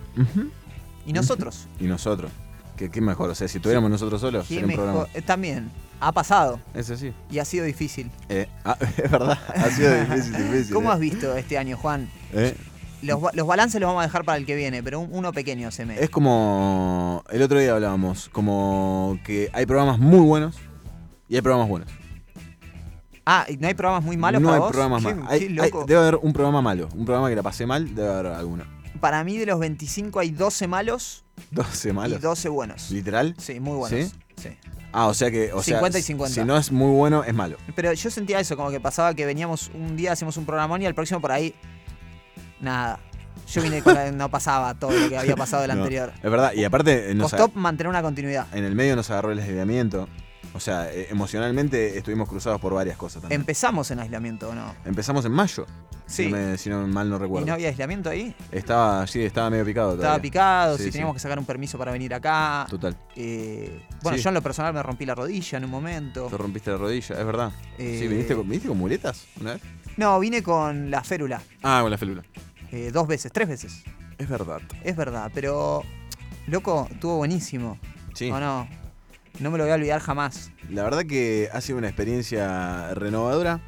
B: Y nosotros.
A: Y nosotros. ¿Qué, qué mejor? O sea, si tuviéramos nosotros solos,
B: ¿Qué
A: sería un
B: mejor?
A: programa.
B: Eh, También. Ha pasado.
A: Es así.
B: Y ha sido difícil.
A: Eh, ah, es verdad, ha sido difícil, difícil.
B: ¿Cómo
A: eh.
B: has visto este año, Juan?
A: Eh,
B: Los, ba- los balances los vamos a dejar para el que viene, pero un- uno pequeño se me.
A: Es como. El otro día hablábamos, como que hay programas muy buenos y hay programas buenos.
B: Ah, ¿y no hay programas muy malos
A: no
B: para
A: hay
B: vos?
A: programas
B: Qué-
A: malos.
B: qué
A: Hay- hay-
B: loco.
A: debe haber un programa malo. Un programa que la pasé mal, debe haber alguno.
B: Para mí de los 25 hay 12 malos
A: 12
B: y
A: malos.
B: 12 buenos.
A: ¿Literal?
B: Sí, muy buenos.
A: ¿Sí?
B: Sí.
A: Ah, o sea que. O sea,
B: 50 y 50.
A: Si no es muy bueno, es malo.
B: Pero yo sentía eso, como que pasaba que veníamos un día, hacíamos un programón y al próximo por ahí, nada. Yo vine con la- no pasaba todo lo que había pasado del
A: No,
B: anterior.
A: Es verdad, y aparte. eh, nos
B: Costó
A: ag-
B: mantener una continuidad.
A: en el medio nos agarró el aislamiento. O sea, eh, emocionalmente estuvimos cruzados por varias cosas también.
B: Empezamos en aislamiento, ¿o no?
A: Empezamos en mayo.
B: Sí.
A: Si, no me- si no- mal no
B: ¿Y
A: recuerdo.
B: no había aislamiento ahí?
A: Estaba, sí, estaba medio picado
B: Estaba
A: todavía.
B: picado,
A: Sí,
B: si
A: sí.
B: teníamos que sacar un permiso para venir acá.
A: Total.
B: Eh, bueno,
A: Sí.
B: yo en lo personal me rompí la rodilla en un momento.
A: Te rompiste la rodilla, es verdad.
B: Eh,
A: Sí, viniste con, viniste con muletas una vez.
B: No, vine con la férula.
A: Ah, con la félula.
B: eh, dos veces, tres veces.
A: Es verdad.
B: Es verdad, pero. Loco, estuvo buenísimo.
A: Sí.
B: ¿O no? No me lo voy a olvidar jamás.
A: La verdad que ha sido una experiencia renovadora.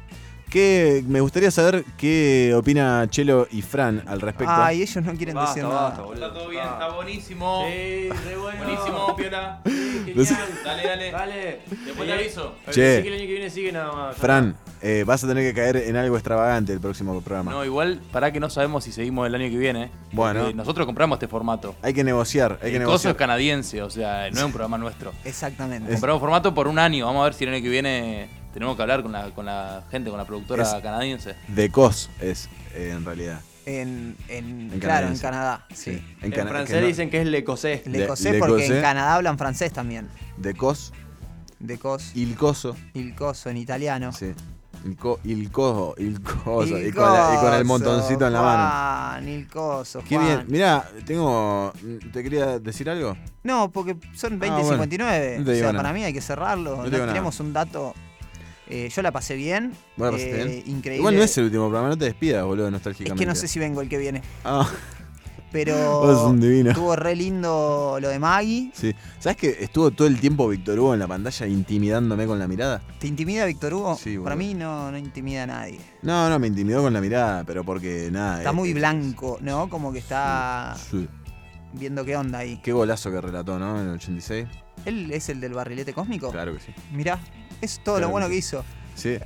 A: Que me gustaría saber qué opina Chelo y Fran al respecto.
B: Ay, ellos no quieren
A: Basta,
B: decir
A: basta,
B: nada.
E: Está todo bien, está buenísimo. Sí,
H: bueno.
E: Buenísimo, piola.
A: No sé.
E: Dale, dale.
H: Dale.
E: Después te aviso.
A: Che.
H: Así que el año que viene sigue nada más.
A: Fran, eh, vas a tener que caer en algo extravagante el próximo programa.
E: No, igual, para que no sabemos si seguimos el año que viene. ¿eh?
A: Bueno.
E: Porque Nosotros compramos este formato.
A: Hay que negociar, hay que
E: El coso es
A: negociar.
E: canadiense, o sea, no es un programa nuestro.
B: Exactamente.
E: Compramos formato por un año. Vamos a ver si el año que viene tenemos que hablar con la, con la gente, con la productora
A: Es-
E: canadiense.
A: De cos es, eh, en realidad.
B: En, en-
A: En
B: claro, en
A: canadiense.
B: Canadá, sí.
A: En Cana-
H: francés
A: que no-
H: dicen que es le cosé.
A: Le-
B: Le cosé
A: le
B: porque
A: cosé.
B: en Canadá hablan francés también.
A: De cos,
B: De cos.
A: il coso.
B: Il coso en italiano.
A: Sí. Il, co, il coso, il coso.
B: Il
A: y, con la- y con el
B: coso,
A: montoncito en la mano.
B: Juan, il coso,
A: Qué
B: Juan.
A: bien. Mirá, tengo. ¿Te quería decir algo?
B: No, porque son 20
A: Ah, bueno.
B: 59.
A: No te
B: o
A: digo
B: sea,
A: nada.
B: para mí hay que cerrarlo.
A: No te
B: No,
A: digo nada.
B: tenemos un dato. Eh, yo la pasé bien.
A: Bueno, pasaste
B: eh,
A: bien.
B: Increíble.
A: Igual no es el último programa, no te despidas, boludo,
B: Es
A: nostálgicamente.
B: que no sé si vengo el que viene.
A: Ah,
B: Pero
A: Vos sos un divino.
B: estuvo re lindo lo de Maggie.
A: sí. ¿Sabes que estuvo todo el tiempo Víctor Hugo en la pantalla intimidándome con la mirada?
B: ¿Te intimida Víctor Hugo?
A: Sí,
B: Para
A: boludo.
B: mí no, no intimida a nadie.
A: No, no, me intimidó con la mirada, pero porque nada.
B: Está
A: eh,
B: muy
A: eh,
B: blanco, ¿no? Como que está
A: sí.
B: viendo qué onda ahí.
A: Qué golazo que relató, ¿no? En el 86.
B: ¿Él es el del barrilete cósmico?
A: Claro que sí.
B: Mirá, es todo
A: Claro
B: lo bueno
A: que
B: que hizo. Eh,
A: Sí.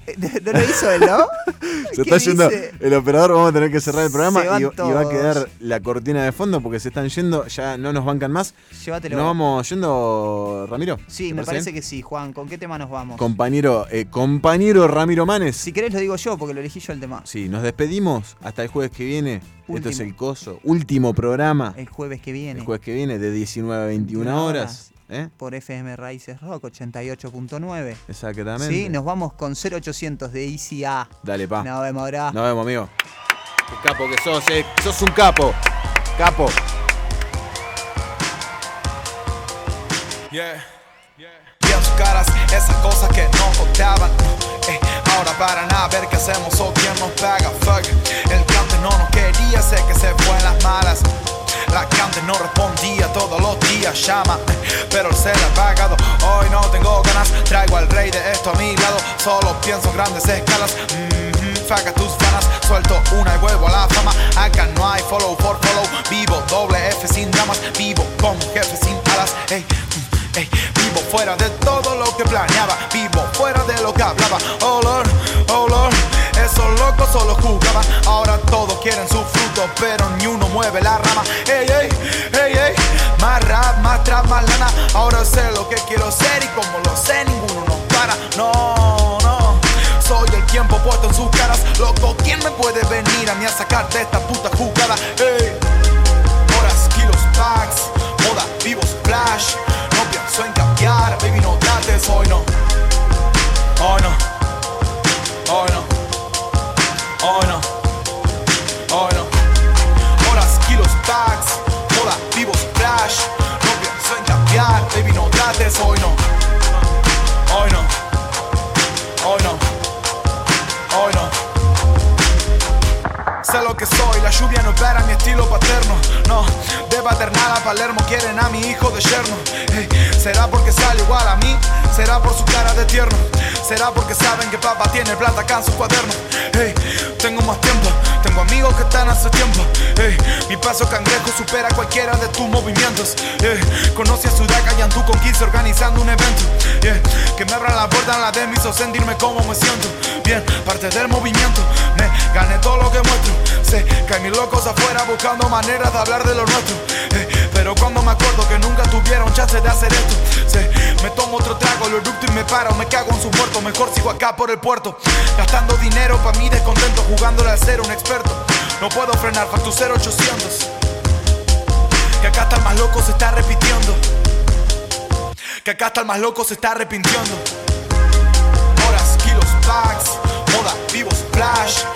B: No lo hizo él, ¿no?
A: Se
B: ¿Qué
A: está yendo
B: dice?
A: el operador, vamos a tener que cerrar el programa
B: Se
A: y,
B: van
A: y va a
B: todos.
A: quedar la cortina de fondo porque se están yendo, ya no nos bancan más.
B: Llévatelo.
A: Nos vamos yendo, Ramiro.
B: Sí,
A: ¿Te
B: me parece
A: bien?
B: que sí, Juan. ¿Con qué tema nos vamos?
A: Compañero, eh, compañero Ramiro Manes.
B: Si querés lo digo yo, porque lo elegí yo el tema.
A: Sí, nos despedimos hasta el jueves que viene. Esto
B: Último.
A: es el coso. Último programa.
B: El jueves que viene.
A: El jueves que viene de 19 a 21 horas. ¿Eh?
B: Por FM Raíces Rock 88.9.
A: Exactamente.
B: Sí, nos vamos con 0800 de ICA.
A: Dale, pa.
B: Nos vemos ahora.
A: Nos vemos, amigo. Qué capo que sos, eh. Sos un capo. Capo.
M: Yeah. Viendo caras, esas cosas que no contaban. Eh, ahora para nada ver qué hacemos o quién nos paga. Fuck, el cante no nos quería, sé que se fue en las malas. La cante no respondía todos los días, llama, eh, pero se la ha pagado. Hoy no tengo ganas, traigo al rey de esto a mi lado. Solo pienso en grandes escalas. Mhm. satisfaga tus ganas. Suelto una y vuelvo a la fama. Acá no hay follow por follow. Vivo doble F sin dramas. Vivo con un jefe sin alas. Ey, mm, ey. Vivo fuera de todo lo que planeaba. Vivo fuera de lo que hablaba. Oh Lord, oh Lord. Esos locos solo jugaban. Ahora todos quieren su fruto, pero ni uno mueve la rama. Ey, ey, ey, ey. Más rap, más trap, más lana. Ahora sé lo que quiero ser y como lo sé, ninguno nos para. No, no. Soy el tiempo puesto en sus caras. Loco, ¿quién me puede venir a mí a sacar de esta puta jugada? Ey. Horas, kilos, packs. Moda, vivos, flash. No pienso en cambiar, baby, no trates hoy no. Hoy no. Hoy no. Oh no, oh no. Horas, kilos, tags, moda, vivos, flash. No pienso en cambiar, baby, no trates hoy no. Hoy no, hoy no, hoy no. Sé lo que soy, la lluvia no para mi estilo paterno. No, de paternal a Palermo quieren a mi hijo de yerno. Ey, ¿Será porque sale igual a mí? ¿Será por su cara de tierno? ¿Será porque saben que papá tiene plata acá en su cuaderno? Ey, tengo más tiempo, tengo amigos que están hace tiempo. Ey, mi paso cangrejo supera cualquiera de tus movimientos. Ey, conocí a Sudaka y Andú con 15 organizando un evento. Ey, que me abran la puerta en la de me hizo sentirme como me siento. Bien, parte del movimiento, me gané todo lo que muestro. Sé que hay mil locos afuera buscando maneras de hablar de lo nuestro. Ey, pero cuando me acuerdo que nunca tuvieron chance de hacer esto, sé, me tomo otro trago, lo eructo y me paro, me cago en su muerto. Mejor sigo acá por el puerto, gastando dinero para mí descontento, jugándole al ser un experto. No puedo frenar, factu 0800. Que acá está el más loco, se está repitiendo. Que acá está el más loco, se está arrepintiendo. Horas, kilos, packs, moda, vivos, flash.